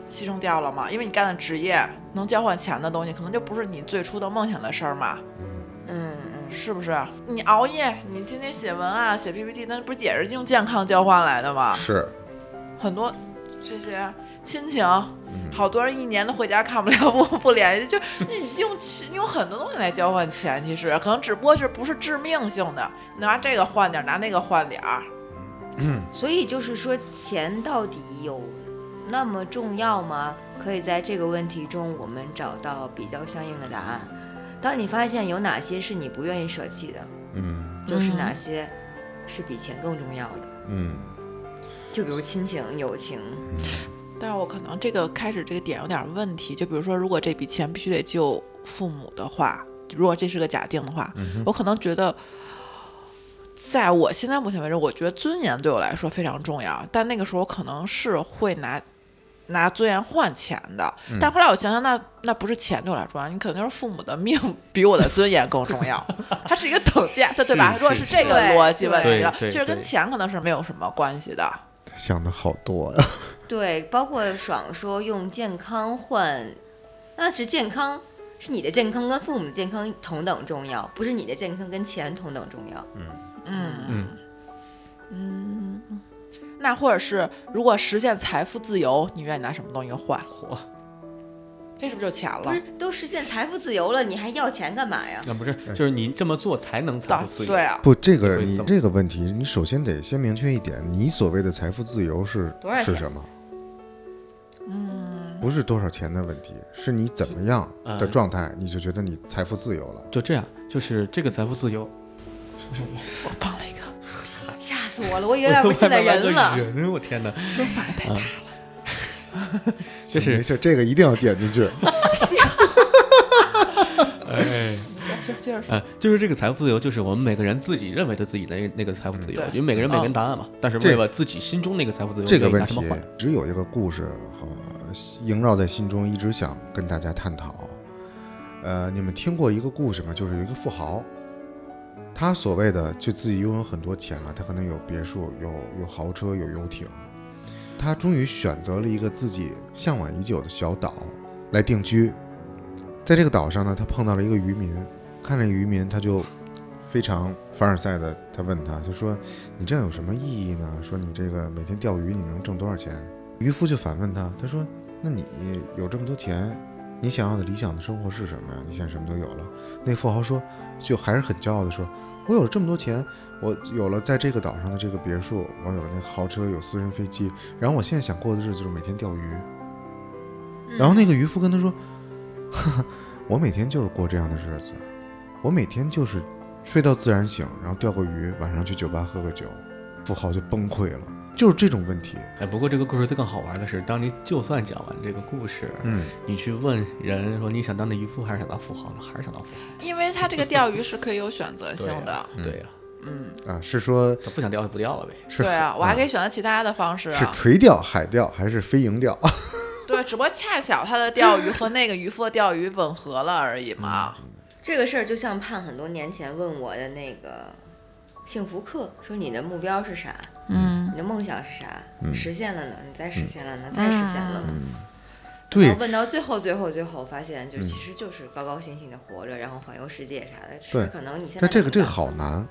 Speaker 3: 牺牲掉了嘛，因为你干的职业能交换钱的东西，可能就不是你最初的梦想的事儿嘛，
Speaker 1: 嗯嗯，
Speaker 3: 是不是？你熬夜，你天天写文案、写 PPT，那不是也是用健康交换来的吗？
Speaker 2: 是，
Speaker 3: 很多这些亲情，好多人一年都回家看不了不不联系，就你用用很多东西来交换钱，其实可能只不过是不是致命性的，拿这个换点儿，拿那个换点儿。
Speaker 1: 所以就是说，钱到底有那么重要吗？可以在这个问题中，我们找到比较相应的答案。当你发现有哪些是你不愿意舍弃的，
Speaker 2: 嗯
Speaker 1: 就是哪些是比钱更重要的，
Speaker 2: 嗯，
Speaker 1: 就比如亲情、友情，
Speaker 3: 但是我可能这个开始这个点有点问题，就比如说，如果这笔钱必须得救父母的话，如果这是个假定的
Speaker 2: 嗯
Speaker 3: 话，我可能觉得，在我现在目前为止，我觉得尊严对我来说非常重要，但那个时候可能是会拿。拿尊严换钱的，但后来我想想，那那不是钱对我来说重要，你肯定是父母的命比我的尊严更重要，它是一个等价，对对吧？
Speaker 5: 是
Speaker 3: 如果是这个
Speaker 1: 是
Speaker 3: 逻辑问题
Speaker 5: 对
Speaker 3: 了，
Speaker 5: 对
Speaker 3: 其实跟
Speaker 5: 对
Speaker 3: 钱可能是没有什么关系的。
Speaker 2: 想的好多呀、
Speaker 1: 对，包括爽说用健康换，那是健康，是你的健康跟父母的健康同等重要，不是你的健康跟钱同等重要。
Speaker 3: 嗯，那或者是如果实现财富自由，你愿意拿什么东西换？
Speaker 5: 嚯，
Speaker 3: 这是不是就钱
Speaker 1: 不
Speaker 3: 了
Speaker 1: 是？都实现财富自由了，你还要钱干嘛呀？
Speaker 5: 那不是就是你这么做才能财富自由
Speaker 3: 对。啊，
Speaker 2: 不，这个
Speaker 5: 会
Speaker 2: 你
Speaker 5: 怎么
Speaker 2: 这个问题，你首先得先明确一点，你所谓的财富自由是
Speaker 1: 多少
Speaker 2: 是
Speaker 1: 钱
Speaker 2: 什么？嗯，不是多少钱的问题，是你怎么样的
Speaker 5: 呃
Speaker 2: 状态，你就觉得你财富自由了。
Speaker 5: 就这样，就是这个财富自 由。
Speaker 3: 我放了一个，
Speaker 2: 嗯
Speaker 1: 吓死我了，我以为外边进来人了。嗯
Speaker 5: 人， 我天哪！
Speaker 3: 说话太大。
Speaker 5: 就
Speaker 2: 行
Speaker 5: 是
Speaker 2: 没事，这个一定要剪进去。
Speaker 5: 哎，
Speaker 3: 接接着说，
Speaker 5: 呃，就是这个财富自由，就是我们每个人自己认为的自己的那个财富自由，因为每个
Speaker 3: 嗯哦
Speaker 5: 人每个人答案嘛。但是
Speaker 2: 嗯这
Speaker 5: 为了自己心中那个财富自由，
Speaker 2: 这个
Speaker 5: 愿意
Speaker 2: 问
Speaker 5: 拿什
Speaker 2: 题
Speaker 5: 么换？
Speaker 2: 只有一个故事和萦绕在心中，一直想跟大家探讨。呃，你们听过一个故事吗？就是有一个富豪，他所谓的就自己拥有很多钱了，他可能有别墅、有有豪车、有游艇，他终于选择了一个自己向往已久的小岛来定居。在这个岛上呢，他碰到了一个渔民，看着渔民，他就非常凡尔赛的，他问他就说：“你这样有什么意义呢？说你这个每天钓鱼，你能挣多少钱？”渔夫就反问他，他说：“那你有这么多钱，你想要的理想的生活是什么呀？你现在什么都有了。那富豪说，就还是很骄傲的说，我有了这么多钱，我有了在这个岛上的这个别墅，我有了那个豪车，有私人飞机，然后我现在想过的日子就是每天钓鱼。
Speaker 1: 嗯
Speaker 2: 然后那个渔夫跟他说，呵呵我每天就是过这样的日子，我每天就是睡到自然醒，然后钓个鱼，晚上去酒吧喝个酒。富豪就崩溃了，就是这种问题。
Speaker 5: 哎，不过这个故事最更好玩的是，当你就算讲完这个故事，
Speaker 2: 嗯，
Speaker 5: 你去问人说你想当那渔夫还是想当富豪呢？还是想当富豪？
Speaker 3: 因为它这个钓鱼是可以有选择性
Speaker 5: 对
Speaker 3: 的嗯
Speaker 5: 呀。对呀，
Speaker 2: 啊，是说
Speaker 5: 他不想钓就不钓了呗。
Speaker 2: 是
Speaker 3: 对啊，我还可以选择其他的方式
Speaker 2: 是
Speaker 3: 啊。
Speaker 2: 垂钓、海钓还是飞蝇钓？
Speaker 3: 对，只不过恰巧他的钓鱼和那个渔夫的钓鱼吻合了而已嘛。
Speaker 1: 这个事儿就像盼很多年前问我的那个幸福课，说你的目标是啥？
Speaker 3: 嗯，
Speaker 1: 你的梦想是啥？
Speaker 2: 嗯
Speaker 1: 实现了呢？你再实现了呢？再实现了呢？然
Speaker 2: 对
Speaker 1: 后，问到最后，最后，最后，发现就其实就是高高兴兴的活着，然后环游世界啥的。只是
Speaker 2: 对
Speaker 1: 可能你现在
Speaker 2: 但这个
Speaker 1: 能
Speaker 2: 这个
Speaker 1: 干
Speaker 2: 好难。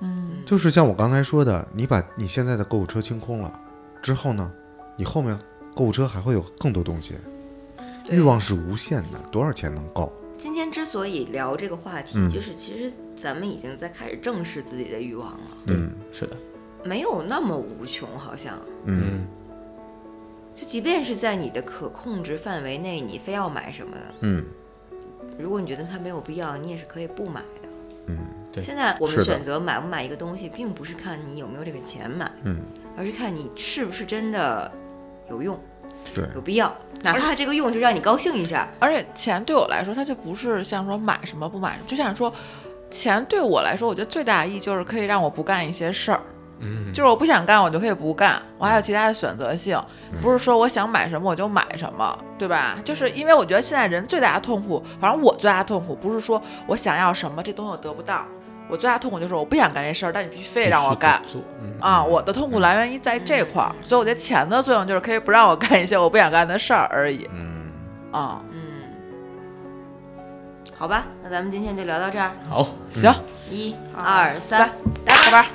Speaker 2: 嗯，就是像我刚才说的，你把你现在的购物车清空了之后呢，你后面购物车还会有更多东西。
Speaker 1: 对
Speaker 2: 欲望是无限的，多少钱能够？
Speaker 1: 今天之所以聊这个话题，
Speaker 2: 嗯
Speaker 1: 就是其实咱们已经在开始正视自己的欲望了，
Speaker 2: 嗯
Speaker 5: 是的，
Speaker 1: 没有那么无穷，好像。
Speaker 2: 嗯，
Speaker 1: 就即便是在你的可控制范围内，你非要买什么的，
Speaker 2: 嗯，
Speaker 1: 如果你觉得它没有必要，你也是可以不买的。
Speaker 2: 嗯，
Speaker 5: 对
Speaker 1: 现在我
Speaker 2: 是
Speaker 1: 们
Speaker 2: 的
Speaker 1: 选择买不买一个东西，并不是看你有没有这个钱买，
Speaker 2: 嗯，
Speaker 1: 而是看你是不是真的有用、
Speaker 2: 对，
Speaker 1: 有必要，哪怕这个用就让你高兴一下。
Speaker 3: 而且钱对我来说，它就不是像说买什么不买什么，就像说，钱对我来说，我觉得最大的意义就是可以让我不干一些事儿。
Speaker 5: 嗯，
Speaker 3: 就是我不想干，我就可以不干，我还有其他的选择性，不是说我想买什么我就买什么，对吧？就是因为我觉得现在人最大的痛苦，反正我最大的痛苦不是说我想要什么这东西我得不到，我最大的痛苦就是我不想干这事儿，但你必须非让我干
Speaker 5: 必须得做，嗯，
Speaker 3: 啊！我的痛苦来源于在这块儿，所以我觉得钱的作用就是可以不让我干一些我不想干的事儿而已
Speaker 2: 嗯，
Speaker 3: 啊。
Speaker 1: 嗯，好吧，那咱们今天就聊到这儿，
Speaker 5: 好。
Speaker 3: 行，
Speaker 1: 一、
Speaker 3: 二
Speaker 1: 二、三
Speaker 3: 三，
Speaker 1: 拜拜
Speaker 3: 拜拜。